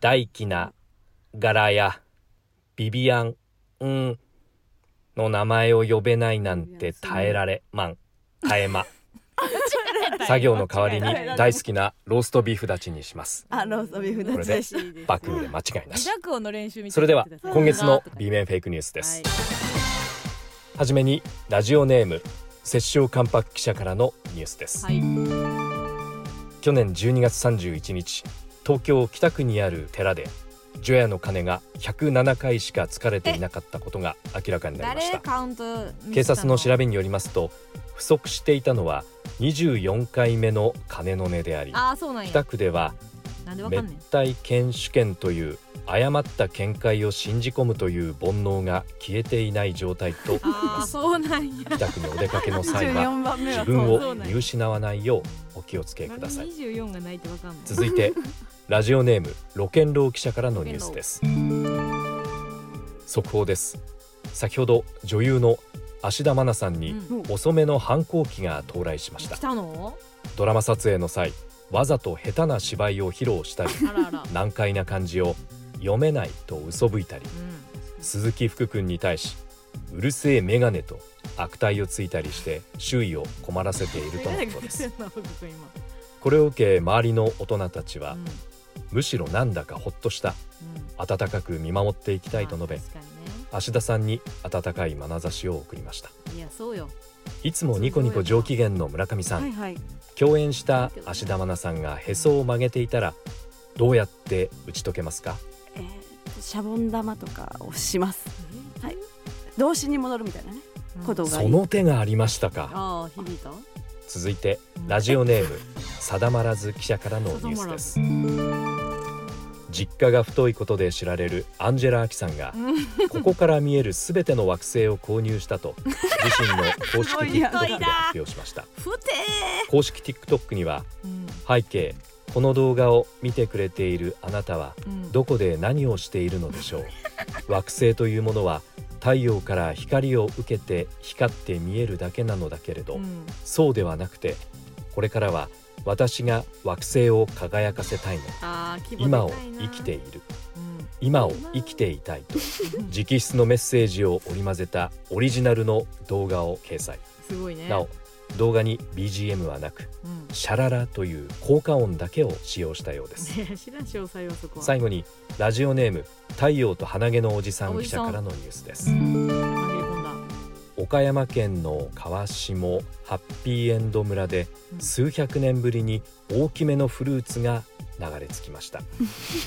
Speaker 10: 大気な柄やビビアン、うん、の名前を呼べないなんて耐えられまん耐えま
Speaker 2: [laughs]
Speaker 10: 作業の代わりに大好きなローストビーフ立ちにします
Speaker 1: あローストビーフ
Speaker 10: これで爆売れ間違いなし
Speaker 2: 自濁音の練習みたい
Speaker 10: それでは今月の
Speaker 2: ビ
Speaker 10: B 面フェイクニュースです
Speaker 2: い
Speaker 10: はじめにラジオネーム摂政関白記者からのニュースです、
Speaker 2: はい
Speaker 10: 去年12月31日東京北区にある寺で除夜の鐘が107回しか疲れていなかったことが明らかになりまし
Speaker 4: 誰
Speaker 10: た
Speaker 4: カウント
Speaker 10: 警察の調
Speaker 4: べ
Speaker 10: べによりますと不足していたのは24回目の鐘の音であり
Speaker 2: ああそうなんや
Speaker 10: 北区では
Speaker 2: なんでわかんね
Speaker 10: 滅
Speaker 2: ん
Speaker 10: 体見主権という誤った見解を信じ込むという煩悩が消えていない状態と
Speaker 2: [laughs] ああそうなんや
Speaker 10: 帰宅にお出かけの際は
Speaker 4: 24番目
Speaker 10: 自
Speaker 4: は
Speaker 10: 分を見失わないようお気をつけください
Speaker 2: 24がないってわかんない
Speaker 10: 続
Speaker 2: [laughs]
Speaker 10: いてラジオネームロケンロー記者からのニュースです速報です先ほど女優の芦田愛菜さんに
Speaker 2: うん
Speaker 10: 遅めの反抗期が到来しました
Speaker 2: 来たの
Speaker 10: ドラマ撮影の際わざと下手な芝居を披露したり
Speaker 2: あらあら
Speaker 10: 難解な漢字を読めないと嘘吹いたり鈴木福君に対しうるせえメガネと悪態をついたりして周囲を困らせて [laughs] いるとのこと
Speaker 1: [laughs]
Speaker 10: ですこれを受け周りの大人たちは、むしろなんだかほっとした温かく見守っていきたいと述べ芦田さんに温かい眼差しを送りました
Speaker 2: いやそうよ
Speaker 10: いつもニコニコ上機嫌の村上さん、
Speaker 1: はいはい
Speaker 10: 共演した芦田愛菜さんがへそを曲げていたらどうやって打ち解けますか
Speaker 1: えーシャボン玉とかをしますはい動詞に戻るみたいなねことがい
Speaker 10: そ
Speaker 1: い
Speaker 10: の手がありましたか
Speaker 2: ああ響いた
Speaker 10: 続いてラジオネーム定まらず記者からのニュースです実家が太いことで知られるアンジェラ・アキさんがここから見えるすべての惑星を購入したと自身の公 [laughs] 式 TikTok で発表しました
Speaker 2: ふて
Speaker 10: 公式 TikTok には背景この動画を見てくれているあなたはどこで何をしているので [laughs] しょう惑星というものは太陽から光を受けて光って見えるだけなのだけれど、そうではなくてこれからは私が惑星を輝かせたいの
Speaker 2: ああ規模
Speaker 10: 今を
Speaker 2: でかいな
Speaker 10: 生きている今を生きていたいと直筆のメッセージを織り交ぜたオリジナルの動画を掲載
Speaker 2: すごいね
Speaker 10: なお動画に BGM はなく
Speaker 2: うん
Speaker 10: シャララという効果音だけを使用したようです
Speaker 2: いや知らん詳細はそこは
Speaker 10: 最後にラジオネーム太陽と鼻毛のおじさん
Speaker 2: お
Speaker 10: 記
Speaker 2: じさ
Speaker 10: 者
Speaker 2: ん
Speaker 10: からのニュースです
Speaker 2: 紛れ込んだ
Speaker 10: 岡山県の川下ハッピーエンド村で数百年ぶりに大きめのフルーツが流れ着きました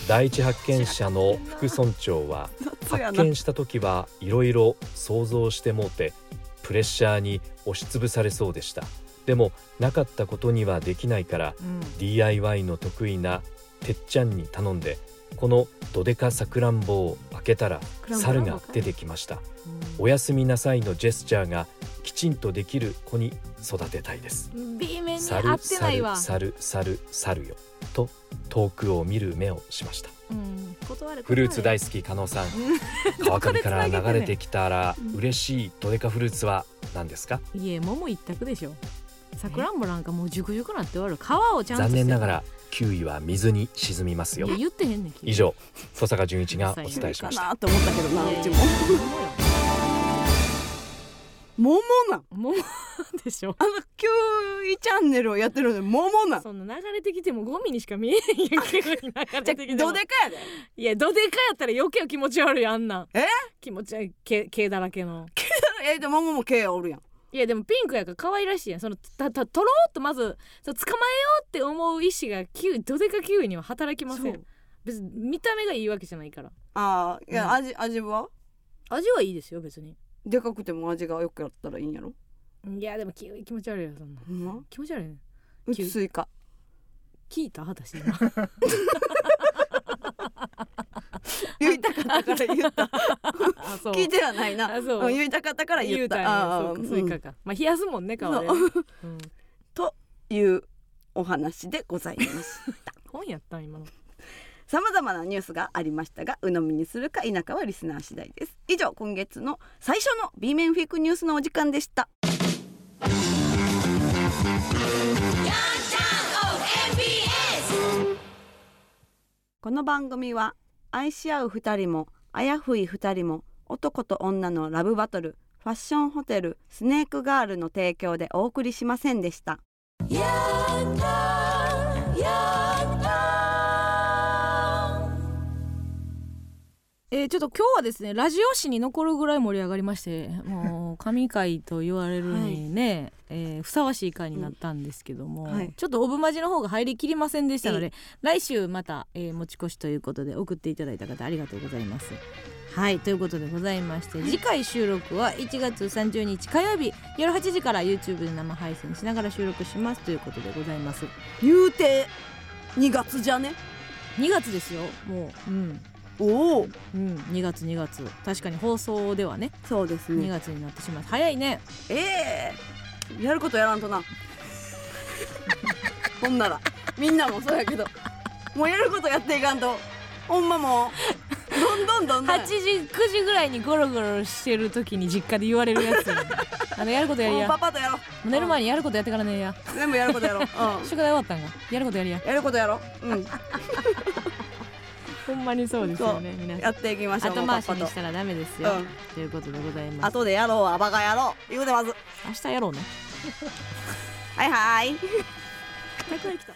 Speaker 10: 第一発見者の副村長は
Speaker 1: 夏や
Speaker 10: 発
Speaker 1: な
Speaker 10: 見した時はいろいろ想像してもうてプレッシャーに押しつぶされそうでしたでもなかったことにはできないから、DIY の得意なてっちゃんに頼んでこのドデカさくらんぼを開けたら猿が出てきましたおやすみなさいのジェスチャーがきちんとできる子に育てたいです。
Speaker 2: B 面に合
Speaker 10: 猿
Speaker 2: ってない
Speaker 10: 猿
Speaker 2: わ
Speaker 10: 猿猿猿よと遠くを見る目をしました。
Speaker 2: うん断る
Speaker 10: フルーツ大好き加納さん、川上
Speaker 2: [laughs]
Speaker 10: から流れてきたら嬉しいドデカフルーツは何ですか？
Speaker 2: いや桃一択でしょさくらんぼなんかもう熟熟なって終わる皮をちゃんと
Speaker 10: 残念ながら9位は水に沈みますよ
Speaker 2: いや。言ってへんねん君
Speaker 10: 以上、登坂淳一がお伝えし
Speaker 1: か
Speaker 10: ました。
Speaker 1: なと思ったけどなうちも
Speaker 2: 桃よ
Speaker 1: 桃なん
Speaker 2: 桃でしょ
Speaker 1: あの九位チャンネルをやってるのに桃なん
Speaker 2: そんな流れてきてもゴミにしか見えへんやんけ流れ
Speaker 1: じゃ
Speaker 2: てきても
Speaker 1: どでかやで
Speaker 2: いやどでかやったら余計気持ち悪いあんなん
Speaker 1: え
Speaker 2: 気持ち悪い毛毛だらけの
Speaker 1: [laughs] えでも桃も K おるやん
Speaker 2: いやでもピンクやから可愛らしいやんそのたたとろーっとまずそう捕まえようって思う意志がキウイどでかキウイには働きませ
Speaker 4: そ
Speaker 2: ん別に見た目がいいわけじゃないから
Speaker 1: ああいや、
Speaker 2: うん
Speaker 1: 味味は
Speaker 2: 味はいいですよ別に
Speaker 1: でかくても味が良かったらいいんやろ
Speaker 2: いやでもキウイ気持ち悪いよそんな
Speaker 1: ほんま
Speaker 2: 気持ち悪いね
Speaker 1: う
Speaker 2: キウ
Speaker 1: ち
Speaker 2: イ
Speaker 1: スイカ
Speaker 2: 聞いた
Speaker 1: [laughs]
Speaker 2: 私今
Speaker 1: 言いたかったから言 [laughs] った
Speaker 2: [laughs] あそう
Speaker 1: 聞いてはないな
Speaker 2: あそう
Speaker 1: うん言いたかったから言
Speaker 2: 言
Speaker 1: っ
Speaker 2: う
Speaker 1: た
Speaker 2: たん
Speaker 1: ああ
Speaker 2: やそうかそうい
Speaker 1: ん
Speaker 2: かか、まあ冷やすもんね顔で、
Speaker 1: そ
Speaker 2: うん
Speaker 1: いうお話でございます [laughs]
Speaker 2: 本やったん今の
Speaker 1: さまざまなニュースがありましたが鵜呑みにするか否かはリスナー次第です以上今月の最初の B 面フェイクニュースのお時間でしたこの番組は愛し合う二人もあやふい二人も男と女のラブバトルファッションホテルスネークガールの提供でお送りしませんでした
Speaker 2: えーちょっと今日はですねラジオ誌に残るぐらい盛り上がりましてもう神回と言われるにね、えーふさわしい回になったんですけども、
Speaker 1: うんはい
Speaker 2: ちょっとオブマジの方が入りきりませんでしたので来週また、えー持ち越しということで送っていただいた方ありがとうございます。はいということでございまして次回収録は1月30日火曜日夜8時から YouTube で生配信しながら収録しますということでございます。
Speaker 1: 言うて2月じゃね
Speaker 2: 2月ですよもううん
Speaker 1: おお
Speaker 2: うん2月2月確かに放送ではね
Speaker 1: そうです
Speaker 2: 2月になってしまう早いね
Speaker 1: ええやることやらん
Speaker 2: [laughs]
Speaker 1: となほんならみんなもそうやけどもうやることやっていかんとほんまもうどんどんどんどん
Speaker 2: 8時9時ぐらいにゴロゴロしてる時に実家で言われるや [laughs] つあのやることやり
Speaker 1: もう
Speaker 2: や
Speaker 1: パパとやろ
Speaker 2: もう寝る前にやることやってからねや
Speaker 1: う全部やること
Speaker 2: [laughs]
Speaker 1: やろう、う
Speaker 2: 宿題終わったんかやることやりや
Speaker 1: ん、やることやろう、うん、
Speaker 2: ほんまにそうですよね皆さ
Speaker 1: や
Speaker 2: ん
Speaker 1: っていきましょうも
Speaker 2: 後
Speaker 1: うパ
Speaker 2: 回し
Speaker 1: パ
Speaker 2: に
Speaker 1: と
Speaker 2: したらダメですよ、
Speaker 1: うん
Speaker 2: ということでございます
Speaker 1: 後でやろうアバカやろう言うてます
Speaker 2: 明日やろうね
Speaker 1: はいはい
Speaker 2: 100円来た